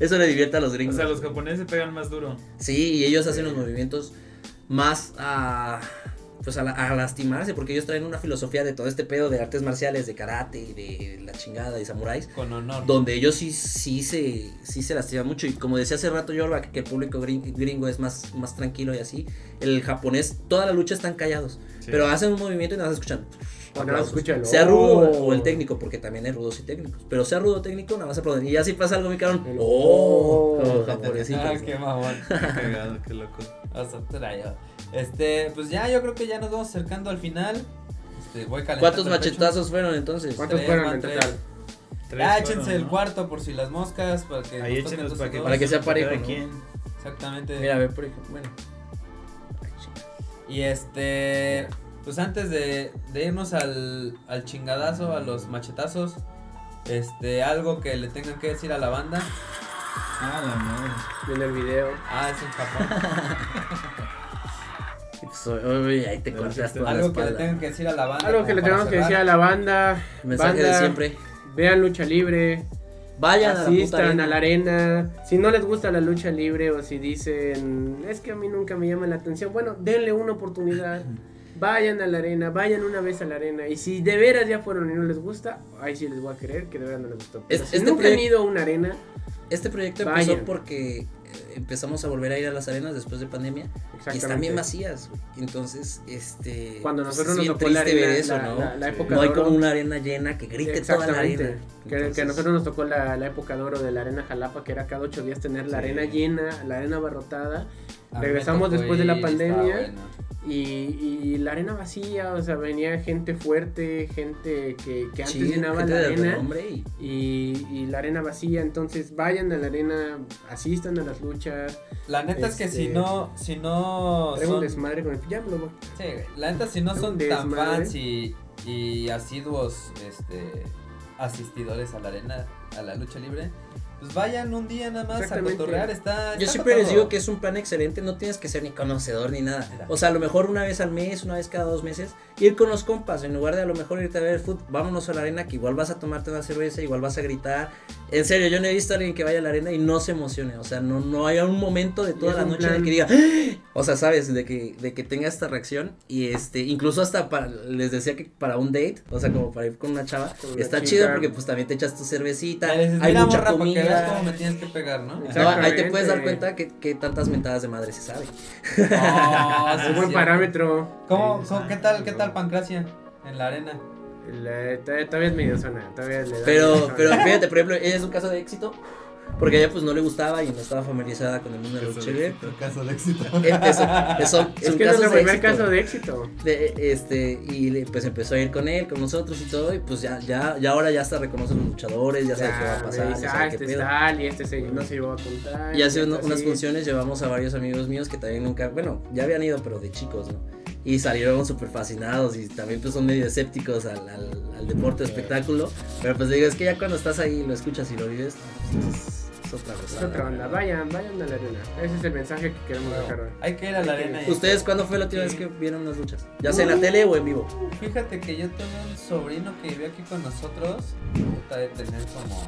Eso le divierte a los
O
gringos.
sea, los japoneses pegan más duro.
Sí, y ellos hacen los movimientos más a. Pues a, la- a lastimarse, porque ellos traen una filosofía de todo este pedo de artes marciales, de karate, y de la chingada y samuráis,
Con honor.
donde ellos sí, sí, se, sí se lastiman mucho. Y como decía hace rato Yorba, que el público grin- gringo es más, más tranquilo y así, el japonés, toda la lucha están callados,
Sí.
pero hacen un movimiento y nada más escuchan.
O nada más escuchan,
Sea rudo
"Oh".
o el técnico, porque también hay rudos y técnicos. Pero sea rudo o técnico, nada más aplauden. Y ya si pasa algo, me quedaron.
El-
¡Oh!
"Oh".
Como japonesitos,
Ah,
¿no?
qué mamón.
Qué cagado, qué loco.
O sea, trayo. Este, pues ya, yo creo que ya nos vamos acercando al final. Este, voy calentando
¿Cuántos
el pecho. Ah,
machetazos fueron entonces?
¿Cuántos
Tres,
fueron
van
en
tres.
total?
Tres
Ya,
fueron,
échense el
¿no?
cuarto por si las moscas, para que
Ahí
nos toquen
échenos
dos
para
y
que,
dos.
para que sea parejo,
cada
¿no?
quien.
Exactamente.
Mira, a ver, por ejemplo. Bueno.
Y este, pues antes de, de irnos al, al chingadazo, a los machetazos, este, algo que le tengan que decir a la banda.
Ah, la madre.
Viendo el video.
Ah, es en Japón.
Pues, uy, ahí te
Pero
cortas
sí,
toda la
algo que le
espalda.
tengan que decir a la banda.
Algo
como
que le
para
tenemos que
cerrar.
decir a la banda.
Mensaje de
Banda,
siempre.
Vean lucha libre,
Vayan a la puta
asistan
arena.
a la arena. Si no les gusta la lucha libre o si dicen, es que a mí nunca me llama la atención, bueno, denle una
<laughs>
oportunidad. Vayan a la arena, vayan una vez a la arena. Y si de veras ya fueron y no les gusta, ahí sí les voy a creer que de veras no les gustó. Pero
Es-
si
este
nunca
proyec-
han ido a una arena,
Este proyecto empezó
Vayan.
porque eh, empezamos a volver a ir a las arenas después de pandemia. Y están bien vacías. güey. Entonces, este.
Cuando
pues,
nosotros
es
nos
bien
tocó la
triste
arena,
ver eso,
la,
¿no?
la- la
Sí.
época
No hay
de oro.
como una arena llena que grite toda la
Exactamente.
arena.
Que, que
Entonces,
a nosotros nos tocó la, la época de oro de la arena Jalapa, que era cada ocho días tener la
Sí.
arena llena, la arena abarrotada.
A mí me
Regresamos
pues,
tocó
después de la
ir, estaba
pandemia.
bueno.
Y, y la arena vacía, o sea, venía gente fuerte, gente que, que antes
sí,
llenaba
gente
la
de
arena.
renombre y-
Y, y la arena vacía, entonces vayan a la arena, asistan a las luchas,
La neta es que si
Este,
no, si no
traigan
son,
un
sí,
desmadre con el pijama, loco.
güey, la neta si no
Un
son tan
desmadre.
fans y, y asiduos este asistidores a la arena, a la lucha libre, pues vayan un día nada más a
Exactamente.
cotorrear, está
Yo
está
siempre les
cotorro.
digo que es un plan excelente, no tienes que ser ni conocedor ni nada. O sea, a lo mejor una vez al mes, una vez cada dos meses, ir con los compas, en lugar de a lo mejor irte a ver el fútbol, vámonos a la arena, que igual vas a tomarte una cerveza, igual vas a gritar. En serio, yo no he visto a alguien que vaya a la arena y no se emocione. O sea, no, no haya un momento de toda
es
la
un
noche de
plan-
que diga, "Ah", o sea, sabes, de que, de que tenga esta reacción. Y este, incluso hasta para, les decía que para un date, o sea, como para ir con una chava,
Con una
está
chica.
chido porque pues también te echas tu cervecita,
Ya les dices,
hay
"Mira,
mucha
morra, para que veas
comida.
cómo me tienes que pegar, ¿no? <laughs>
Exacto.
No, ahí te puedes dar
Exactamente.
cuenta que, que tantas mentadas de madre se sabe.
Oh, sí,
Un Ah, buen
sí.
parámetro.
¿Cómo, cómo- qué tal, qué tal pancracia en la arena?
La- Eh, todavía todavía es medio zona, todavía le da
Pero,
medio
pero
zona.
fíjate, por ejemplo, ella es un caso de éxito. Porque a ella pues no le gustaba y no estaba familiarizada con el mundo de la
Caso
lucha
de
libre.
éxito.
Caso
<laughs>
de éxito.
Este,
Eh, eso- eso-
<laughs> Es
son
que es el
casos de
primer
éxito.
caso de éxito.
De- este, y le- pues empezó a ir con él, con nosotros y todo, y pues ya, ya, ya ahora ya hasta reconoce a los luchadores, ya sabe qué va a
Ya, me
pasar,
dice,
ya
ah,
sabe qué
este
pedo.
es tal y este se- no se llevó a contar.
Y hace
este
uno- unas
sí.
funciones llevamos a varios amigos míos que también nunca, bueno, ya habían ido, pero de chicos, ¿no? Y salieron súper fascinados y también pues son medio escépticos al, al- al deporte, espectáculo. Pero pues digo, es que ya cuando estás ahí, lo escuchas y lo vives, pues, es, es otra
Es
cosa.
otra onda. Vayan, vayan a la arena. Ese es el mensaje que queremos dejar hoy.
Hay que ir a la arena. y-
¿Ustedes cuándo fue la última vez que vieron las luchas? Ya sea en la tele o en vivo.
Fíjate que yo tuve un sobrino que vivió aquí con nosotros. Puta, de tener como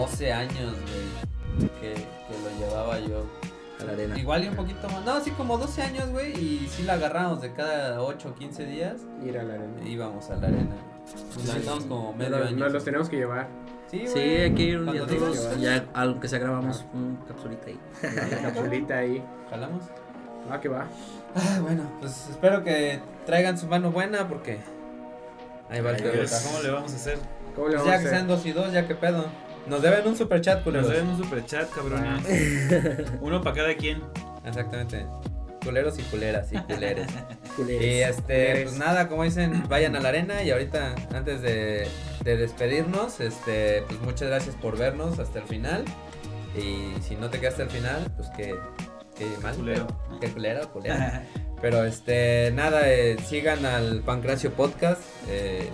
12 años, güey. Que, que lo llevaba yo.
A la arena.
Igual y un poquito más. No, así como 12 años, güey. Y sí la agarramos de cada 8 o 15 días.
Ir a la arena.
Íbamos a la arena. Nos aventamos como medio
Nos,
año.
nos los tenemos que llevar.
Sí,
Sí,
güey.
hay que ir un día
Cuando
todos.
digas,
Ya, aunque sea grabamos
Ah.
un capsulita ahí.
Una capsulita ahí.
jalamos.
Va que va.
Ah, bueno, pues espero que traigan su mano buena porque. Ahí va el
Ahí
pedo.
Pues, ¿Cómo le vamos a hacer?
¿Cómo le
Pues
vamos a
ya que
hacer?
sean dos y dos, ya que pedo. Nos deben un super chat,
Nos
culeros.
deben un superchat, cabrones.
Ah.
Uno para cada quien.
Exactamente. Culeros y culeras y
<laughs>
culeres.
Culeros.
y este,
Culeres.
pues nada, como dicen, vayan a la arena y ahorita, antes de, de despedirnos, este, pues muchas gracias por vernos hasta el final. Y si no te quedaste al final, pues que, que mal.
Culero.
pero- Que
<laughs>
culero, culera. Pero este, nada, eh, sigan al Pancracio Podcast. eh,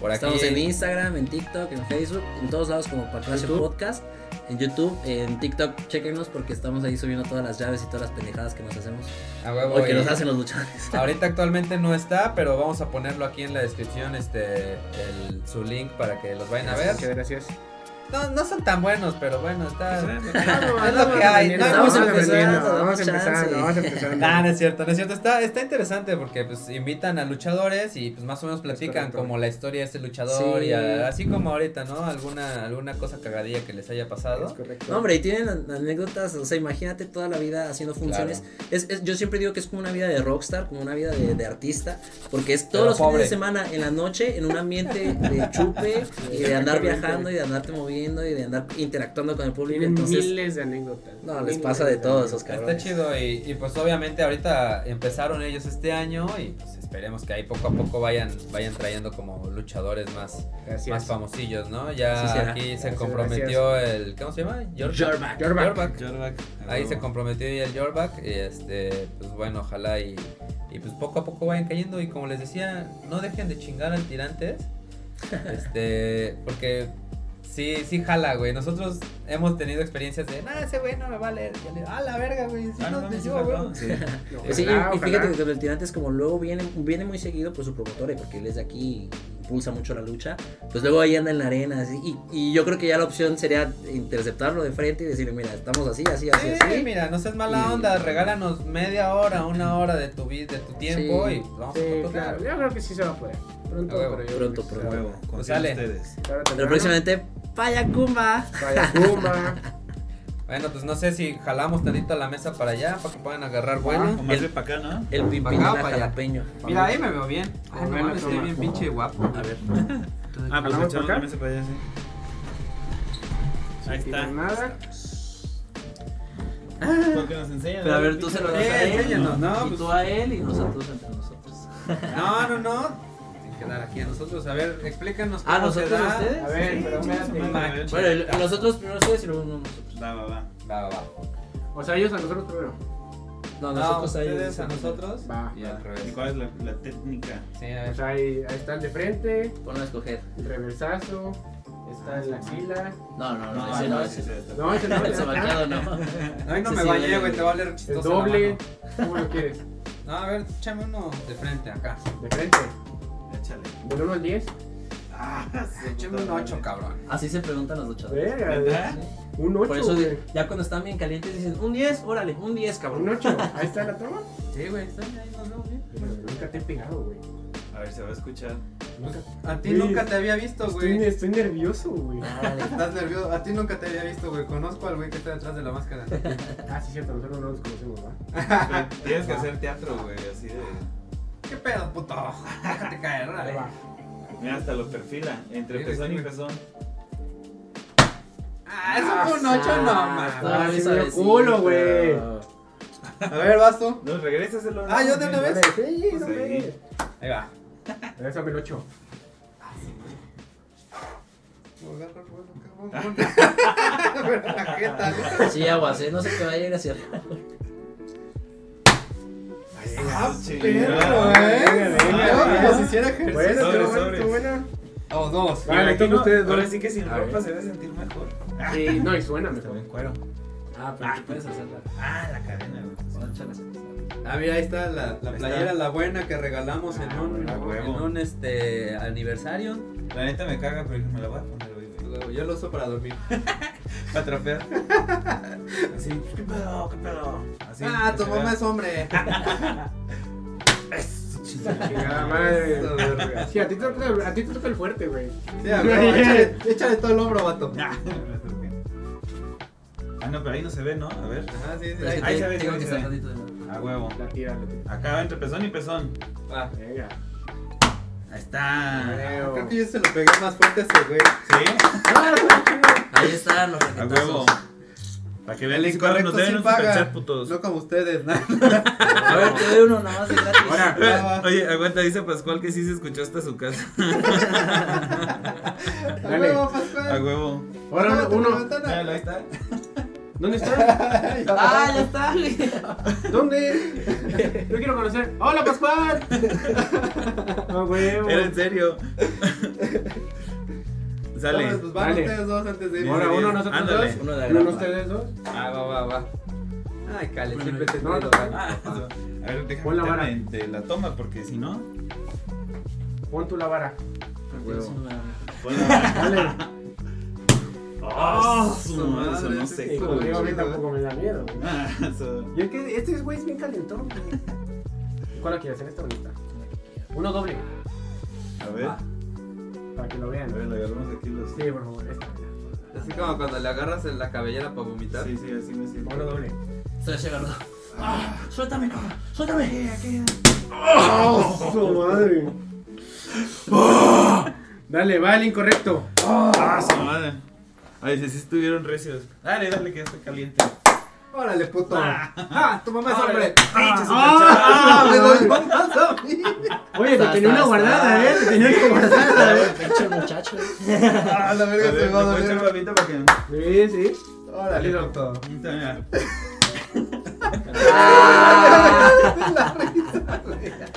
por aquí.
Estamos en Instagram, en TikTok, en Facebook, en todos lados como Patracio
¿YouTube?
Podcast, en YouTube, en TikTok, chequenos porque estamos ahí subiendo todas las llaves y todas las pendejadas que nos hacemos.
a huevo,
O que
y-
nos hacen los
<laughs>
luchadores.
Ahorita actualmente no está, pero vamos a ponerlo aquí en la descripción, este, el- su link para que los vayan a ver.
Muchas gracias.
No, no son tan buenos, pero bueno,
Ah.
Pues, eh.
está.
Es
lo que hay, no,
Vamos
vamos
aprendiendo.
empezando,
Vamos
chance.
empezando. Vamos empezando.
Nah, Ah, no es cierto, no es cierto. Está, está interesante porque pues invitan a luchadores y pues más o menos platican
correcto.
como la historia de este luchador
Sí.
y a- así como ahorita, ¿no? Alguna, alguna cosa cagadilla que les haya
Es
pasado.
correcto.
No, hombre, y tienen an- anécdotas, o sea, imagínate toda la vida haciendo funciones. Es, es- yo siempre digo que es como una vida de rockstar, como una vida de, de artista, porque es todos
Pero
los
pobre.
fines de semana, en la noche, en un ambiente
<laughs>
de chupe, y de andar
Exactamente.
viajando, y de andarte moviendo, y de andar interactuando con el público.
Tienen
Entonces,
miles de anécdotas.
no, les
miles
pasa de todo a esos
Está
anécdotas.
cabrones.
chido y, y, pues obviamente ahorita empezaron ellos este año y pues esperemos que ahí poco a poco vayan, vayan trayendo como luchadores más, más
Gracias.
famosillos, ¿no? Ya
Así será.
aquí se
Gracias,
comprometió el. ¿Cómo se llama? Jorback.
Jorback.
Jorvac.
Ahí se comprometió ya el Jorback. Y este, pues bueno, ojalá y, y pues poco a poco vayan cayendo. Y como les decía, no dejen de chingar al tirantes. Este, porque sí, sí jala, güey. Nosotros hemos tenido experiencias de, nah, ese güey no me va a leer. Y le- Ah, la verga, güey. Sí,
Ah,
no,
no,
te
mames,
llevo, güey.
sí, perdón.
Pues sí,
Ojalá,
y-
ojalá.
y fíjate que el tirante es como luego viene, viene muy seguido por su promotor, eh, porque él es de aquí impulsa mucho la lucha, pues luego ahí anda en la arena, así, y, y yo creo que ya la opción sería interceptarlo de frente y decirle, mira, estamos así, así, así,
Sí,
así.
mira, no seas mala
Y-
onda, regálanos media hora, una hora de tu vida, de tu tiempo y pues, vamos
Sí,
a
claro. Yo creo que sí se va a poder. Pronto,
A huevo,
pero yo
pronto,
creo que
pronto.
se va a
Huevo, confío
sale.
poder.
en ustedes.
Tarde o
Pero
temprano.
próximamente, Payacumba.
Vaya Puma.
Bueno, pues no sé si jalamos tantito la mesa para allá para que puedan agarrar
O
vuelo.
más de para acá, ¿no? Ah,
El
Acá,
pimpinela
para allá.
jalapeño.
Mira,
eh.
ahí me veo bien.
Ay, no mames, estoy bien
pinche guapo.
A ver.
Ah, pues
¿Jalamos
echamos
para acá?
la mesa para allá, sí. Ahí está.
Sin nada.
Lo que nos enseña,
Pero a ver, tú se
<laughs>
lo das a
Eh,
él,
enséñanos, no,
y
pues-
tú a él, y nosotros entre nosotros.
No, no, no. Sin quedar aquí a nosotros. A ver, explíquenos
Ah,
cómo se
¿nosotros
da.
a ustedes?
A ver, pero espérate.
madre.
Bueno, el- nosotros primero ustedes y luego nosotros.
Va, va, va.
Va, va, va.
O sea, ellos a nosotros primero.
No,
No,
nosotros a
ustedes
ellos.
a nosotros.
Va.
Y al
¿Y
revés.
cuál es la, la técnica?
Sí, a
O
ver.
sea, ahí, ahí está el de frente,
Ponlo a escoger.
el reversazo, está en la axila.
No, no, no, ese no, ese
ese.
No, ese
<laughs>
no,
El
ese no.
sobaqueado no.
Ay, no
Sí,
me
sí,
bañé,
dale,
güey, te va a leer chistoso.
El
la
doble.
mano.
¿Cómo lo quieres?
No, a ver, échame uno de frente acá.
De frente.
Échale.
<laughs> Del 1 al 10.
Ah, su
Échame
puta
un
madre.
8, cabrón.
Así se preguntan los luchadores.
Verga. Un
Por
8.
eso di- ya cuando están bien calientes dicen, un 10, órale, un 10,
Un
cabrón.
8. Ahí está la toma.
Sí, güey, está ahí, nos vemos bien.
Nunca te he pegado, güey.
A ver, se va a escuchar.
Nunca.
A ti
Güey,
nunca te había visto,
Estoy,
güey.
estoy nervioso, güey.
Órale.
Estás nervioso. A ti nunca te había visto, güey. Conozco al güey que está detrás de la máscara.
Ah, sí, cierto, nosotros no nos conocemos, ¿va?
Pero Tienes que hacer teatro, güey, así de.
¿Qué pedo, puto? Déjate caer,
Ahí
órale.
va.
Mira, hasta lo perfila, entre
Sí,
pezón y
sí.
pezón.
Ah, eso fue un 8 nomás.
Ah, sí
esa
me dio
vecita.
culo, güey.
A ver, vas tú.
No, regrésaselo.
Ah, yo de una vez.
Sí,
pues
no
Sí.
me-
Ahí va.
Regrésame el 8.
Lo agarro, bueno, cabrón. Pero la jeta, ¿no?
Sí, aguas, eh, no sé qué va a llegar a hacer.
Ah, perro,
chingada.
¿eh?
Venga, venga,
Yo
venga.
como si hiciera
Bueno,
ejercicio.
Sobres,
estuvo bueno,
sobres.
estuvo bueno.
O dos.
Vale,
Mira, aquí
entonces
no-
ustedes dos.
Ahora sí que sin
A
ropa
ver.
se debe sentir mejor.
Sí, no, y suena
Está
mejor.
bien cuero.
Ah, pero tú puedes hacerla.
Ah, la cadena.
Ah, mira, ahí está la, la
Ahí
playera,
está.
la buena que regalamos en un,
a huevo.
en un este, aniversario.
La neta me caga, pero me la voy a poner hoy, güey.
Yo lo uso para dormir.
Para trapear. Así. ¿Qué pedo? ¿Qué pedo? Así.
Ah, tu
se
mamá
vea. <laughs>
es hombre.
Eso, chingada.
Chingada madre.
Eso, verga.
Sí, a ti te toca, a ti te toca el fuerte, güey.
Sí, a huevo, échale, échale todo el hombro, vato.
Nah, me la toqué. Ah, no, pero ahí no se ve, ¿no? A ver.
Ah, sí, sí.
Pero es que
ahí-
Ahí
te-
se ve,
tengo
ahí
que
se
estar
ve.
tantito de lado.
A huevo.
La tira, la tira.
Acá entre pezón y pezón.
Ah,
Venga.
Ahí está.
Creo.
Creo que yo se lo pegué más fuerte a ese güey.
¿Sí?
Ah, está chido.
Ahí están los
A
raquetazos.
huevo. Para que vean
El
que corren, nos
incorrecto
deben
sí
un
paga.
superchat, putos. <laughs>
No como ustedes, ¿no?
A ver, te doy uno nomás de gratis.
Ahora.
Eh,
Ah, va.
Oye, aguanta, dice Pascual que sí se escuchó hasta su casa.
A
Dale.
huevo,
A
Pascual.
huevo.
Ahora
Ábrete la
uno.
ventana.
ahí está.
¿Dónde está?
Ah, ya está, güey.
¿Dónde? Yo quiero conocer. ¡Hola, Pascual! No, huevo.
Era en <laughs> serio.
Vamos,
Sale.
Pues van
Dale.
ustedes dos antes de ir.
Ahora
Sí,
uno
sí.
nosotros
pues, eh, Ándale.
dos.
Uno de
Uno
agrapa.
ustedes dos.
Ah, va, va, va. Ay, Cale, siempre te
No, no,
traigo.
no.
Ah, eso. A ver, déjame
Pon la vara.
meterme en- de la toma porque si no.
Pon tú la vara.
Es una-
Pon la vara.
Dale.
<laughs> Ah, su
su
madre, eso
madre,
no
ese
sé.
hijo
Como
güey.
digo, a mí tampoco me da miedo, güey.
Ah, <laughs> eso.
Y es que este güey es bien calentón, güey. ¿Cuál la quieres hacer? Esta bonita. Uno doble,
A ver, a
para que lo
ver,
vean.
le agarramos aquí los.
Sí, por favor, esta.
Así como cuando le agarras en la cabellera para vomitar.
Sí, sí, así me sirve.
Uno doble.
Estoy <laughs> agarrado. Ah, suéltame, no, suéltame.
¡Oh, su madre! <laughs> Dale, va el incorrecto.
Ah, su madre. Ay, si sí estuvieron recios. Dale, dale, que ya está caliente.
Órale, puto. Ah, tu mamá es
Órale.
hombre.
Pinche
Ah, <laughs> me doy
no.
bombas a mí.
Oye, te
Está,
tenía una
está,
guardada, ¿eh?
está.
Te tenía una guardada, ¿eh?
Pinche muchacho.
Ah, la verga se
superchata.
va a
A ver, ¿me puedo echar
doler.
babita para que-
Sí, sí.
Órale,
Válido.
puto.
Mira,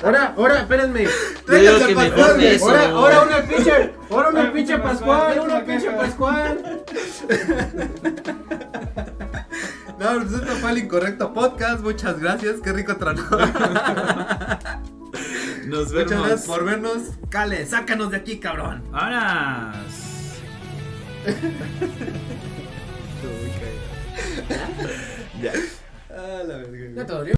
Ahora, ahora, espérenme.
Yo digo
Tráiganse
que
al
mejor
pastor.
de eso.
Ahora, ahora una pinche, ahora una pinche Pascual,
Déjame
una pinche
acá.
Pascual.
No, pues esto fue el incorrecto podcast. Muchas gracias. Qué rico tronador. Muchas
Nos
gracias
vemos.
por vernos. Cale, sácanos de aquí, cabrón.
Ahora. <laughs>
Ah, la verga.
te dolió?